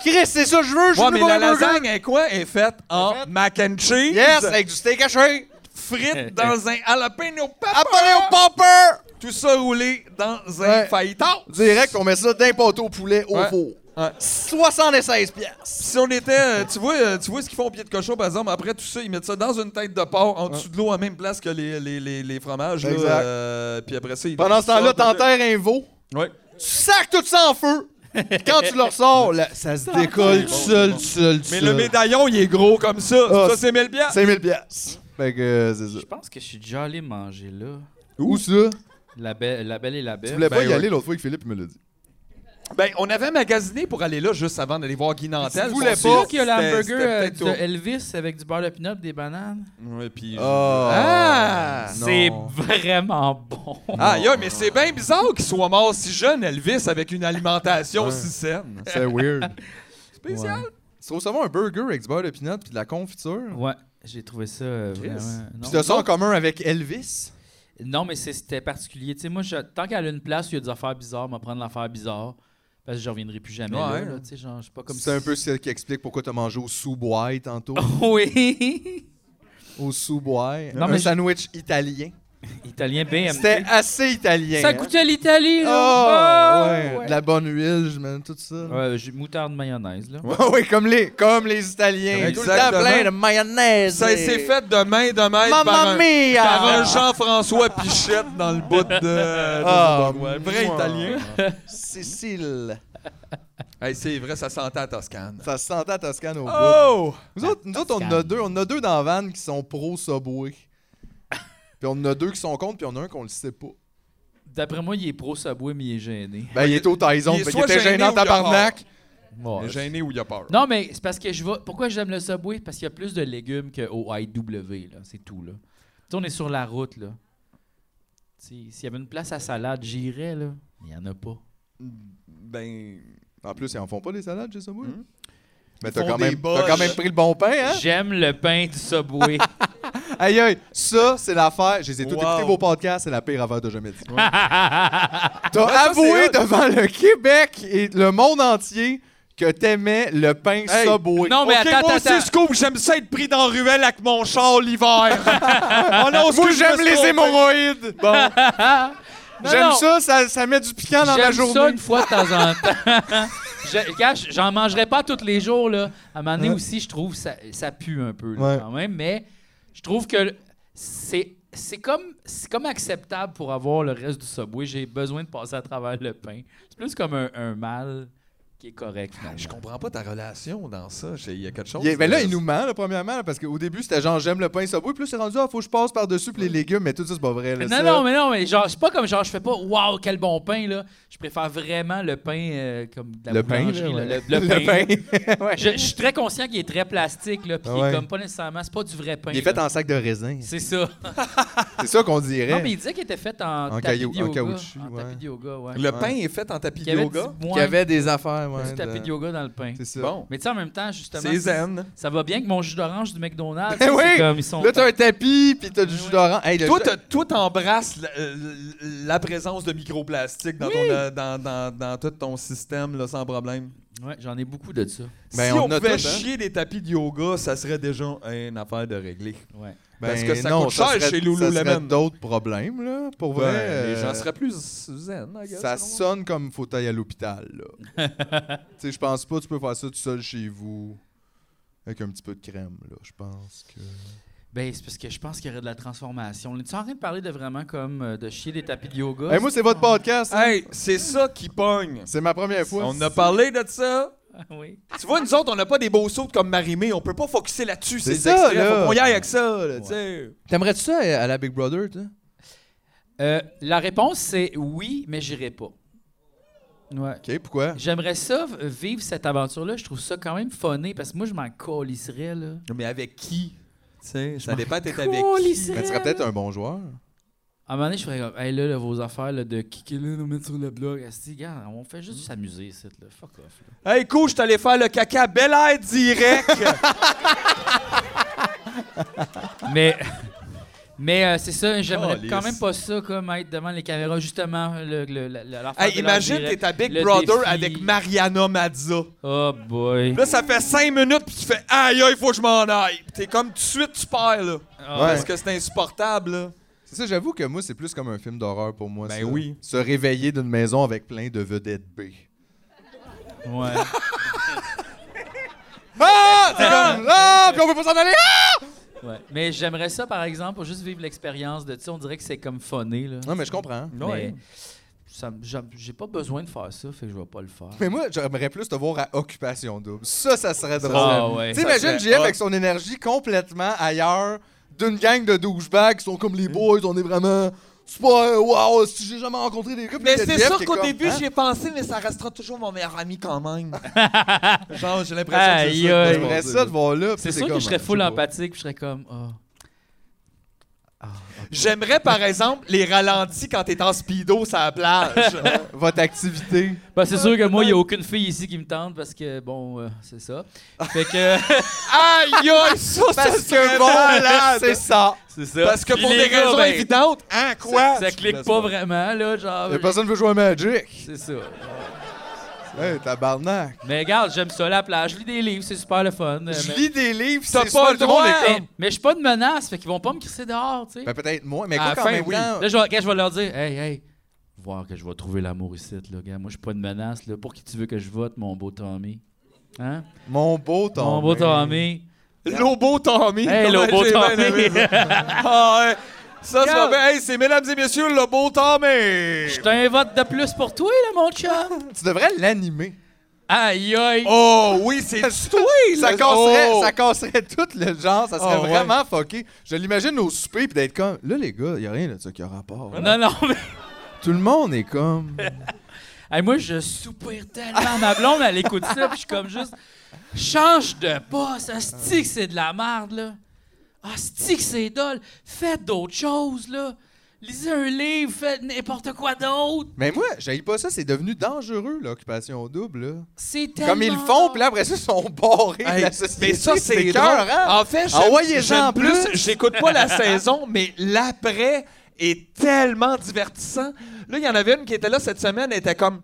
Chris, c'est ça que je veux. Je
Ouais,
veux
mais
mon
la
burger.
lasagne, elle est quoi? Elle est faite en
faite-
mac and cheese.
Yes, avec du steak haché. *laughs*
frites dans un jalapeno
Appelé au
pepper.
popper.
Tout ça roulé dans un
Ouais.
fajitas.
Direct, on met ça d'un poteau au poulet au
Ouais.
four.
Ouais.
76 piastres.
Si on était, euh, tu vois, euh, tu vois ce qu'ils font au pied de cochon, par exemple, après tout ça, ils mettent ça dans une tête de porc, en dessous de l'eau, à même place que les, les, les, les fromages. là,
Exact.
euh, puis après ça, ils
Pendant ce temps-là,
sortent de-
t'enterres un veau,
Ouais.
tu sacs tout ça en feu. Puis Quand tu le ressors, là, ça se décolle tout seul, tout seul, tout
Mais
seul.
le médaillon, il est gros comme ça.
Ah,
ça, c'est 1000 piastres.
5000 piastres. Fait que euh, c'est
Je
ça.
pense que je suis déjà allé manger là.
Où ça?
La, be- la belle et la belle.
Tu voulais pas
ben
y
ouais.
aller l'autre fois que Philippe me l'a dit.
Ben, on avait magasiné pour aller là juste avant d'aller voir Guy Nantel.
Tu voulais
Son
C'est
pas.
là
site,
qu'il y a
c'était-
l'hamburger
c'était
euh,
peut-être
de Elvis avec du beurre de pinot des bananes.
au- Ouais, puis-
Ah! Non.
C'est vraiment bon.
Ah, yo, mais c'est bien bizarre qu'il soit mort si jeune, Elvis, avec une alimentation si saine.
C'est weird.
Spécial.
Tu trouves ça bon un burger avec du beurre de pinot puis de la confiture?
Ouais, j'ai trouvé ça euh, vraiment.
Puis
Non,
t'as ça en commun avec Elvis?
Non, mais c'est- c'était particulier. Tu sais, moi, je- tant qu'elle a une place où il y a des affaires bizarres, m'a prendre l'affaire bizarre. Parce que je reviendrai plus jamais là,
Ouais.
là, tu sais, genre, je suis pas comme
C'est
si- *laughs*
un peu ce qui explique pourquoi t'as mangé au sous-bois tantôt.
oui.
au sous-bois.
Non,
Un
mais je-
sandwich italien.
Italien BMT.
C'était assez italien.
Ça
hein?
coûtait l'Italie,
Oh,
là. Ah,
ouais. De la bonne huile, je mets tout ça. *laughs* Ouais.
Ouais, j'ai moutarde mayonnaise, là.
oui, comme les, comme les Italiens. Tout le temps
Exactement.
plein de mayonnaise.
Ça s'est fait de main de main
Mamma
par un,
mia!
par un Jean-François Pichette dans le bout de, de
Ah,
Uruguay. vrai
moi.
italien.
Cécile.
Hey, c'est vrai, ça sentait à Toscane.
Ça se sentait à Toscane au bout.
Oh!
Nous autres, nous autres, on en a deux. On en a deux dans la van qui sont
*laughs*
pro-subway. Puis on en a deux qui sont contre, puis on en a un qu'on le sait pas.
D'après moi, il est pro-saboué, mais il est gêné.
Ben, il était au Tyson,
Il est
fait qu'il
soit
était
gêné
gênant
ou il a
tabarnak.
Ouais.
Il est Gêné ou il a peur?
Non, mais c'est parce que je vais. Pourquoi j'aime le Subway? Parce qu'il y a plus de légumes qu'au IW, là. C'est tout, là. Tu sais, on est sur la route, là. Tu sais, S'il y avait une place à salade, j'irais, là. Il n'y en a pas.
Ben.
En plus, ils en font pas des salades chez Subway.
Mhm.
Mais
Ils
t'as
font
quand,
des
même- t'as
boches.
quand même pris le bon pain, hein?
J'aime le pain du Subway.
Aïe, aïe, ça, c'est l'affaire. J'ai tous
Wow.
écouté vos podcasts, c'est la pire affaire de jamais dit. *laughs*
Ouais,
T'as
ça,
avoué
c'est hot.
devant le Québec et le monde entier que t'aimais le pain
Hey,
Subway.
non, mais
Ok,
attends,
moi
attends,
aussi,
attends.
Scoop, j'aime ça être pris dans la ruelle avec mon
*laughs*
char l'hiver. oh non, Scoop,
Moi,
je
j'aime
me
les
suis trompé.
hémorroïdes. Bon.
Non,
j'aime
non.
ça, ça, ça met du piquant Ah, dans la
J'aime ça
journée.
une fois de temps en
*laughs*
temps. Je- Cache, j'en mangerai pas tous les jours, là. À un moment donné
Ouais.
aussi, je trouve ça, ça pue un peu, là,
Ouais.
quand même. Mais je trouve que le- c'est. C'est comme, c'est comme acceptable pour avoir le reste du subway. J'ai besoin de passer à travers le pain. C'est plus comme un, un mal qui est correct. finalement.
Je comprends pas ta relation dans ça. J'ai- Il y a quelque chose.
Il est- ben là, il
de-
nous ment, là, premièrement, là, parce qu'au début, c'était genre j'aime le pain Subway, plus c'est rendu, ah, faut que je passe par-dessus pis les légumes, mais tout ça, c'est pas vrai. là,
Non,
ça.
non, mais non, mais genre, c'est pas comme genre, je fais pas, waouh, quel bon pain, là. Je préfère vraiment le pain euh, comme de la
*laughs* Le pain,
boulangerie,
là,
là,
ouais.
le, le pain.
pain. Ouais.
Je, je suis très conscient qu'il est très plastique, là, puis qu'il est
Ah Ouais.
comme pas nécessairement, c'est pas du vrai pain.
Il est fait
là.
en sac de raisin.
C'est ça.
*laughs* C'est ça qu'on dirait.
Non, mais il disait qu'il était fait en,
En
tapis
caillou-
de
en
yoga,
caoutchouc,
En
ouais.
tapis de yoga, ouais.
Le pain est fait en tapis
Qu'il
de
y avait
yoga.
du, moins
Qu'il y avait des affaires,
du
ouais.
tapis
de-
de yoga dans le pain.
C'est ça.
Bon,
Mais tu sais, en même temps, justement,
c'est zen.
ça va bien que mon jus d'orange du McDonald's,
*laughs* Ben
tu sais, c'est
oui!
comme ils sont...
Là, t'as un tapis, puis t'as du
Ouais,
jus
ouais.
d'orange. Hey, le
Ben Toi,
jus-
t'as- toi, t'embrasses la, euh, la présence de microplastiques dans, ton, euh, dans, dans- dans tout ton système là, sans problème.
Ouais, j'en ai beaucoup de ça.
Ben,
si
on
on,
en a
pouvait
tout, hein.
chier des tapis de yoga, ça serait déjà une affaire de régler.
Ouais.
Ben
Parce que ça
non,
coûte cher
serait-
chez Lululemon.
Ça serait d'autres problèmes, là, pour
Ben,
vrai.
les
euh,
gens seraient plus zen, I guess,
Ça
selon moi.
sonne comme fauteuil à l'hôpital, là.
*laughs*
tu sais, je pense pas que tu peux faire ça tout seul chez vous. Avec un petit peu de crème, là, je pense que...
Ben, c'est parce que je pense qu'il y aurait de la transformation. On est en train de parler de vraiment comme euh, de chier des tapis de yoga? Ah,
Hey, Ben, moi, c'est votre podcast. hein.
Hey, c'est ça qui pogne.
C'est ma première fois.
Ah. On a parlé de ça.
oui.
Tu vois, nous autres, on n'a pas des beaux sauts comme Marimé. On peut pas focusser là-dessus,
C'est
ces
ça,
extraits.
là.
Faut qu'on y aille avec ça, là, tu sais.
T'aimerais-tu ça à à la Big Brother, toi?
Euh, la réponse, c'est oui, mais j'irai pas. Ouais.
OK, pourquoi?
J'aimerais ça v- vivre cette aventure-là. Je trouve ça quand même funné parce que moi, je m'en colisserais, là.
Mais avec qui? Tu sais, ça dépend, t'es avec qui.
colisserais.
Ben, tu serais peut-être un bon joueur.
À un moment donné, je ferais comme, hey là, là, vos affaires là, de kicker là, nous mettre sur le blog. Asti, regarde, on fait
Mm.
juste s'amuser, ici, là. Fuck off. là.
Hey, cool, je t'allais faire le caca bel air direct.
Mais, *laughs* mais euh, c'est ça, j'aimerais
Calisse.
quand même pas ça, comme être devant les caméras, justement. Le, le, la- la- l'affaire
Hey,
de l'heure
imagine,
directe,
t'es à Big
le
Brother
défi.
avec Mariana Mazza.
Oh boy.
Là, ça fait 5 minutes, puis tu fais Aïe, aïe, faut que je m'en aille. Puis T'es comme tout de suite, tu perds, là.
Ah,
Ouais.
Parce que c'est insupportable, là.
C'est ça, j'avoue que moi, c'est plus comme un film d'horreur pour moi.
Ben
ça.
oui.
Se réveiller d'une maison avec plein de vedettes B.
Ouais.
Ah! C'est comme là, puis on peut pas s'en aller.
hein?
Ah!
ouais. Mais j'aimerais ça, par exemple, pour juste vivre l'expérience de ça. On dirait que c'est comme phoné, là.
Non, mais je comprends.
Mais ça me- j'a- j'ai pas besoin de faire ça, fait que je vais pas le faire.
Mais moi, j'aimerais plus te voir à Occupation Double. Ça, ça serait drôle.
Ah ouais.
Tu
Ça serait
imagines JF
hot.
avec son énergie complètement ailleurs d'une gang de douchebags qui sont comme les boys, on est vraiment super, wow, si j'ai jamais rencontré des gars. Puis
Mais
il y a
c'est
JF
sûr
qui est
qu'au
comme,
début,
Hein?
j'y ai pensé, mais ça restera toujours mon meilleur ami quand *laughs* même. Genre, j'ai l'impression que
Aïe,
c'est ça.
aïe.
j'aimerais ça de voir là. puis
*laughs* C'est
t'es
sûr que
comme,
je serais
sais
full
pas.
empathique, puis je serais comme. Ah. Ah, ok.
J'aimerais, par exemple, les ralentis quand t'es en speedo sur la *laughs* plage.
Votre activité. *laughs*
Ben, c'est sûr que moi, il n'y a aucune fille ici qui me tente parce que, bon, euh, c'est *laughs* ça. Fait que.
aïe, aïe, ça, ça
Parce
serait
que bon, là,
malade.
c'est ça.
c'est ça.
Parce que pour
Puis
des
les gars,
raisons
ben,
évidentes, hein, quoi?
Ça clique pas vraiment, là, genre.
Y'a personne qui veut jouer à Magic.
C'est ça.
Hey, tabarnak.
Mais regarde, j'aime ça, la plage. Je lis des livres, c'est super le fun. euh,
Je
mais-
lis des livres, c'est
T'as
ça,
pas le
monde
droit. hein.
est
Mais,
comme-
mais je suis pas de menace, fait qu'ils vont pas me crisser dehors, tu sais.
Ben, peut-être moins, mais
À
quoi,
la
quand
fin,
même
oui.
temps.
Là, je vais, regarde, je vais leur dire, hey, hey, voir que je vais trouver l'amour ici, là, gars. Moi, je suis pas de menace, là. Pour qui tu veux que je vote, mon beau Tommy? Hein?
Mon beau Tommy.
Mon beau Tommy.
Lobo Tommy.
Hey, Lobo
J'ai bien
Tommy.
aimé ça.
*laughs*
ah, ouais. Ça, c'est
Regarde.
bien. Hey, c'est mesdames et messieurs, Lobo Tommy.
Je t'ai un vote de plus pour toi, là, mon chum.
Tu devrais l'animer.
Aïe, aïe.
Oh, oui, c'est toi,
Ça
là.
casserait,
Oh.
ça casserait tout le genre, ça serait
Ah ouais.
vraiment fucké. Je l'imagine au souper puis d'être comme là les gars, y a rien de ça qui a rapport.
Non, *laughs* non, mais.
Tout le monde est comme
Hey, moi, je soupire tellement. Ma blonde, elle écoute ça, puis je suis comme juste. Change de poste. Asti que c'est de la merde, là. Asti que c'est dole. Faites d'autres choses, là. Lisez un livre, faites n'importe quoi d'autre.
Mais moi, j'aille pas ça, c'est devenu dangereux l'occupation double là.
C'est tellement.
Comme ils le font, puis là après ça ils sont barrés de
Hey,
la société.
mais ça, c'est drôle.
cœur, hein?
En fait, j'aime-
Envoyez-en
j'aime plus.
plus.
J'écoute pas
*laughs*
la saison, mais l'après est tellement divertissant. Là, il y en avait une qui était là cette semaine, elle était comme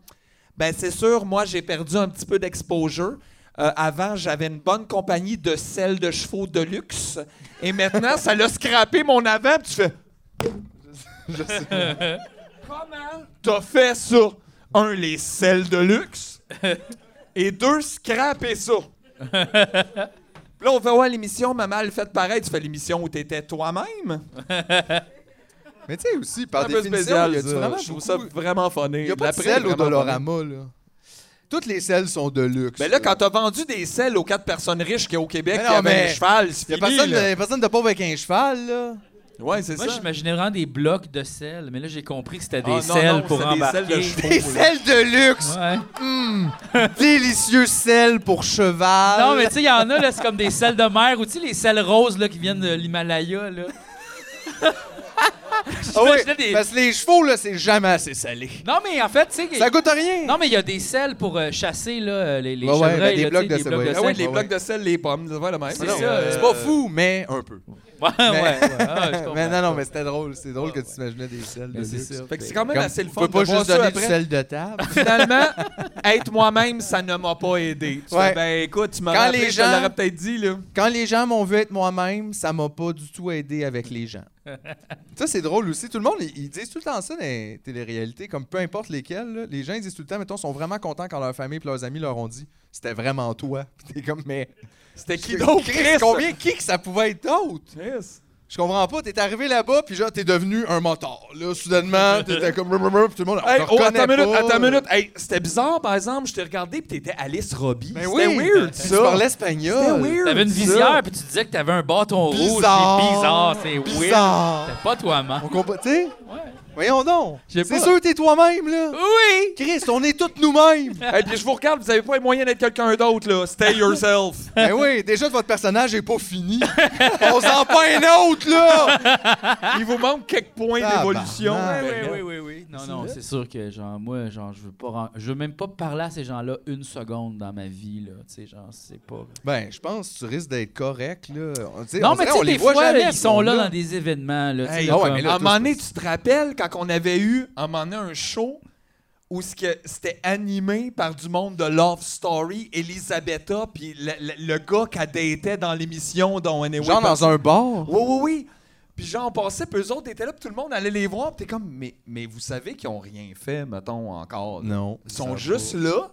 Ben, c'est sûr, moi, j'ai perdu un petit peu d'exposure. Euh, avant, j'avais une bonne compagnie de selles de chevaux de luxe. Et maintenant, ça l'a scrappé mon avant. Puis tu fais *laughs*
Je sais.
Comment t'as fait ça Un, les selles de luxe. et deux, scraper ça. Puis là, on fait, ouais, l'émission, maman, elle fait pareil. Tu fais l'émission où t'étais toi-même.
Mais tu sais aussi par
C'est un peu
définition,
spécial,
il y a du
ça.
vraiment
Je trouve ça
beaucoup-
vraiment funny.
y a pas de
L'après,
sel au
vraiment
Dolorama là. Toutes les selles sont de luxe.
funny. Mais Ben là, quand t'as vendu des selles aux quatre personnes riches qu'il y a au Québec
Mais
qui
non,
avaient
mais
un cheval, c'est
y a
fini,
personne,
là.
de, y a personne de pauvre avec un cheval là.
Ouais, c'est
Moi,
ça.
j'imaginais vraiment des blocs de sel, mais là, j'ai compris que c'était des
Ah, non,
sels
non,
pour
c'est des selles
embarquer.
de chevaux.
Des selles de luxe.
Ouais.
délicieux sel pour cheval.
Non, mais tu sais, il y en a, là, c'est comme des sels de mer ou tu sais, les sels roses là, qui viennent de l'Himalaya.
*laughs*
là.
Ah oui,
J'imaginais des-
Parce que les chevaux, là, c'est jamais assez salé.
Non, mais en fait, tu sais.
Ça goûte à rien.
Non, mais il y a des selles pour euh, chasser là, euh, les, les
Ouais, ouais,
chevreuils.
ben, des
là,
blocs
tu sais,
de
des blocs de
sel.
Ah oui,
sel.
les
Ouais,
blocs de sel, les pommes, c'est le même.
C'est
là.
ça, euh,
C'est pas fou, mais un peu.
Ouais, ouais, ouais, ouais, je comprends.
Mais non, non, mais c'était drôle. C'est drôle que tu t'imaginais des selles de
Mais c'est
luxe.
ça.
Fait que c'est quand même
Comme,
assez le
tu
fun
peux
de
pas
voir
juste
ça
donner
après.
du sel de table. *laughs*
finalement, être moi-même, ça ne m'a pas aidé. Tu
Ouais.
fais, ben écoute, tu m'aurais
Quand
appelé,
les
je te l'aurais
gens-
peut-être dit, là.
Quand les gens m'ont vu être moi-même, ça m'a pas du tout aidé avec les
*laughs*
gens. ça, c'est drôle aussi. Tout le monde, ils ils disent tout le temps ça dans les téléréalités, comme peu importe lesquelles. là, les gens, ils disent tout le temps, mettons, sont vraiment contents quand leur famille et leurs amis leur ont dit « C'était vraiment toi. » *laughs* Puis t'es comme « Mais... »
C'était qui d'autre, Chris?
Combien qui que ça pouvait être d'autre?
Chris.
Je comprends pas, t'es arrivé là-bas, puis genre, t'es devenu un mentor. Là, soudainement, t'étais comme... rum, rum, rum, puis tout le monde, on
Hey,
te
oh,
reconnaît
attends une minute,
pas.
attends une minute. Hey, c'était bizarre, par exemple, je t'ai regardé pis t'étais Alice Robbie.
Mais
c'était
Ben oui,
weird,
tu
ça.
parlais espagnol.
C'était weird.
T'avais une
ça.
visière, puis tu disais que t'avais un bâton
Bizarre.
rouge. C'est bizarre, c'est weird.
Bizarre.
C'est pas toi-même.
On comprend, tu sais? Voyons donc.
J'ai
C'est
pas-
sûr que t'es toi-même, là. *laughs*
Oui!
Christ, on est tous nous-mêmes. *laughs*
Hey, puis je vous regarde, vous avez pas les moyens d'être quelqu'un d'autre, là. Stay yourself.
ben oui, déjà, votre personnage est pas fini. on s'en pas un autre, là.
Il vous manque quelques points
Tabarnak.
d'évolution.
Oui,
Oui, oui, oui, oui. Non, non, c'est sûr que genre moi, genre je veux pas, ren- je veux même pas parler à ces gens-là une seconde dans ma vie là. Tu sais, genre c'est pas.
Ben, je pense que tu risques d'être correct, là. On, tu sais,
Non,
on
mais
dirait,
tu
on
sais,
les
des
voit
fois,
jamais,
là, ils
ces
sont là
gens-là.
dans des événements. Là, tu sais,
Hey,
là,
ah ouais,
comme-
mais là,
À un
toi,
moment
c'est
donné, tu te rappelles quand on avait eu, à un moment donné, un show où ce que c'était animé par du monde de Love Story, Elisabetta, puis le, le- le gars qu'elle datait dans l'émission dont Anyway.
Genre dans un bar.
Oui, oui, oui. Puis genre, on passait, puis eux autres étaient là, puis tout le monde allait les voir, puis t'es comme, mais, mais vous savez qu'ils ont rien fait, mettons, encore. là.
Non.
Ils
ça
sont
va
juste là.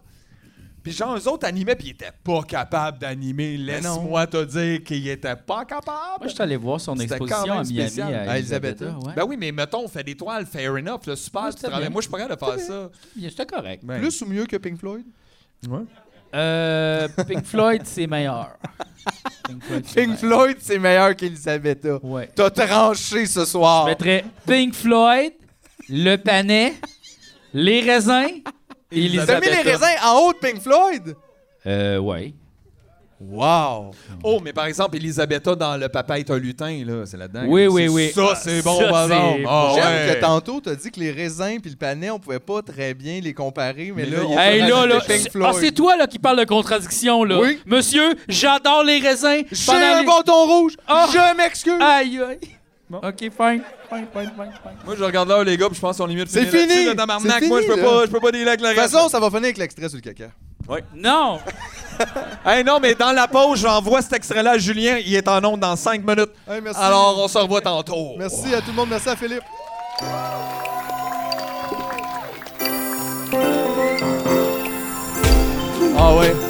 Puis genre, eux autres animaient, puis ils étaient pas capables d'animer. Laisse-moi te dire qu'ils étaient pas capables.
Moi, je suis allé voir son
C'était
exposition
quand même
à Miami
spécial.
à
À
Elisabetta.
Elisabetta.
ouais.
Ben oui, mais mettons, on fait des toiles, fair enough, là, super,
Ouais,
tu
c'était
travailles.
bien.
Moi, je suis pas capable de faire ça.
C'était correct.
Ben,
Plus ou mieux que Pink Floyd?
ouais.
Euh, Pink Floyd, c'est meilleur. Pink Floyd, c'est
Pink
meilleur.
Floyd, c'est meilleur qu'Elisabetta.
Ouais.
T'as tranché ce soir.
Je mettrais Pink Floyd, le panais, les raisins et
T'as mis
Elisabetta.
les raisins en haut de Pink Floyd?
Euh, ouais.
Wow!
Oh, mais par exemple, Elisabetta dans Le Papa est un lutin, là, c'est là-dedans.
Oui,
C'est-
oui, oui.
Ça, c'est
Ah,
bon,
ça,
par
c'est
exemple.
bon.
Ah,
J'aime
ouais.
que tantôt, t'as dit que les raisins puis le panais, on pouvait pas très bien les comparer, mais,
Mais
là,
là,
on
il-
peut
Hey, là,
rajouter
là,
Pink
c'est-
Floyd.
ah, c'est toi là, qui parle de contradiction. Là.
Oui.
Monsieur, j'adore les raisins.
J'ai
pendant
un
les-
bâton rouge!
Ah!
Je m'excuse!
Aïe, aïe.
Bon.
OK, fine. Fine, fine, fine, fine.
Moi, je regarde là, les gars, puis je pense qu'on est mieux de
C'est
finir là-dessus,
fini!
là, tabarnak.
C'est
Moi, je
fini,
peux
là.
pas, je peux pas dealer avec le
De toute
reste.
façon, ça va finir avec l'extrait sur le caca.
Non!
Hey, non, mais dans la pause, j'envoie cet extrait-là à Julien. Il est en onde dans 5 minutes.
Hey, merci.
Alors, on se revoit tantôt.
Merci à tout le monde, merci à Philippe. Ah ouais.